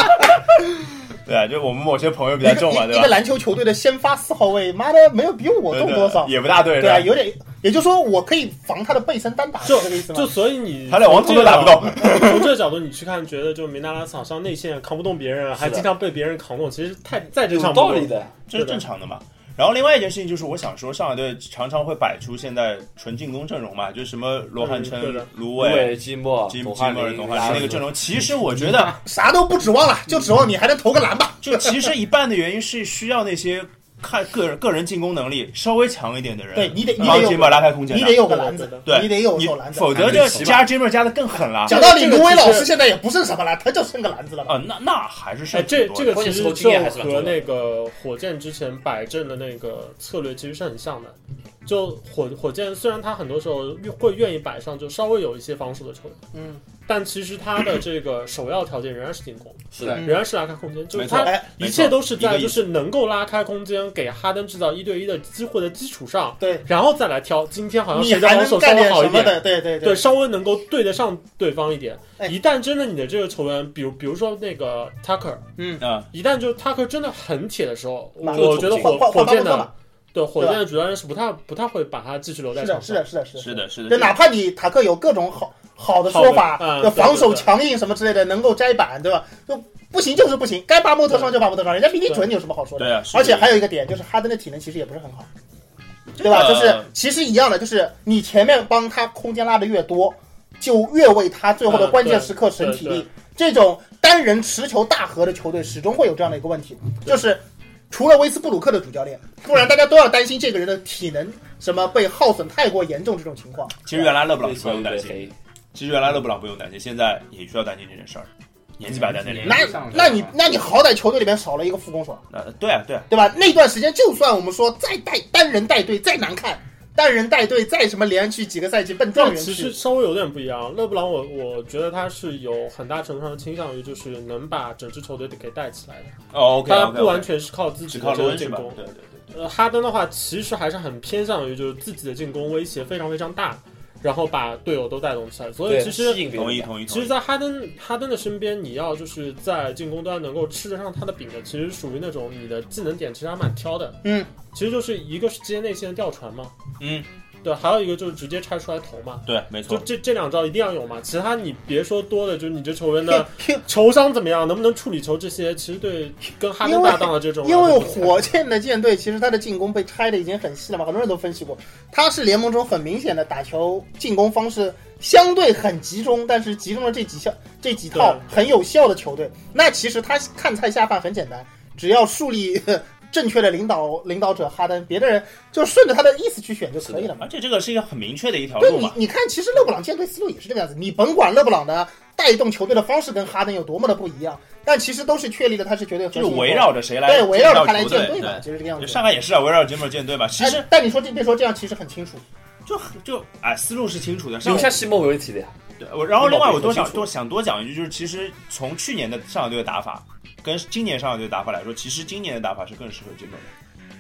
Speaker 1: 对啊，就我们某些朋友比
Speaker 2: 一个
Speaker 1: 较重嘛，
Speaker 2: 一
Speaker 1: 对
Speaker 2: 一个
Speaker 1: 吧？
Speaker 2: 篮球球队的先发四号位，妈的没有比我重
Speaker 1: 对
Speaker 2: 多少
Speaker 1: 对。也不大对，
Speaker 2: 对啊，
Speaker 1: 吧
Speaker 2: 有点，也就是说我可以防他的背身单打，是
Speaker 3: 就
Speaker 2: 这个意思
Speaker 3: 就
Speaker 2: 吗？
Speaker 3: 所以你
Speaker 1: 他连王
Speaker 3: 从
Speaker 1: 通
Speaker 3: 这
Speaker 1: 都
Speaker 3: 个
Speaker 1: 打不动。
Speaker 3: 从这个角度你去看，觉得就梅纳拉斯好像内线扛不动别人，还经常被别人扛动，其实太在这
Speaker 5: 有
Speaker 3: 场
Speaker 5: 道理的，
Speaker 1: 这是正常的嘛。然后另外一件事情就是，我想说，上海队常常会摆出现在纯进攻阵容嘛，就是什么罗汉
Speaker 3: 嗯对的
Speaker 1: 琛、芦
Speaker 5: 芦
Speaker 1: 苇、
Speaker 5: 苇、寂寞、
Speaker 1: 吉
Speaker 5: 董
Speaker 1: 吉
Speaker 5: 瀚
Speaker 1: 莫尔、
Speaker 5: 林
Speaker 1: 董瀚林那个阵容，其实我觉得，
Speaker 2: 啥都不指望了，就指望你还能投个篮吧。
Speaker 1: 就其实一半的原因是需要那些看个人个人进攻能力稍微强一点的人，
Speaker 2: 对你得你
Speaker 1: 帮
Speaker 2: 得
Speaker 1: 吉
Speaker 2: 有
Speaker 1: 莫
Speaker 2: 个
Speaker 1: 尔拉开空间
Speaker 2: 你
Speaker 1: 的，
Speaker 2: 得有个篮子，
Speaker 1: 对
Speaker 2: 你得有
Speaker 1: 你
Speaker 2: 手篮子。
Speaker 1: 否则就加吉莫尔加的更狠了。
Speaker 2: 讲道理，芦苇老师现在也不剩什么了，他就剩个篮子了吧。
Speaker 1: 啊，那那还是
Speaker 3: 哎，
Speaker 1: 剩
Speaker 3: 这
Speaker 1: 挺多
Speaker 3: 这
Speaker 1: 的
Speaker 3: 个
Speaker 5: 关
Speaker 3: 其
Speaker 5: 键是
Speaker 3: 实
Speaker 5: 投
Speaker 3: 就
Speaker 5: 经验还是蛮重
Speaker 3: 和
Speaker 5: 要的
Speaker 3: 那个火箭之前摆阵的那个策略其实是很像的。就火火箭虽然他很多时候会愿意摆上就稍微有一些防守的球员，
Speaker 2: 嗯，
Speaker 3: 但其实他的这个首要条件仍然是进 攻，
Speaker 5: 是的，
Speaker 2: 嗯
Speaker 3: 仍然是拉开空间，就是
Speaker 1: 没错
Speaker 3: 他
Speaker 2: 哎，
Speaker 3: 一切都是
Speaker 1: 没错
Speaker 3: 在
Speaker 1: 一个意
Speaker 3: 就
Speaker 1: 思
Speaker 3: 是能够拉开空间给哈登制造一对一的机会的基础上，
Speaker 2: 对，
Speaker 3: 然后再来挑。今天好像
Speaker 2: 你
Speaker 3: 谁的
Speaker 2: 还
Speaker 3: 防
Speaker 2: 能
Speaker 3: 守稍
Speaker 2: 干
Speaker 3: 微
Speaker 2: 点
Speaker 3: 好一
Speaker 2: 什么
Speaker 3: 点，
Speaker 2: 的？对对
Speaker 3: 对，，稍微能够对得上对方一点。
Speaker 2: 哎
Speaker 3: 一旦真的你的这个球员，比如比如说那个 Tucker，
Speaker 1: 啊，
Speaker 3: 一旦就 Tucker 真的很铁的时候，
Speaker 2: 嗯马
Speaker 3: 我觉得
Speaker 5: 上
Speaker 3: 火
Speaker 2: 换换
Speaker 3: 火
Speaker 2: 换
Speaker 3: 箭
Speaker 2: 换
Speaker 3: 的
Speaker 2: 吧
Speaker 3: 对火
Speaker 2: 对吧
Speaker 3: 箭的主教练是不太不太会把他继续留在
Speaker 2: 是
Speaker 3: 场
Speaker 2: 的，
Speaker 3: 上。
Speaker 2: 是的，是的，是的。
Speaker 1: 是的，是的，
Speaker 2: 就哪怕你塔克有各种好好的说法
Speaker 3: 好的嗯，
Speaker 2: 就防守
Speaker 3: 对对对
Speaker 2: 强硬什么之类的，能够摘板，对吧？就不行就是不行，该扒摩托上就扒摩托上，人家比你准，你有什么好说的？
Speaker 1: 对啊，是的
Speaker 2: 而且还有一个点就是哈登的体能其实也不是很好，对吧？
Speaker 1: 这
Speaker 2: 就
Speaker 1: 个
Speaker 2: 是其实一样的，就是你前面帮他空间拉的越多，就越为他最后的关键时刻省体
Speaker 3: 嗯对
Speaker 2: 力。这种单人持球大核的球队始终会有这样的一个问题，就是除了威斯布鲁克的主教练，不然大家都要担心这个人的体能什么被耗损太过严重这种情况。
Speaker 1: 其实原来勒布朗
Speaker 5: 对
Speaker 1: 不用
Speaker 5: 对
Speaker 1: 担
Speaker 5: 对
Speaker 1: 心，
Speaker 5: 黑，
Speaker 1: 其实原来勒布朗不用担心，现在也需要担心这件事儿，年纪摆在那里。
Speaker 2: 那
Speaker 4: 对上
Speaker 2: 那
Speaker 4: 场
Speaker 2: 你
Speaker 4: 嘛
Speaker 2: 那你好歹球队里面少了一个副攻手，
Speaker 1: 那对啊对啊，
Speaker 2: 对吧？那段时间就算我们说再带单人带队再难看，单人带队再什么连续几个赛季奔状
Speaker 3: 但
Speaker 2: 元
Speaker 3: 其实
Speaker 2: 去，
Speaker 3: 稍微有点不一样，勒布朗我我觉得他是有很大程度上倾向于就是能把整支球队给带起来的，
Speaker 1: 哦 OK
Speaker 3: 他
Speaker 1: OK，
Speaker 3: 不完全是靠自己
Speaker 1: 只
Speaker 3: 的
Speaker 1: 靠
Speaker 3: 这
Speaker 1: 罗
Speaker 3: 个
Speaker 1: 恩是
Speaker 3: 进
Speaker 1: 吧
Speaker 3: 攻？。
Speaker 1: 对对对。
Speaker 3: 呃，哈登的话其实还是很偏向于就是自己的进攻威胁非常非常大，然后把队友都带动起来，所以
Speaker 5: 对
Speaker 3: 其实
Speaker 5: 吸引别
Speaker 1: 同
Speaker 5: 人
Speaker 1: 意
Speaker 5: 的
Speaker 1: 同意
Speaker 3: 其
Speaker 1: 同
Speaker 3: 实，
Speaker 1: 意。
Speaker 3: 在哈登哈登的身边，你要就是在进攻端能够吃得上他的饼的，其实属于那种你的技能点其实还蛮挑的。
Speaker 2: 嗯，
Speaker 3: 其实就是一个是接内线的吊传嘛，
Speaker 1: 嗯，
Speaker 3: 对，还有一个就是直接拆出来投嘛。
Speaker 1: 对，没
Speaker 3: 就
Speaker 1: 错。
Speaker 3: 这这两招一定要有嘛，其他你别说多的，就是你这球员
Speaker 2: Q
Speaker 3: 的
Speaker 2: Q，
Speaker 3: 球商怎么样，能不能处理球这些，其实对跟哈登搭档的这种，
Speaker 2: 因为火箭的舰队其实他的进攻被拆的已经很细了嘛，很多人都分析过，他是联盟中很明显的打球进攻方式相对很集中，但是集中了这几项这几套很有效的球队。那其实他看菜下饭很简单，只要树立 呵正确的领导领导者哈登，别的人就顺着他的意思去选就可以了嘛
Speaker 1: 而。且这个是一个很明确的一条
Speaker 2: 对
Speaker 1: 路
Speaker 2: 你
Speaker 1: 嘛，，
Speaker 2: 你看，其实勒布朗舰队思路也是这个样子。你甭管勒布朗的带动球队的方式跟哈登有多么的不一样，但其实都是确立了他是绝对核
Speaker 1: 就
Speaker 2: 心
Speaker 1: 是
Speaker 2: 的一个
Speaker 1: 围绕着谁来
Speaker 2: 对围绕着他来
Speaker 1: 建造
Speaker 2: 建
Speaker 1: 球队
Speaker 2: 队嘛，
Speaker 1: 对
Speaker 2: 其实这个样
Speaker 1: 就
Speaker 2: 子。
Speaker 1: 上海也是啊，围绕吉姆尔建队嘛。其实
Speaker 2: 哎，但你说这别说这样，其实很清楚。
Speaker 1: 就很就哎，思路是清楚的。上
Speaker 5: 留下西蒙没问题的呀。
Speaker 1: 对我然后另外我多
Speaker 5: 很
Speaker 1: 想
Speaker 5: 清楚
Speaker 1: 多想多讲一句，就是其实从去年的上海队的打法跟今年上海队的打法来说，其实今年的打法是更适合吉姆的。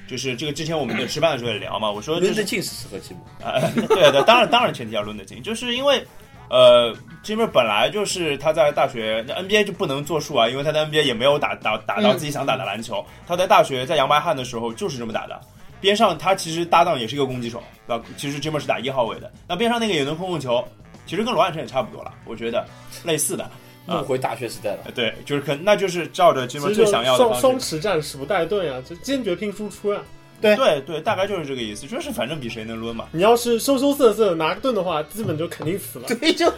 Speaker 1: 就是这个之前我们在吃饭的时候也聊嘛，我说就
Speaker 5: 伦
Speaker 1: 是
Speaker 5: 敦进是适合吉姆，
Speaker 1: 呃， 对的，当然当然前提要论得清，就是因为呃，Jimmy 本来就是他在大学那 NBA 就不能作数啊，因为他在 NBA 也没有打打打到自己想打的篮球，他在大学在杨白翰的时候就是这么打的。边上他其实搭档也是一个攻击手，对吧？其实 Jimmy 是打一号位的，那边上那个也能控控球，其实跟罗汉城也差不多了，我觉得类似的。
Speaker 5: 梦回大学时代了。
Speaker 1: 呃对，就是可那就是照着
Speaker 3: 其
Speaker 1: Jimmy
Speaker 3: 实
Speaker 1: 最
Speaker 3: 就
Speaker 1: 想要的
Speaker 3: 双
Speaker 1: 方
Speaker 3: 双
Speaker 1: 式。
Speaker 3: 持战士不带队啊，就坚决拼输出啊。
Speaker 1: 对对，大概就是这个意思，就是反正比谁能抡嘛。
Speaker 3: 你要是羞羞涩涩拿个盾的话，基本就肯定死了。
Speaker 2: 对，就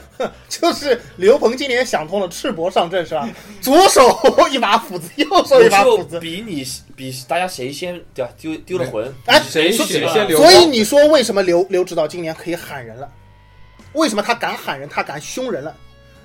Speaker 2: 就是刘鹏今年想通了，赤膊上阵是吧？左手 一把斧子，右手一
Speaker 5: 我
Speaker 2: 把斧
Speaker 5: 就
Speaker 2: 子。
Speaker 5: 比你比大家谁先对吧？丢丢了魂，
Speaker 2: 哎，
Speaker 4: 谁
Speaker 5: 说
Speaker 4: 谁
Speaker 5: 起来
Speaker 4: 先留？
Speaker 2: 所以你说为什么刘刘指导今年可以喊人了？为什么他敢喊人，他敢凶人了？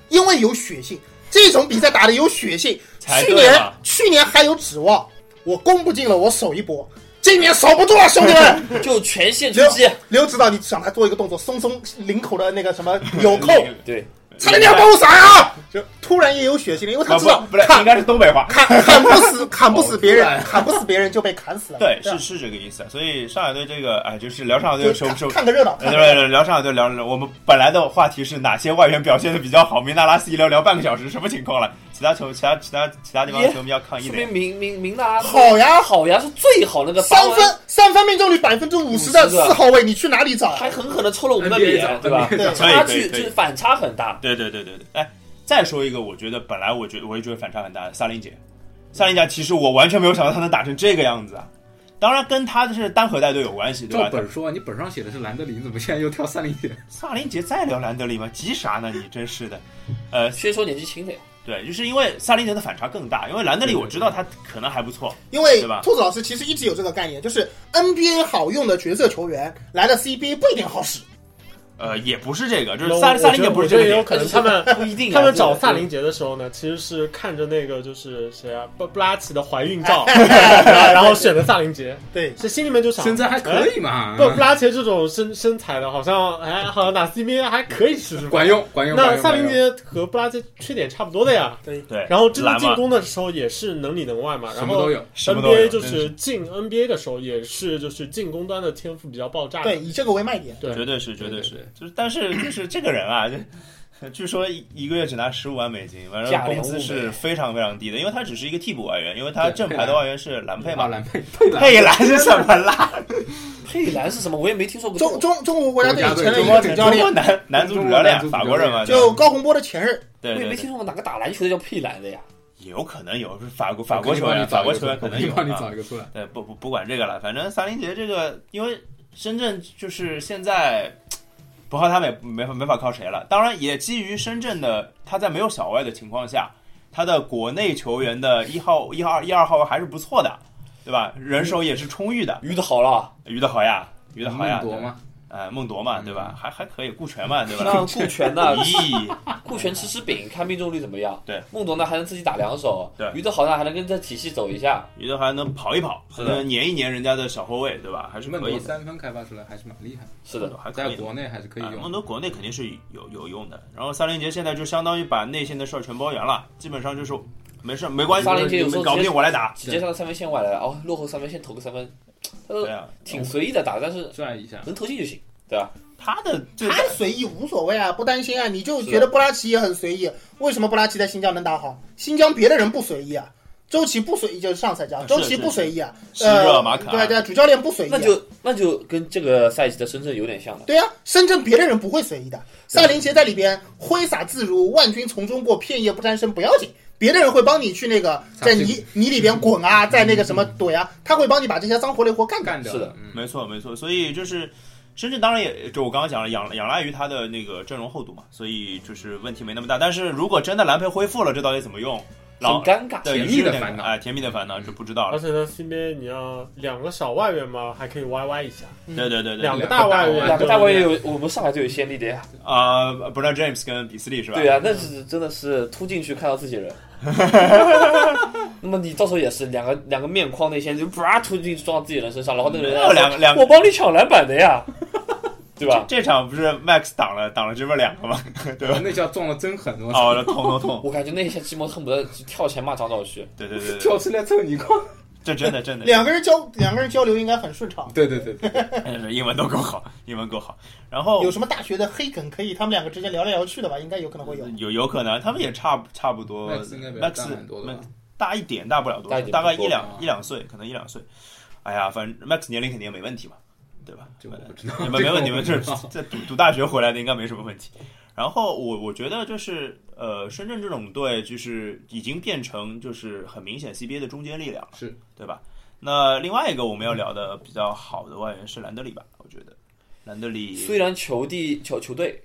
Speaker 2: 因为有血性，这种比赛打的有血性。
Speaker 1: 才
Speaker 2: 去
Speaker 1: 对
Speaker 2: 年
Speaker 1: 嘛
Speaker 2: 去年还有指望，我攻不进了，我守一搏。今年守不住了，兄 弟们！
Speaker 5: 就全线出
Speaker 2: 刘
Speaker 5: 击。
Speaker 2: 刘指导，你想他做一个动作，松松领口的那个 什么有扣，
Speaker 5: 对，
Speaker 2: 差点点把我闪啊！就突然也有血性了，因为他
Speaker 1: 啊
Speaker 2: 知道
Speaker 1: 不不对，
Speaker 2: 砍
Speaker 1: 应该是东北话。
Speaker 2: 砍砍不 死，砍不死别
Speaker 1: 好突
Speaker 2: 人，
Speaker 1: 然
Speaker 2: 砍不死别人就被砍死了嘛。
Speaker 1: 对，
Speaker 2: 吧
Speaker 1: 是是这个意思。所以上海队这个，哎，就是聊上海队
Speaker 2: 就
Speaker 1: 的时候，
Speaker 2: 看
Speaker 1: 是
Speaker 2: 看个热闹，
Speaker 1: 对
Speaker 2: 看个热
Speaker 1: 对
Speaker 2: 闹。
Speaker 1: 对，聊上海队聊聊。我们本来的话题是哪些外援表现的比较好，明纳拉斯一聊聊半个小时，什么情况了？其他球，其他其他其他地方的球迷要抗议
Speaker 5: 说
Speaker 1: 的。
Speaker 5: 明明明明大家
Speaker 2: 好呀，
Speaker 5: 好呀，是最好那个
Speaker 2: 三
Speaker 1: 啊
Speaker 5: 八万
Speaker 2: 分三分命中率百分之五十的
Speaker 5: 50的
Speaker 2: 四号位，你去哪里找？啊
Speaker 5: 还狠狠的抽了我们的
Speaker 4: NBA
Speaker 5: 脸，对吧？
Speaker 2: 对
Speaker 1: 可以
Speaker 5: 差
Speaker 1: 可以
Speaker 5: 距
Speaker 1: 可
Speaker 5: 就
Speaker 1: 以
Speaker 5: 是反差很大。
Speaker 1: 对对对对对，哎，再说一个，我觉得本来我觉得我也觉得反差很大的萨林姐，萨林姐其实我完全没有想到她能打成这个样子啊。当然跟她是单核带队有关系，对
Speaker 4: 照
Speaker 1: 吧？
Speaker 4: 本说，你本上写的是兰德里，你怎么现在又跳三零 点？
Speaker 1: 萨林杰再聊兰德里吗？急啥呢你？真是的，呃，
Speaker 5: 虽说年纪轻的，
Speaker 1: 对，就是因为萨林杰的反差更大，因为兰德里我知道他可能还不错，
Speaker 2: 因为
Speaker 1: 对吧
Speaker 2: 兔子老师其实一直有这个概念，就是 NBA 好用的角色球员来了 CBA 不一定好使。
Speaker 1: 呃，也不是这个，就
Speaker 3: 那
Speaker 1: 是
Speaker 3: 我
Speaker 1: 萨萨林
Speaker 3: 我觉
Speaker 1: 杰
Speaker 3: 得
Speaker 1: 不是这
Speaker 3: 我觉
Speaker 1: 个
Speaker 3: 得也有
Speaker 1: 点，
Speaker 3: 可能他们
Speaker 5: 不一定啊。
Speaker 3: 他们
Speaker 5: 这
Speaker 3: 找
Speaker 5: 个
Speaker 3: 萨林杰的时候呢，其实是看着那个就是谁啊，布布拉奇的怀孕照，然后选的萨林杰，
Speaker 2: 对，
Speaker 3: 是心里面就想
Speaker 4: 身材还可
Speaker 3: 以。
Speaker 4: 以
Speaker 1: 哎
Speaker 4: 嘛？
Speaker 3: 布布拉奇这种身身材的，好像哎，好像打 CBA 还可以试试。
Speaker 4: 嗯管用，管用。管
Speaker 3: 那
Speaker 4: 用
Speaker 3: 萨林
Speaker 4: 管用
Speaker 3: 杰和布拉奇缺点差不多的呀，
Speaker 1: 对，
Speaker 3: 然后真的
Speaker 1: 蓝
Speaker 3: 进
Speaker 1: 嘛，
Speaker 3: 攻的时候也是能里能外嘛，
Speaker 4: 什
Speaker 3: 然
Speaker 4: 么都
Speaker 3: 后
Speaker 4: 有，
Speaker 1: 什么都
Speaker 3: NBA
Speaker 1: 有，
Speaker 3: 就
Speaker 4: 真是
Speaker 3: 是进 NBA 的时候也是就是进攻端的
Speaker 1: 啊
Speaker 3: 天赋比较爆炸的。
Speaker 2: 对，以这个为卖点。
Speaker 1: 绝
Speaker 3: 对，
Speaker 1: 对是，绝对
Speaker 4: 对对
Speaker 1: 是，就是但是就是这个人啊，就据说一一个月只拿十五万美金，反正
Speaker 5: 价廉
Speaker 1: 工资
Speaker 5: 物美
Speaker 1: 是非常非常低的，因为他只是一个替补外援，因为他
Speaker 4: 对
Speaker 1: 正牌的外援是蓝佩
Speaker 4: 啊
Speaker 1: 嘛，
Speaker 4: 蓝 配
Speaker 1: 佩兰是什么啦？
Speaker 5: 佩兰是什么？我也没听说过。
Speaker 2: 中中中国国家队前任
Speaker 4: 中
Speaker 2: 一
Speaker 4: 国
Speaker 2: 个
Speaker 4: 队
Speaker 2: 主
Speaker 1: 中
Speaker 2: 教
Speaker 1: 国
Speaker 2: 练，
Speaker 1: 男男足主教
Speaker 4: 中
Speaker 1: 练，
Speaker 4: 国男足主教练
Speaker 1: 法国人嘛，
Speaker 2: 就高洪波的前任，
Speaker 1: 对
Speaker 5: 我也
Speaker 1: 对
Speaker 5: 没
Speaker 1: 对
Speaker 5: 听，说过哪个打篮球的叫佩兰的呀。
Speaker 1: 有可能有是法国法国球员，法国球员可能有
Speaker 4: 帮你
Speaker 1: 啊。
Speaker 4: 找一个出来。
Speaker 1: 对，不不不管这个了，反正萨林杰这个，因为深圳就是现在不靠他们也没法没法靠谁了。当然，也基于深圳的他在没有小外的情况下，他的国内球员的一号、一号、一二号还是不错的，对吧？人手也是充裕的。
Speaker 5: 鱼的好了，
Speaker 1: 于德豪呀，于德豪呀，
Speaker 4: 多吗？
Speaker 1: 呃，孟铎嘛，对吧？还还可以，顾全嘛，对吧？
Speaker 5: 让嗯顾 全呢？
Speaker 1: 咦，
Speaker 5: 顾全吃吃饼，看命中率怎么样。
Speaker 1: 对，
Speaker 5: 孟董呢还能自己打两手，
Speaker 1: 对
Speaker 5: 于德豪呢还能跟着体系走一下。
Speaker 1: 于德豪还能跑一跑，还
Speaker 5: 是的
Speaker 1: 能粘一粘人家的小后卫，对吧？还是
Speaker 4: 孟
Speaker 1: 可以
Speaker 4: 德
Speaker 1: 的，
Speaker 4: 三分开发出来还是蛮厉害，
Speaker 5: 是的，
Speaker 1: 还可
Speaker 4: 在
Speaker 1: 以的。
Speaker 4: 国内还是可以
Speaker 1: 啊孟
Speaker 4: 用。
Speaker 1: 德国内肯定是有有用的。然后萨林杰现在就相当于把内线的事儿全包圆了，基本上就是没事儿没关系，
Speaker 5: 萨林杰有时候
Speaker 1: 搞不
Speaker 5: 直接
Speaker 1: 定我来打。
Speaker 5: 直接上三分线外来了，哦，落后三分线投个三分，他都
Speaker 1: 对啊，
Speaker 5: 挺随意的打，但是
Speaker 4: 拽一下，
Speaker 5: 能投进就行。
Speaker 1: 他的最大
Speaker 2: 他随意无所谓啊，不担心啊。你就觉得布拉奇也很随意，为什么布拉奇在新疆能打好？新疆别的人不随意啊，周琦不随意就是上赛季啊，
Speaker 1: 是
Speaker 2: 周琦不随意啊，
Speaker 1: 是是热
Speaker 2: 呃
Speaker 1: 马卡，
Speaker 2: 对对，主教练不随意
Speaker 5: 那
Speaker 2: 啊。
Speaker 5: 就那就跟这个赛季的深圳有点像了。
Speaker 2: 对啊，深圳别的人不会随意的，
Speaker 5: 对
Speaker 2: 萨林杰在里边挥洒自如，万军从中过，片叶不沾身不要紧，别的人会帮你去那个在泥泥里边滚
Speaker 1: 嗯
Speaker 2: 啊，在那个什么怼啊，他会帮你把这些脏活累活干掉。
Speaker 4: 干掉。嗯
Speaker 5: 是的，
Speaker 1: 没错没错。所以就是深圳当然也就我刚刚讲了，仰仰赖于他的那个阵容厚度嘛，所以就是问题没那么大。但是如果真的蓝佩恢复了，这到底怎么用？
Speaker 5: 很
Speaker 1: 老
Speaker 5: 尴尬，
Speaker 1: 对
Speaker 4: 甜蜜
Speaker 1: 也是有
Speaker 4: 的
Speaker 1: 点
Speaker 4: 烦恼
Speaker 1: 哎，甜蜜的烦恼就不知道
Speaker 3: 而
Speaker 1: 了。
Speaker 3: 且呢，CBA 你要两个小外援嘛，还可以 YY 一下，
Speaker 2: 嗯
Speaker 1: 对对对对，
Speaker 3: 个大外援，
Speaker 5: 两个大外援
Speaker 3: 对不对，
Speaker 5: 有我们上海就有先例的呀。
Speaker 1: 啊 b r n a James 跟比斯利是吧？嗯
Speaker 5: 对啊呀、那是真的是突进去看到自 己人。那么你到时候也是两个两个面框内线就啪突进去撞到自己人身上，然后那个人
Speaker 1: 没有两个两个
Speaker 5: 我帮你抢篮板 的呀，对吧？
Speaker 1: 这场不是 Max 挡了挡了这边两个吗？ 对吧？
Speaker 4: 那脚撞的真狠，我操！
Speaker 1: 哦，痛痛痛！
Speaker 5: 我感觉那一下寂寞恨不得就跳起来骂张兆旭，
Speaker 1: 对对 对，对
Speaker 4: 跳起来凑你光。
Speaker 1: 这真的真的，
Speaker 2: 两个人交两个人交流应该很顺
Speaker 1: 哦
Speaker 2: 畅，
Speaker 4: 对对对对，
Speaker 1: 英文都够好，英文够好。然后
Speaker 2: 有什么大学的黑梗可以他们两个之间聊来聊去的吧？应该有可能会有。
Speaker 1: 有有可能他们也差差不多
Speaker 4: Max 应该比他大很多的吧
Speaker 1: 大一点，大不了多
Speaker 5: 大
Speaker 1: 少
Speaker 5: 一，点
Speaker 1: 大概
Speaker 5: 不
Speaker 1: 一
Speaker 5: 多
Speaker 1: 两
Speaker 4: 啊
Speaker 1: 一两岁，可能一两岁。哎呀，反正 Max 年龄肯定没问题嘛，对吧？
Speaker 4: 这我不知道
Speaker 1: 你，们没问题，你们这
Speaker 4: 这个我不知道
Speaker 1: 这读读大学回来的应该没什么问题。然后我我觉得就是呃，深圳这种队就是已经变成就是很明显 CBA 的中坚力量了，
Speaker 4: 是
Speaker 1: 对吧？那另外一个我们要聊的比较好的外援是兰德里吧，我觉得兰德
Speaker 5: 虽
Speaker 1: 里
Speaker 5: 然球地球球队，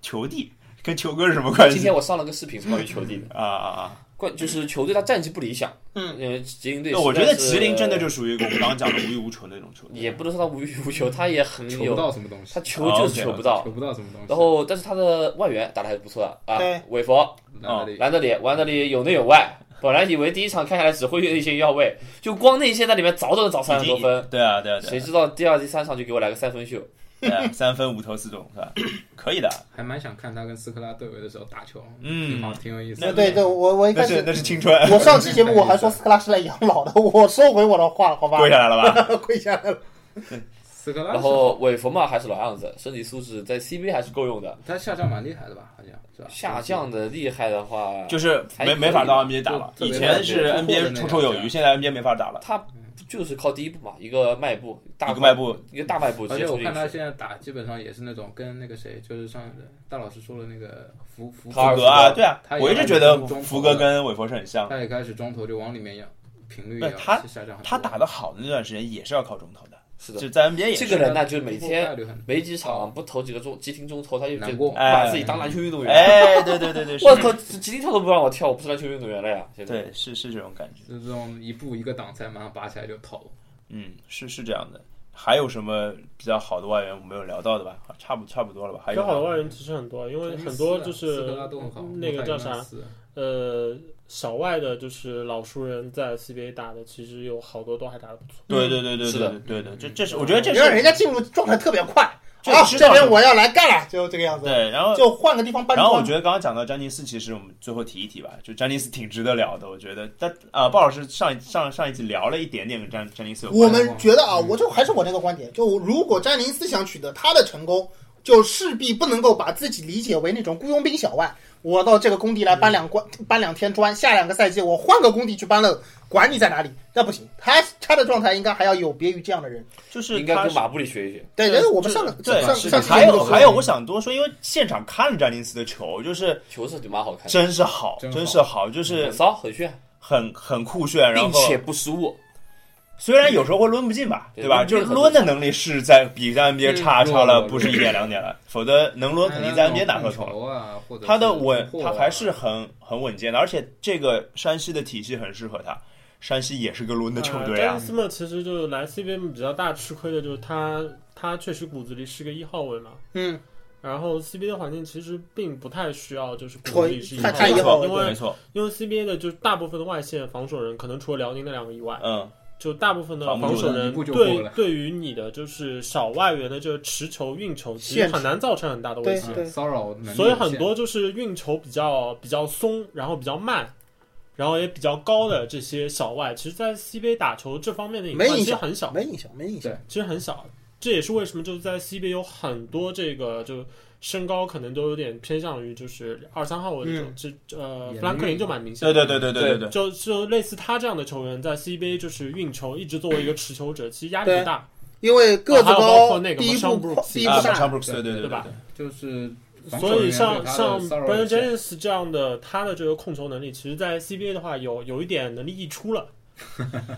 Speaker 1: 球帝跟球哥是什么关系？
Speaker 5: 今天我上了个视频是关于球地的，
Speaker 1: 啊啊啊！
Speaker 5: 关就是球队他战绩不理想，
Speaker 2: 嗯
Speaker 5: 因为吉林队
Speaker 1: 那
Speaker 5: 实在是，
Speaker 1: 我觉得吉林真的就属于我们刚刚讲的无欲无求的那种球队，
Speaker 5: 也不能说他无欲无求，他也很
Speaker 4: 求不
Speaker 5: 有，
Speaker 4: 到什么东西，
Speaker 5: 他球就是
Speaker 1: 啊，OK，
Speaker 5: 求不到
Speaker 4: 求。不到什么东西。
Speaker 5: 然后，但是他的外援打的还是不错的啊
Speaker 2: 对，
Speaker 5: 韦佛
Speaker 1: 哦
Speaker 4: 哪里？
Speaker 5: 兰德里，兰德里有内有外。本来以为第一场看下来只会内线要位，就光内线在里面凿都能凿三
Speaker 1: 已
Speaker 5: 十
Speaker 1: 经
Speaker 5: 多分，
Speaker 1: 对啊对啊对
Speaker 5: 谁
Speaker 1: 啊
Speaker 5: 知道第二、第三场就给我来个三分秀？
Speaker 1: 对啊，三分五投四中是吧？可以的，
Speaker 4: 还蛮想看他跟斯科拉对围的时候打球，挺好，
Speaker 1: 嗯，
Speaker 4: 挺有意思
Speaker 2: 对
Speaker 4: 的。
Speaker 2: 对对，我我一
Speaker 1: 那
Speaker 2: 开
Speaker 1: 是
Speaker 2: 始
Speaker 1: 那是青春，
Speaker 2: 我 上期节目我还说斯科拉是来养老的，我收回我的话了，好吧？
Speaker 1: 跪下来了吧？
Speaker 2: 跪下来了。
Speaker 4: 斯科拉是，
Speaker 5: 然后韦弗嘛还是老样子，身体素质在 CBA 还是够用的。
Speaker 4: 他下降蛮厉害的吧？好像是吧？
Speaker 5: 下降的厉害的话，
Speaker 1: 就是
Speaker 5: 还可
Speaker 1: 没
Speaker 5: 以
Speaker 1: 没法到 NBA 打了，
Speaker 4: 就
Speaker 1: 以
Speaker 4: 特别
Speaker 1: 前是
Speaker 4: 特别
Speaker 1: NBA 绰绰
Speaker 5: 啊
Speaker 1: 有余，现在 NBA 没法打了，
Speaker 5: 他就是靠第一步嘛，一个迈步，大
Speaker 1: 一个迈，步
Speaker 5: 一个大迈步直
Speaker 4: 而
Speaker 5: 接
Speaker 4: 且
Speaker 5: 冲
Speaker 4: 我
Speaker 5: 进
Speaker 4: 看他
Speaker 5: 去。
Speaker 4: 现在打基本上也是那种跟那个谁，就是上大老师说的那个福福
Speaker 5: 卡尔
Speaker 1: 格啊，
Speaker 5: 福格
Speaker 1: 对啊
Speaker 4: 他，也
Speaker 1: 我一直觉得福格跟韦佛是很像的，
Speaker 4: 他也开始中投就往里面要，频率
Speaker 1: 不是
Speaker 4: 要
Speaker 1: 他
Speaker 4: 下降很多。
Speaker 1: 他打的好的那段时间也是要靠中投的，
Speaker 5: 是的，
Speaker 1: 就在 NBA 也是
Speaker 5: 这个人呢，就是每
Speaker 4: 概
Speaker 5: 天
Speaker 4: 率很
Speaker 5: 没几场不投几个中急停中投，他就觉
Speaker 4: 难
Speaker 5: 得
Speaker 4: 过
Speaker 5: 把自己当篮球运动员。
Speaker 1: 哎，对对对 对，是
Speaker 5: 我靠，急停跳都不让我跳，我不是篮球运动员了呀！现在
Speaker 1: 对，是是这种感觉，
Speaker 4: 就这种一步一个挡拆，马上拔起来就投。
Speaker 1: 嗯，是是这样的。还有什么比较好的外援我们没有聊到的吧？啊差不差不多了吧？还
Speaker 3: 比
Speaker 1: 有
Speaker 3: 较
Speaker 1: 吗
Speaker 3: 好的外援其实很多，因为很多就
Speaker 4: 斯科
Speaker 3: 是
Speaker 4: 拉都很好，
Speaker 3: 那个叫啥
Speaker 4: 莫泰伊纳斯
Speaker 3: 呃小外的，就是老熟人在 CBA 打的，其实有好多都还打得不错。
Speaker 1: 对对对对
Speaker 5: 是
Speaker 1: 对
Speaker 5: 的
Speaker 1: 对对对，这这是我觉得这
Speaker 2: 你嗯让人
Speaker 1: 是
Speaker 2: 家进入状态特别快，
Speaker 1: 这
Speaker 2: 啊，
Speaker 1: 是
Speaker 2: 这
Speaker 1: 这样
Speaker 2: 边
Speaker 1: 的
Speaker 2: 我要来干了，就这个样子。
Speaker 1: 对，然后
Speaker 2: 就换个地方搬
Speaker 1: 然后我
Speaker 2: 砖
Speaker 1: 觉。得刚刚讲到詹金斯，其实我们最后提一提吧，就詹金斯挺值得聊的，我觉得。但啊，鲍老师上一上上一集聊了一点点跟詹詹金斯有关，
Speaker 2: 我们觉得啊，我就还是我那个观点，就如果詹宁斯想取得他的成功，就势必不能够把自己理解为那种雇佣兵小外。我到这个工地来
Speaker 1: 嗯
Speaker 2: 搬两关，搬两天砖，下两个赛季我换个工地去搬了，管你在哪里，那不行。他他的状态应该还要有别于这样的人。
Speaker 1: 就是
Speaker 5: 应该
Speaker 1: 他
Speaker 5: 跟马布里学一学。
Speaker 2: 对，
Speaker 1: 对
Speaker 2: 因为我们上个
Speaker 1: 对
Speaker 2: 上
Speaker 5: 是
Speaker 2: 上
Speaker 5: 的
Speaker 2: 期
Speaker 1: 还
Speaker 2: 节目
Speaker 1: 有
Speaker 2: 都说
Speaker 1: 还有，我想多说，因为现场看詹林斯的球，就是
Speaker 5: 球是蛮哎好看的，
Speaker 1: 真是好，
Speaker 4: 真好
Speaker 1: 真是好，就是
Speaker 5: 很骚很炫，
Speaker 1: 很很酷炫，然
Speaker 5: 并
Speaker 1: 后
Speaker 5: 且不失误。
Speaker 1: 虽然有时候会抡不进吧，
Speaker 5: 对
Speaker 1: 对吧？
Speaker 5: 抡不
Speaker 1: 就
Speaker 5: 进
Speaker 1: 是
Speaker 5: 很嗯
Speaker 1: 抡的能力是在比在 NBA 差
Speaker 4: 弱
Speaker 1: 差了
Speaker 4: 弱
Speaker 1: 不是一点两点了，否则能
Speaker 5: 哎
Speaker 1: 抡肯定在 NBA 打
Speaker 4: 打
Speaker 1: 个球了。
Speaker 4: 球啊，或者
Speaker 1: 他的
Speaker 4: 是
Speaker 1: 稳
Speaker 4: 突，破
Speaker 1: 他
Speaker 4: 啊
Speaker 1: 还是很很稳健的，而且这个山西的体系很适合他。山西也是个抡的球队
Speaker 3: 詹
Speaker 1: 啊
Speaker 3: 姆，呃斯嘛，其实就是来 CBA 比较大吃亏的就是他，他确实骨子里是个一号位嘛。
Speaker 2: 嗯，
Speaker 3: 然后 CBA 的环境其实并不太需要，就是骨子
Speaker 2: 纯
Speaker 3: 里是
Speaker 2: 太
Speaker 3: 号
Speaker 2: 太
Speaker 3: 位
Speaker 2: 一号位
Speaker 3: 因
Speaker 1: 对没
Speaker 3: 为
Speaker 1: 错，
Speaker 3: 因为 CBA 的就是大部分的外线防守人，可能除了辽宁那两个以外，
Speaker 1: 嗯，
Speaker 3: 就大部分的
Speaker 1: 防不
Speaker 3: 防
Speaker 1: 住
Speaker 3: 守人
Speaker 4: 一步就过
Speaker 3: 对
Speaker 4: 了
Speaker 3: 对于你的就是少外援的这个持球运球，其实
Speaker 2: 限制
Speaker 3: 很难造成很大的威胁
Speaker 4: 啊。
Speaker 2: 对
Speaker 4: 骚扰能力有限，
Speaker 3: 所以很多就是运球比较比较松，然后比较慢，然后也比较高的这些小外，其实，在 CBA 打球这方面的隐
Speaker 2: 没
Speaker 3: 患
Speaker 2: 影
Speaker 3: 其实
Speaker 2: 响，
Speaker 3: 很小，
Speaker 2: 没影响，没影响
Speaker 4: 对。
Speaker 3: 其实很小。这也是为什么就是在 CBA 有很多这个就身高可能都有点偏向于就是二三号位这
Speaker 2: 嗯
Speaker 3: 种，这呃
Speaker 4: 也
Speaker 3: 弗兰克
Speaker 4: 能
Speaker 3: 林就蛮明显
Speaker 1: 对
Speaker 3: 的。
Speaker 1: 对对对对对对，
Speaker 3: 就就类似他这样的球员，在 CBA 就是运球一直作为一个持球者，其实压力
Speaker 2: 对
Speaker 3: 不大。
Speaker 2: 因为个子
Speaker 3: 啊还有包
Speaker 2: 高
Speaker 3: 括，那个
Speaker 2: 第一
Speaker 3: Marshawn
Speaker 2: 步
Speaker 3: Brooks
Speaker 2: 第一
Speaker 1: 啊
Speaker 2: 步
Speaker 1: 马
Speaker 2: 大
Speaker 1: 上，Brooks，对对
Speaker 3: 对吧
Speaker 4: 就是防守
Speaker 3: 所
Speaker 4: 人
Speaker 3: 以
Speaker 4: 员
Speaker 3: 像
Speaker 4: 对他的
Speaker 3: 像
Speaker 4: 骚扰
Speaker 3: Brandon
Speaker 4: 有限
Speaker 3: Jennings 这样的，他的这个控球能力，其实，在 CBA 的话有有一点能力溢出了，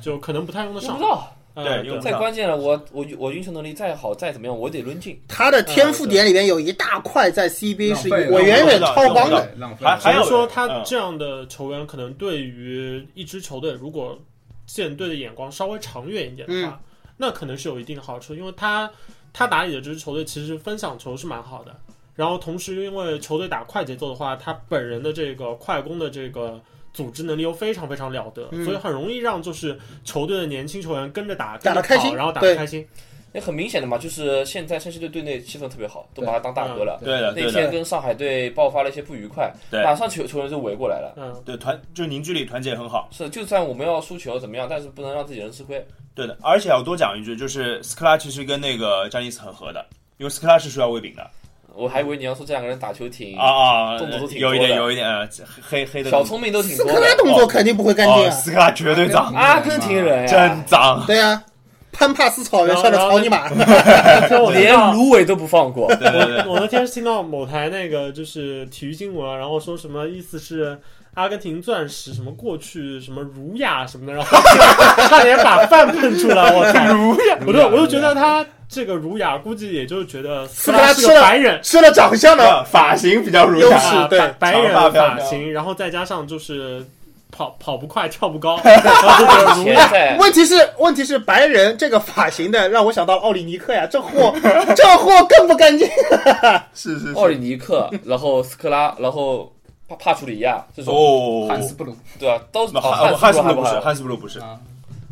Speaker 3: 就可能不太用得
Speaker 5: 用
Speaker 3: 上
Speaker 5: 不。到，
Speaker 3: 呃
Speaker 1: 对用不到
Speaker 5: 再关键了，我我我运球能力再好再怎么样，我得抡进。
Speaker 2: 他的天赋点里面有一大块在 CBA 是
Speaker 4: 浪费了
Speaker 2: 我远远超
Speaker 1: 帮
Speaker 2: 纲
Speaker 1: 的
Speaker 2: 的，
Speaker 4: 对浪费
Speaker 1: 哦还还
Speaker 4: 了
Speaker 1: 有
Speaker 3: 只是说
Speaker 1: 嗯
Speaker 3: 他这样的球员，可能对于一支球队，如果舰队的眼光稍微长远一点的
Speaker 2: 嗯
Speaker 3: 话，那可能是有一定的好处，因为他他打理的这支球队其实分享球是蛮好的，然后同时因为球队打快节奏的话，他本人的这个快攻的这个。组织能力又非常非常了得，
Speaker 2: 嗯
Speaker 3: 所以很容易让就是球队的年轻球员跟着打，
Speaker 2: 打得
Speaker 3: 跟着
Speaker 2: 开
Speaker 3: 跑
Speaker 2: 心
Speaker 3: 然后打
Speaker 2: 对
Speaker 3: 得开心。
Speaker 5: 也很明显的嘛，就是现在山西队队内气氛特别好，都把他当大哥了。
Speaker 1: 对的
Speaker 5: 那
Speaker 1: 对
Speaker 5: 天
Speaker 1: 的
Speaker 5: 跟上海队爆发了一些不愉快，
Speaker 1: 对
Speaker 5: 马上球球员就围过来了。
Speaker 3: 嗯，
Speaker 1: 对团就凝聚力团结很好，
Speaker 5: 是，就算我们要输球怎么样，但是不能让自己人吃亏。
Speaker 1: 对的，而且要多讲一句，就是斯科拉其实跟那个詹尼斯很合的，因为斯科拉是需要喂饼的
Speaker 5: 我还以为你要说这两个人打球挺
Speaker 1: 啊啊，
Speaker 5: 嗯动作都挺多
Speaker 1: 有
Speaker 5: 的
Speaker 1: 一点有一点呃黑黑的
Speaker 5: 小聪明都挺
Speaker 2: 斯
Speaker 5: 多
Speaker 2: 科拉
Speaker 5: 的，
Speaker 2: 动作肯定不会干净
Speaker 1: 哦，
Speaker 2: 啊，
Speaker 1: 斯科拉绝对脏，
Speaker 5: 阿根廷人呀
Speaker 1: 真，脏，
Speaker 2: 对呀，潘帕斯草原上的草泥马，
Speaker 3: 那天我听
Speaker 5: 连
Speaker 3: 到
Speaker 5: 芦苇都不 放过。
Speaker 1: 对对 对，
Speaker 3: 我那天是听到某台那个就是体育新闻，然后说什么意思是阿根廷钻石什么过去什么儒雅什么的，然后差点把饭喷出来，我操！儒雅，我就我就觉得他这个儒雅估计也就是觉得斯拉是
Speaker 2: 斯拉
Speaker 3: 个白人。
Speaker 2: 吃了长相 的
Speaker 1: 发型比较儒
Speaker 2: 优
Speaker 1: 雅
Speaker 2: 势
Speaker 3: 啊
Speaker 2: 对
Speaker 3: 白白人
Speaker 1: 长发飘飘
Speaker 3: 发型，然后再加上就是跑跑不快，跳不高，然后就觉得儒
Speaker 5: 前
Speaker 3: 雅
Speaker 5: 在
Speaker 2: 问题是，问题是白人这个发型的让我想到了奥里尼克呀，这货这货更不干净。
Speaker 1: 是是
Speaker 5: 奥里尼克，然后斯科拉，然后帕帕楚里亚这种，
Speaker 1: 哦，
Speaker 4: 汉斯布鲁
Speaker 5: 对吧？都
Speaker 1: 那汉
Speaker 5: 哦
Speaker 1: 汉斯布
Speaker 5: 还
Speaker 1: 鲁不
Speaker 5: 还
Speaker 1: 是，汉斯布鲁不是，
Speaker 4: 啊，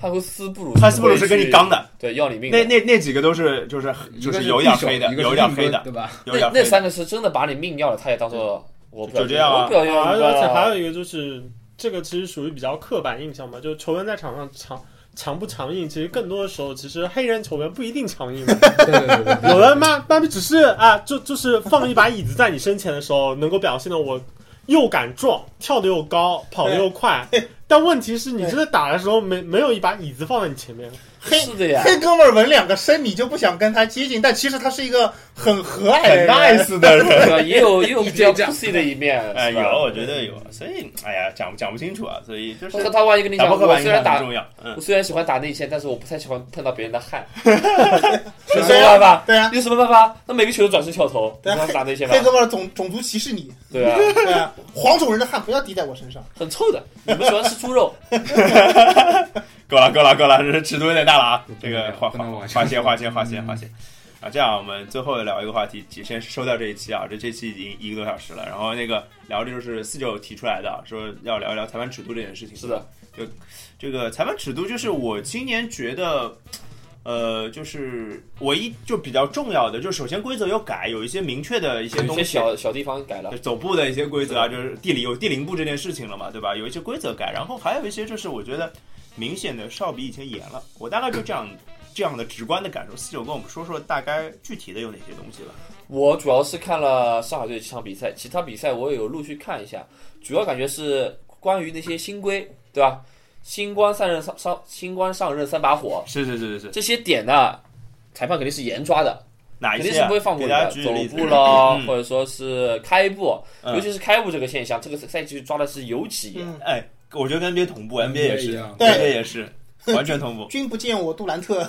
Speaker 5: 汉斯布鲁，
Speaker 1: 汉斯布鲁是跟你刚
Speaker 5: 的，
Speaker 1: 的，
Speaker 5: 对，要你命的。
Speaker 1: 那那那几个都是就是就
Speaker 4: 一个
Speaker 1: 是有点
Speaker 4: 匕首
Speaker 1: 黑的
Speaker 4: 一，个是
Speaker 1: 有点
Speaker 4: 硬
Speaker 1: 黑
Speaker 4: 棍
Speaker 1: 的，
Speaker 4: 对吧？
Speaker 1: 有点
Speaker 5: 那
Speaker 1: 黑的，
Speaker 5: 三个是真的把你命要了，他也当做我不要
Speaker 1: 就这样啊
Speaker 5: 我不要要
Speaker 3: 而
Speaker 5: 你
Speaker 3: 而且
Speaker 5: 的
Speaker 3: 还有一个就是，这个其实属于比较刻板印象嘛，就是球员在场上强强不强硬，其实更多的时候，其实黑人球员不一定强硬嘛，
Speaker 4: 对对对对对
Speaker 3: 有的妈妈咪只是啊，就就是放一把椅子在你身前的时候，能够表现的我又敢撞，跳得又高，跑得又快。但问题是你真的打的时候，没没有一把椅子放在你前面，
Speaker 2: 黑
Speaker 5: 是的呀，
Speaker 2: 黑哥们儿纹两个身，你就不想跟他接近，但其实他是一个很和蔼的
Speaker 1: 很
Speaker 2: 人
Speaker 1: nice 的人。
Speaker 5: 对吧？也有也 有比较
Speaker 4: 一见
Speaker 5: pussy 的一面，
Speaker 1: 哎，
Speaker 5: 是
Speaker 1: 有，
Speaker 5: 吧
Speaker 1: 我觉得有，所以哎呀，讲讲不清楚啊，所以就是
Speaker 5: 他他万一跟你
Speaker 1: 打
Speaker 5: 讲，
Speaker 1: 不合
Speaker 5: 我
Speaker 1: 板
Speaker 5: 虽
Speaker 1: 印
Speaker 5: 然
Speaker 1: 象很
Speaker 5: 打，
Speaker 1: 重要。嗯
Speaker 5: 我，虽然喜欢打内线，但是我不太喜欢碰到别人 的汗，有
Speaker 2: 对啊
Speaker 5: 什么办法？
Speaker 2: 对啊，
Speaker 5: 有什么办法？那每个球都转身跳投，
Speaker 2: 对
Speaker 5: 你
Speaker 2: 啊
Speaker 5: 要打内线吧
Speaker 2: 黑？哥们儿种种族歧视你，
Speaker 5: 对啊，
Speaker 2: 对啊， 黄种人的汗不要滴在我身上。
Speaker 5: 很臭的。你们喜欢吃猪 肉？
Speaker 1: 够了，够了，够了，这是尺度有点大了啊！这个划
Speaker 4: 不
Speaker 1: 划
Speaker 4: 能往下
Speaker 1: 划线，划线，划线，划线。啊，这样我们最后聊一个话题，先收掉这一期啊，这这期已经一个多小时了。然后那个聊的就是四九提出来的啊，说要聊一聊裁判尺度这件事情。
Speaker 5: 是的，
Speaker 1: 这个裁判尺度就是我今年觉得，呃，就是唯一就比较重要的，就首先规则有改，有一些明确的一些
Speaker 5: 有
Speaker 1: 东
Speaker 5: 些
Speaker 1: 西，啊
Speaker 5: 小小地方改了
Speaker 1: 就，走步的一些规则啊，就是地理有地零步这件事情了嘛，对吧？有一些规则改，然后还有一些就是我觉得明显的少比以前严了。我大概就这样这这样的直观的感受，四九跟我们说说大概具体的有哪些东西吧。
Speaker 5: 我主要是看了上海队这场比赛，其他比赛我也有陆续看一下，主要感觉是关于那些新规，对吧？新官上任上上新官上任三把火，
Speaker 1: 是是是是是，
Speaker 5: 这些点呢，裁判肯定是严抓的，
Speaker 1: 哪
Speaker 5: 肯
Speaker 1: 一
Speaker 5: 定
Speaker 1: 些
Speaker 5: 是
Speaker 1: 啊？
Speaker 5: 不会放过
Speaker 1: 给
Speaker 5: 你
Speaker 1: 大家
Speaker 5: 的。
Speaker 1: 举
Speaker 5: 走
Speaker 1: 个例子
Speaker 5: 步咯，
Speaker 1: 嗯
Speaker 5: 或者说是开步，
Speaker 1: 嗯
Speaker 5: 尤其是开步这个现象，这个赛季抓的是尤其严。
Speaker 2: 嗯
Speaker 1: 哎，我觉得跟 NBA 同步
Speaker 4: NBA
Speaker 1: ，NBA 也
Speaker 4: 一
Speaker 1: 是
Speaker 4: 样
Speaker 2: 对。
Speaker 1: ，NBA 也是完全同步
Speaker 2: 君不见我杜兰特，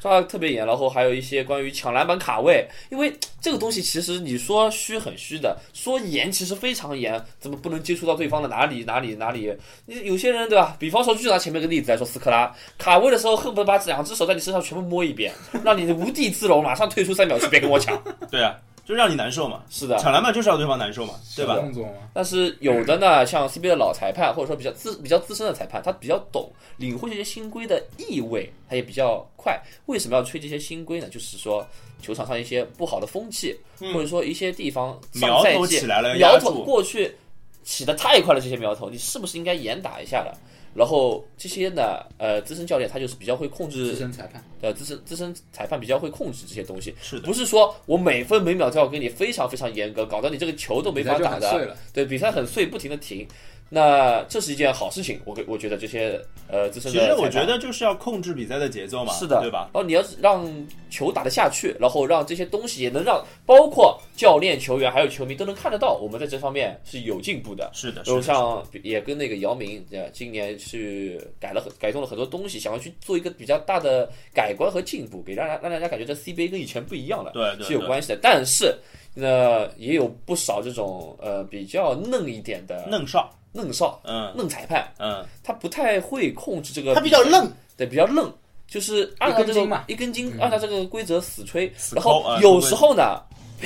Speaker 5: 抓的特别严，然后还有一些关于抢篮板卡位，因为这个东西其实你说虚很虚的，说严其实非常严，怎么不能接触到对方的哪里哪里哪里？你有些人对吧？比方说就拿前面个例子来说，斯科拉卡位的时候恨不得把两只手在你身上全部摸一遍，让你无地自容，马上退出三秒去，别跟我抢。
Speaker 1: 对啊，就让你难受嘛。
Speaker 5: 是的，
Speaker 1: 抢篮板就是让对方难受嘛，对吧？
Speaker 4: 动作嘛，
Speaker 5: 但是有的呢，像 CBA 的老裁判，或者说比较资比较资深的裁判，他比较懂领会这些新规的意味，他也比较快。为什么要吹这些新规呢？就是说球场上一些不好的风气，或者说一些地方
Speaker 1: 嗯
Speaker 5: 上
Speaker 1: 苗
Speaker 5: 赛
Speaker 1: 头
Speaker 5: 季
Speaker 1: 起来了，
Speaker 5: 苗
Speaker 1: 压
Speaker 5: 头
Speaker 1: 住。
Speaker 5: 过去起得太快了，这些苗头你是不是应该严打一下了？然后这些呢，呃，资深教练他就是比较会控
Speaker 4: 资
Speaker 5: 制，
Speaker 4: 深裁判，
Speaker 5: 呃，资深资深裁判比较会控制这些东西，
Speaker 1: 是的，
Speaker 5: 不是说我每分每秒都要给你非常非常严格，搞得你这个球都没
Speaker 4: 比
Speaker 5: 法
Speaker 4: 赛就
Speaker 5: 打
Speaker 4: 很
Speaker 5: 的。
Speaker 4: 碎了，
Speaker 5: 对，比赛很碎，不停的停。那这是一件好事情，我给我觉得这些呃资深
Speaker 1: 其
Speaker 5: 的裁
Speaker 1: 实
Speaker 5: 判，
Speaker 1: 我觉得就是要控制比赛的节奏嘛，
Speaker 5: 是的，
Speaker 1: 对吧？？
Speaker 5: 然后你要让球打得下去，然后让这些东西也能让包括教练、球员还有球迷都能看得到，我们在这方面是有进步的。
Speaker 1: 是的，
Speaker 5: 然后
Speaker 1: 是的，
Speaker 5: 像也跟那个姚明，呃，今年去改了很改动了很多东西，想要去做一个比较大的改观和进步，给让让大家感觉这 CBA 跟以前不一样了。
Speaker 1: 对对
Speaker 5: 是有
Speaker 1: 对，
Speaker 5: 关系的。但是，呃，也有不少这种呃比较嫩一点的
Speaker 1: 嫩少，
Speaker 5: 嫩少、
Speaker 1: 嗯
Speaker 5: 嫩啊裁判，
Speaker 1: 嗯，
Speaker 5: 他不太会控制这个，
Speaker 2: 他比较，愣，
Speaker 5: 对，比较愣，就是按照这
Speaker 4: 一根
Speaker 5: 个
Speaker 4: 筋嘛
Speaker 5: 一根筋，按照这个规则死吹，
Speaker 1: 嗯死
Speaker 5: 然
Speaker 1: 抠
Speaker 5: 后
Speaker 1: 啊
Speaker 5: 有时候呢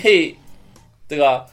Speaker 5: 被这个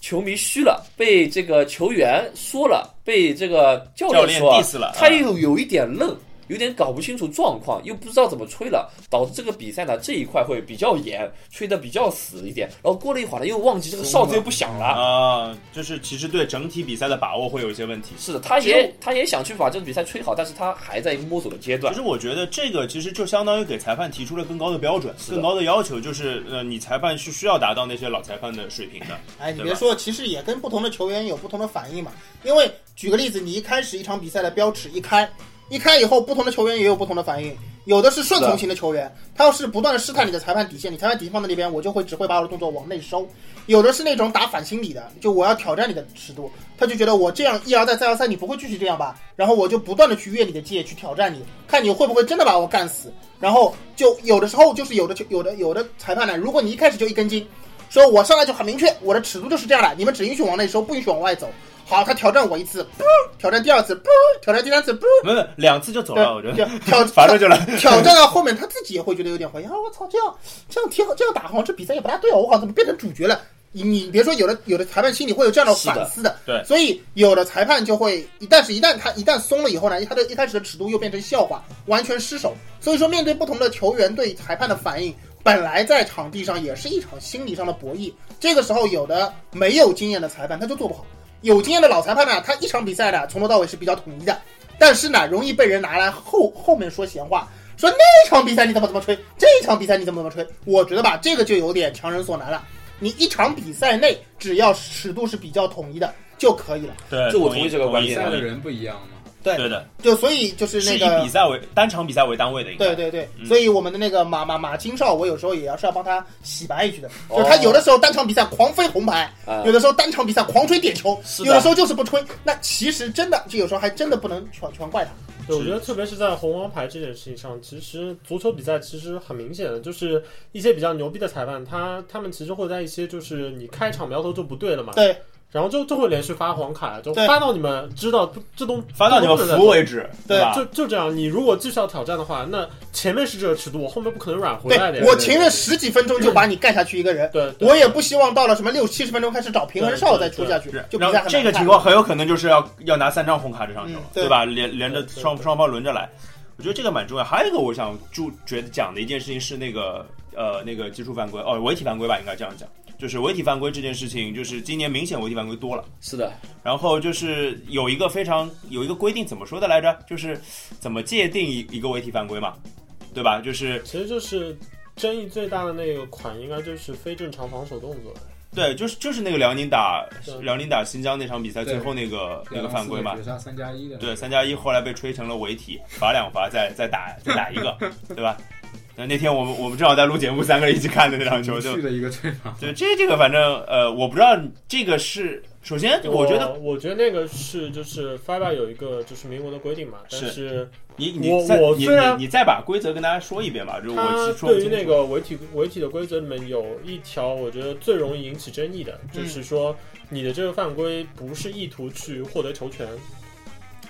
Speaker 5: 球迷虚了，被这个球员说了，被这个教
Speaker 1: 教
Speaker 5: 练
Speaker 1: 练
Speaker 5: 说了
Speaker 1: diss 了，
Speaker 5: 他
Speaker 1: 嗯
Speaker 5: 又有一点愣，有点搞不清楚状况，又不知道怎么吹了，导致这个比赛呢这一块会比较严，吹的比较死一点。然后过了一会儿呢，又忘记这个哨子又不响了。
Speaker 1: 啊，就是其实对整体比赛的把握会有一些问题。
Speaker 5: 是的，他也他也想去把这个比赛吹好，但是他还在一个摸索的阶
Speaker 1: 其
Speaker 5: 段。
Speaker 1: 实我觉得这个其实就相当于给裁判提出了更高的标准、
Speaker 5: 的
Speaker 1: 更高的要求，就是呃，你裁判是需要达到那些老裁判的水平的。
Speaker 2: 哎，你
Speaker 1: 对吧
Speaker 2: 别说，其实也跟不同的球员有不同的反应嘛。因为举个例子，你一开始一场比赛的标尺一开，一开以后，不同的球员也有不同的反应。有的是顺从型的球员，他要是不断的试探你的裁判底线，你裁判底线放在那边，我就会只会把我的动作往内收；有的是那种打反心理的，就我要挑战你的尺度，他就觉得我这样一而再再而三，你不会继续这样吧？然后我就不断的去越你的界，去挑战你，看你会不会真的把我干死。然后就有的时候就是有的球有的有的裁判呢，如果你一开始就一根筋，说我上来就很明确，我的尺度就是这样的，你们只允许往内收，不允许往外走。好，他挑战我一次，不挑战第二次，不挑战第三次，不
Speaker 1: 没有两次就走了，我觉
Speaker 2: 对
Speaker 1: 得
Speaker 2: 挑
Speaker 1: 罚出去 了。
Speaker 2: 挑战到后面，他自己也会觉得有点怀疑啊！我操，这样这样挺好，这样打好像这比赛也不大对哦，我好像怎么变成主角了？你你别说，有的有的裁判心里会有这样的
Speaker 5: 是的
Speaker 2: 反思的，
Speaker 1: 对
Speaker 2: 所以有的裁判就会，一但是一旦他一旦松了以后呢，他的一开始的尺度又变成笑话，完全失手。所以说，面对不同的球员对裁判的反应，本来在场地上也是一场心理上的博弈，这个时候有的没有经验的裁判他就做不好，有经验的老裁判呢，他一场比赛呢从头到尾是比较统一的，但是呢，容易被人拿来后后面说闲话，说那场比赛你怎么怎么吹，这一场比赛你怎么怎么吹。我觉得吧，这个就有点强人所难了。你一场比赛内只要尺度是比较统一的就可以了。
Speaker 1: 对，
Speaker 5: 这我同意这个观
Speaker 4: 比
Speaker 5: 点
Speaker 4: 赛
Speaker 1: 同
Speaker 4: 的
Speaker 1: 意
Speaker 4: 人不一样嘛，
Speaker 1: 对的，
Speaker 2: 就所以就是
Speaker 1: 是
Speaker 2: 那
Speaker 1: 以
Speaker 2: 个
Speaker 1: 比赛为单场比赛为单位的，应该
Speaker 2: 对对对，
Speaker 1: 嗯
Speaker 2: 所以我们的那个马马马金少，我有时候也要是要帮他洗白一句的，就
Speaker 5: 哦
Speaker 2: 是他有的时候单场比赛狂飞红牌，
Speaker 1: 哦
Speaker 5: 啊
Speaker 2: 有的时候单场比赛狂吹点球，
Speaker 5: 是的
Speaker 2: 有的时候就是不吹。那其实真的，就有时候还真的不能全全怪他。
Speaker 3: 对，我觉得特别是在红黄牌这件事情上，其实足球比赛其实很明显的，就是一些比较牛逼的裁判，他他们其实会在一些就是你开场苗头就不对了嘛，
Speaker 2: 对，
Speaker 3: 然后就就会连续发黄卡，就
Speaker 2: 对
Speaker 3: 发到你们知道不这东
Speaker 1: 发到你们
Speaker 3: 这东西
Speaker 1: 服为止，
Speaker 2: 对
Speaker 1: 吧？
Speaker 3: 就就这样，你如果继续要挑战的话，那前面是这个尺度，我后面不可能软回来的
Speaker 2: 对
Speaker 3: 呀。
Speaker 2: 我情愿十几分
Speaker 1: 嗯
Speaker 2: 钟就把你干下去一个人，
Speaker 3: 对，对
Speaker 2: 我也不希望到了什么六七十分钟开始找平衡哨再出下去
Speaker 1: 是，
Speaker 2: 就比
Speaker 1: 然
Speaker 2: 赛
Speaker 1: 后
Speaker 2: 很
Speaker 1: 这个
Speaker 2: 难看
Speaker 1: 情况很有可能就是要要拿三张红卡这场球，
Speaker 2: 嗯对
Speaker 1: 对吧？连连着
Speaker 3: 对对
Speaker 1: 双
Speaker 3: 对
Speaker 1: 双方轮着来，我觉得这个蛮重要。还有一个我想注觉得讲的一件事情是那个呃那个技术犯规哦违体犯规吧，应该这样讲，就是违体犯规这件事情，就是今年明显违体犯规多了。
Speaker 5: 是的，
Speaker 1: 然后就是有一个非常有一个规定怎么说的来着？就是怎么界定一一个违体犯规嘛？对吧？就是
Speaker 3: 其实就是争议最大的那个款，应该就是非正常防守动作。
Speaker 1: 对，就是就是那个辽宁打
Speaker 3: 对
Speaker 1: 辽宁打新疆那场比赛
Speaker 4: 对
Speaker 1: 最后那个那个犯规嘛，
Speaker 4: 绝杀三加
Speaker 3: 呃
Speaker 4: 一的，
Speaker 1: 对，三加一后来被吹成了违体，罚两罚，再再打再打一个， 对吧？那那天我们我们正好在录节目，三个人一起看的那场球，
Speaker 4: 无
Speaker 1: 就
Speaker 4: 趣的一个这场，
Speaker 1: 对这这个反正呃，我不知道这个是首先我觉得
Speaker 3: 我觉得那个是就是 FIBA 有一个就是明文的规定嘛，但
Speaker 1: 是
Speaker 3: 是
Speaker 1: 你你
Speaker 3: 我
Speaker 1: 再
Speaker 3: 我
Speaker 1: 你
Speaker 3: 虽然
Speaker 1: 你你再把规则跟大家说一遍吧，就是
Speaker 3: 它
Speaker 1: 我说不
Speaker 3: 对于
Speaker 1: 清
Speaker 3: 那
Speaker 1: 楚。
Speaker 3: 个违体违体的规则里面有一条，我觉得最容易引起争议
Speaker 1: 嗯
Speaker 3: 的，就是说你的这个犯规不是意图去获得球权，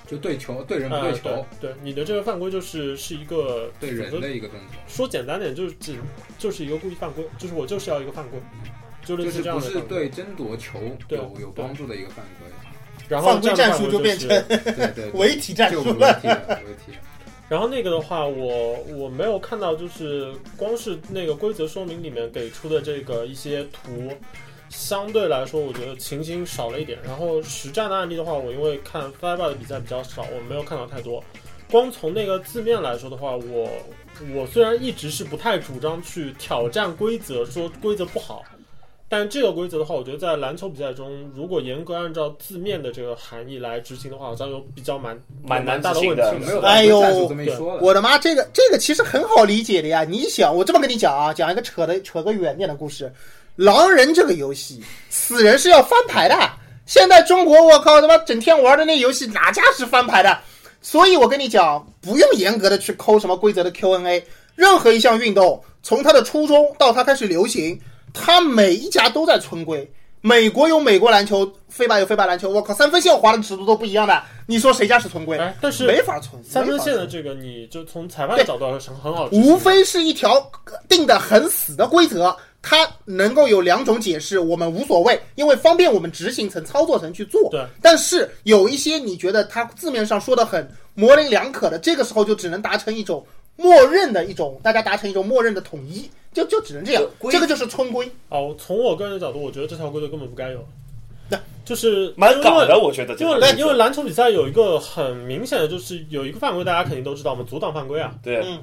Speaker 4: 就对球对人不
Speaker 3: 呃
Speaker 4: 对，球，
Speaker 3: 对对，你的这个犯规就是是一个
Speaker 4: 对
Speaker 3: 怎么
Speaker 4: 人
Speaker 3: 说
Speaker 4: 的一个动作，
Speaker 3: 说简单点就是只就是一个故意犯规，就是我就是要一个犯规，就类
Speaker 4: 就
Speaker 3: 似
Speaker 4: 是
Speaker 3: 这样
Speaker 4: 不
Speaker 3: 的
Speaker 4: 是
Speaker 3: 犯规。
Speaker 4: 对争夺球
Speaker 3: 对
Speaker 4: 有有
Speaker 3: 对
Speaker 4: 帮助的一个犯规，
Speaker 3: 然后
Speaker 2: 犯规
Speaker 3: 这
Speaker 2: 战
Speaker 3: 样的
Speaker 2: 术
Speaker 3: 犯规就
Speaker 2: 变
Speaker 3: 是
Speaker 2: 成
Speaker 4: 对对对，
Speaker 2: 围体战
Speaker 4: 就
Speaker 2: 术
Speaker 4: 不
Speaker 2: 了。
Speaker 4: 问题了，不问题了。
Speaker 3: 然后那个的话，我我没有看到，就是光是那个规则说明里面给出的这个一些图，相对来说，我觉得情形少了一点。然后实战的案例的话，我因为看 FIBA 的比赛比较少，我没有看到太多。光从那个字面来说的话，我我虽然一直是不太主张去挑战规则，说规则不好，但这个规则的话，我觉得在篮球比赛中，如果严格按照字面的这个含义来执行的话，好像有比较蛮
Speaker 5: 蛮难
Speaker 3: 大
Speaker 5: 执
Speaker 3: 的
Speaker 5: 行的
Speaker 3: 问题。
Speaker 4: 就没有
Speaker 2: 哎呦
Speaker 4: 战术这么一说了。
Speaker 2: 我的妈，这个这个其实很好理解的呀。你想，我这么跟你讲啊，讲一个扯的扯个远点的故事，狼人这个游戏，死人是要翻牌的。现在中国，我靠他妈整天玩的那游戏，哪家是翻牌的？所以我跟你讲，不用严格的去抠什么规则的 Q&A，任何一项运动，从它的初衷到它开始流行，它每一家都在村规。美国有美国篮球，非法有非法篮球，我靠，三分线划的尺度都不一样的，你说谁家是村规？
Speaker 3: 哎，但是
Speaker 2: 没法存，
Speaker 3: 三
Speaker 2: 没
Speaker 3: 分
Speaker 2: 法
Speaker 3: 线
Speaker 2: 存
Speaker 3: 的这个，你就从裁判的角度来说很好执行的，
Speaker 2: 无非是一条定的很死的规则，它能够有两种解释，我们无所谓，因为方便我们执行层、操作层去做。
Speaker 3: 对，
Speaker 2: 但是有一些你觉得它字面上说的很模棱两可的，这个时候就只能达成一种默认的一种，大家达成一种默认的统一，就就只能这样
Speaker 5: 呃。规
Speaker 2: 这个就是村规，
Speaker 3: 哦，从我个人的角度，我觉得这条规则根本不该有
Speaker 2: 那，
Speaker 3: 就是
Speaker 5: 蛮
Speaker 3: 因
Speaker 5: 搞
Speaker 3: 为
Speaker 5: 的，我觉得这
Speaker 3: 因
Speaker 5: 个
Speaker 3: 为
Speaker 5: 规则
Speaker 3: 因为篮球比赛有一个很明显的，就是有一个犯规，大家肯定都知道嘛，阻挡犯规啊。
Speaker 5: 对，
Speaker 2: 嗯，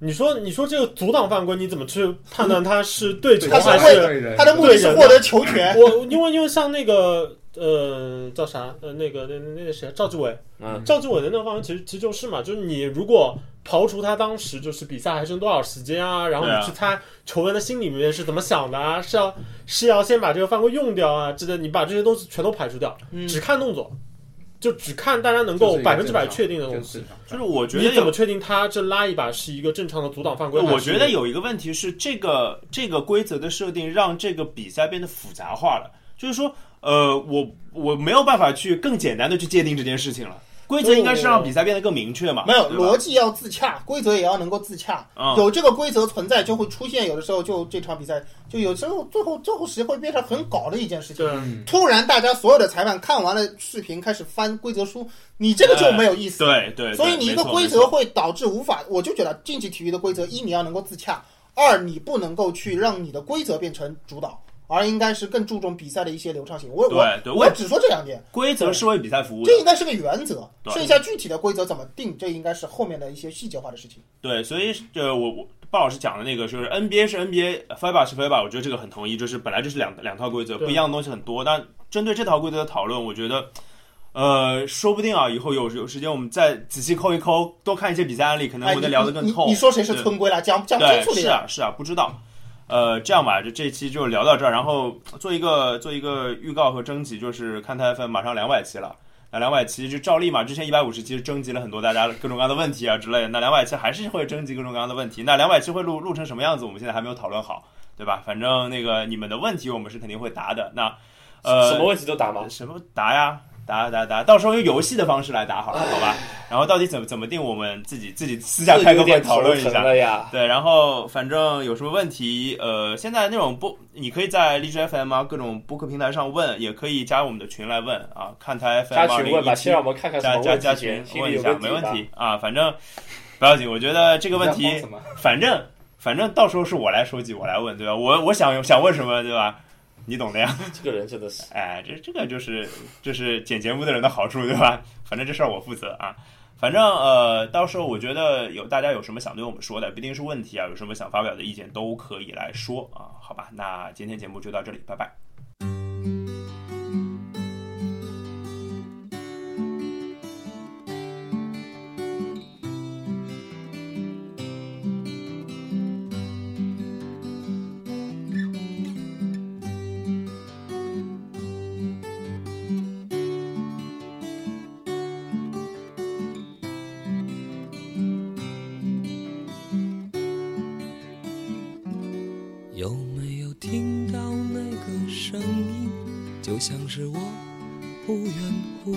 Speaker 3: 你说你说这个阻挡犯规，你怎么去判断它是对球
Speaker 4: 对
Speaker 2: 它
Speaker 3: 还
Speaker 2: 嗯是为了
Speaker 3: 是？
Speaker 4: 对人
Speaker 2: 它的目的是获得球 权。
Speaker 3: 我因为因为像那个呃叫啥呃那个那那那谁赵志伟，
Speaker 5: 嗯，
Speaker 3: 赵志伟的那个方面其实其实就是嘛，就是你如果刨除他当时就是比赛还剩多少时间啊，然后
Speaker 1: 对啊
Speaker 3: 你去猜球员的心里面是怎么想的啊，是要是要先把这个犯规用掉啊之类的，你把这些东西全都排除掉，
Speaker 2: 嗯
Speaker 3: 只看动作，就只看大家能
Speaker 4: 这是
Speaker 3: 够
Speaker 4: 一个
Speaker 3: 百分之百
Speaker 4: 正常
Speaker 3: 确定的
Speaker 4: 这
Speaker 3: 东
Speaker 4: 是
Speaker 3: 西。
Speaker 4: 正常
Speaker 1: 就是我觉得
Speaker 3: 你怎
Speaker 1: 有
Speaker 3: 么确定他这拉一把是一个正常的阻挡犯规？
Speaker 1: 我觉得有一个问题是，这个这个规则的设定让这个比赛变得复杂化了。就是说，呃，我我没有办法去更简单的去界定这件事情了。规则应该是让比赛变得更明确嘛？
Speaker 2: 没有
Speaker 1: 对吧
Speaker 2: 逻辑要自洽，规则也要能够自洽。
Speaker 1: 嗯
Speaker 2: 有这个规则存在，就会出现有的时候就这场比赛就有时候最后最后时会变成很搞的一件事情。
Speaker 3: 对。
Speaker 4: 嗯，
Speaker 2: 突然，大家所有的裁判看完了视频，开始翻规则书，你这个就没有意思。
Speaker 1: 对哎对，对
Speaker 2: 所以你一个规
Speaker 1: 没
Speaker 2: 则
Speaker 1: 错
Speaker 2: 会导致无法，我就觉得竞技体育的规则，一你要能够自洽，二你不能够去让你的规则变成主导，而应该是更注重比赛的一些流畅性。我我
Speaker 1: 对对
Speaker 2: 我
Speaker 1: 我
Speaker 2: 只说这两点，
Speaker 1: 规则是为比赛服务的
Speaker 2: 这，应该是个原则，
Speaker 1: 对
Speaker 2: 剩下具体的规则怎么定，这应该是后面的一些细节化的事情。
Speaker 1: 对，所以呃，我我鲍老师讲的那个就是 NBA 是 NBA，FIBA 是 FIBA，我觉得这个很同意，就是本来就是两两套规则，
Speaker 3: 对
Speaker 1: 不一样的东西很多。但针对这套规则的讨论，我觉得。呃，说不定啊，以后有有时间我们再仔细抠一抠，多看一些比赛案例，可能
Speaker 2: 哎，
Speaker 1: 会
Speaker 2: 你
Speaker 1: 能聊得更
Speaker 2: 你
Speaker 1: 透。
Speaker 2: 你说谁是
Speaker 1: 对
Speaker 2: 村规了？讲讲不清
Speaker 1: 对
Speaker 2: 楚，的
Speaker 1: 是
Speaker 2: 呀。
Speaker 1: 啊，是啊，不知道。呃，这样吧，就这期就聊到这儿，然后做一个做一个预告和征集，就是看台 FM 马上两百期了。那两百期就照例嘛，之前一百五十期征集了很多大家各种各样的问题啊之类的，那两百期还是会征集各种各样的问题。那两百期会录录成什么样子，我们现在还没有讨论好，对吧？反正那个你们的问题我们是肯定会答的。那呃，
Speaker 5: 什么问题都打吗？
Speaker 1: 什么答呀？答答答，到时候用游戏的方式来答好了，好吧？然后到底怎么怎么定，我们自己自己私下
Speaker 5: 这
Speaker 1: 开个
Speaker 5: 有
Speaker 1: 会
Speaker 5: 点
Speaker 1: 讨论一
Speaker 5: 头
Speaker 1: 下
Speaker 5: 疼。了呀。
Speaker 1: 对，然后反正有什么问题，呃，现在那种播，你可以在荔枝 FM 啊各种播客平台上问，也可以加我们的群来问啊，看台 FM
Speaker 5: 加
Speaker 1: 二
Speaker 5: 群
Speaker 1: 零
Speaker 5: 问吧，
Speaker 1: 一
Speaker 5: 先
Speaker 1: 七
Speaker 5: 让，我们看看什
Speaker 1: 加
Speaker 5: 么
Speaker 1: 加
Speaker 5: 问
Speaker 1: 加
Speaker 5: 题
Speaker 1: 群
Speaker 5: 先，心
Speaker 1: 问
Speaker 5: 里
Speaker 1: 一
Speaker 5: 有
Speaker 1: 下，
Speaker 5: 个
Speaker 1: 没
Speaker 5: 底
Speaker 1: 问
Speaker 5: 吧。
Speaker 1: 题啊，反正不要紧，我觉得这个问
Speaker 4: 你在慌
Speaker 1: 题
Speaker 4: 什，么
Speaker 1: 反正反正到时候是我来收集，我来问，对吧？我我想想问什么，对吧？你懂的呀，
Speaker 5: 这个人真的是，
Speaker 1: 哎，这这个就是就是剪节目的人的好处，对吧？反正这事儿我负责啊。反正呃，到时候我觉得有大家有什么想对我们说的，不一定是问题啊，有什么想发表的意见都可以来说啊，好吧？那今天节目就到这里，拜拜。
Speaker 6: 有没有听到那个声音？就像是我忽远忽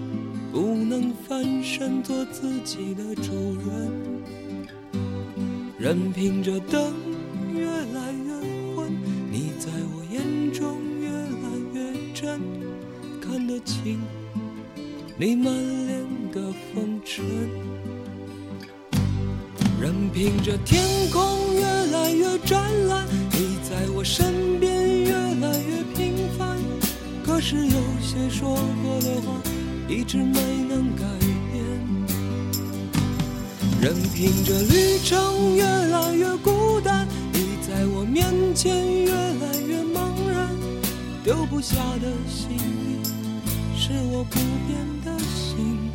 Speaker 6: 不能翻身做自己的主人。任凭这灯越来越昏，你在我眼中越来越真，看得清你满脸的风尘。任凭这天空越来越湛蓝，你在我身边越来越平凡。可是有些说过的话，一直没能改变。任凭这旅程越来越孤单，你在我面前越来越茫然。丢不下的行李，是我不变的心。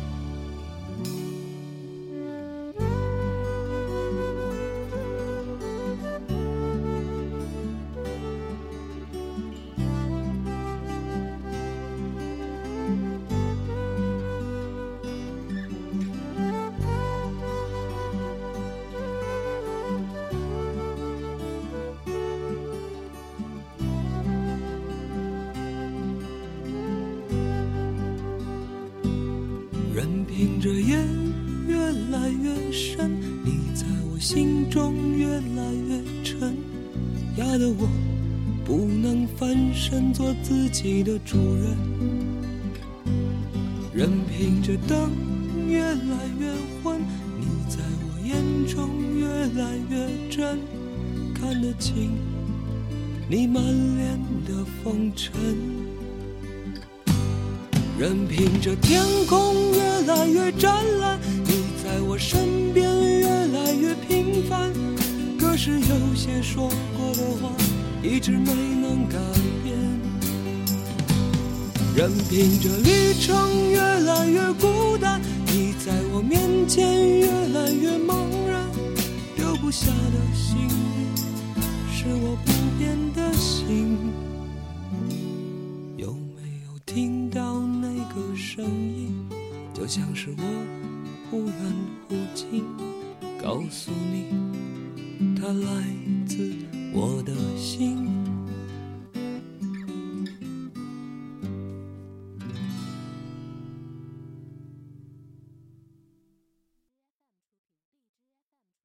Speaker 6: 任凭这夜越来越深，你在我心中越来越沉，压得我不能翻身做自己的主人。任凭这灯越来越昏，你在我眼中越来越真，看得清你满脸的风尘。任凭这天空越来越湛蓝，你在我身边越来越平凡。可是有些说过的话，一直没能改变。任凭这旅程越来越孤单，你在我面前越来越茫然。丢不下的行李，是我不变的心。有没有听到那个声音？就像是我忽远忽近，告诉你，它来自我的心。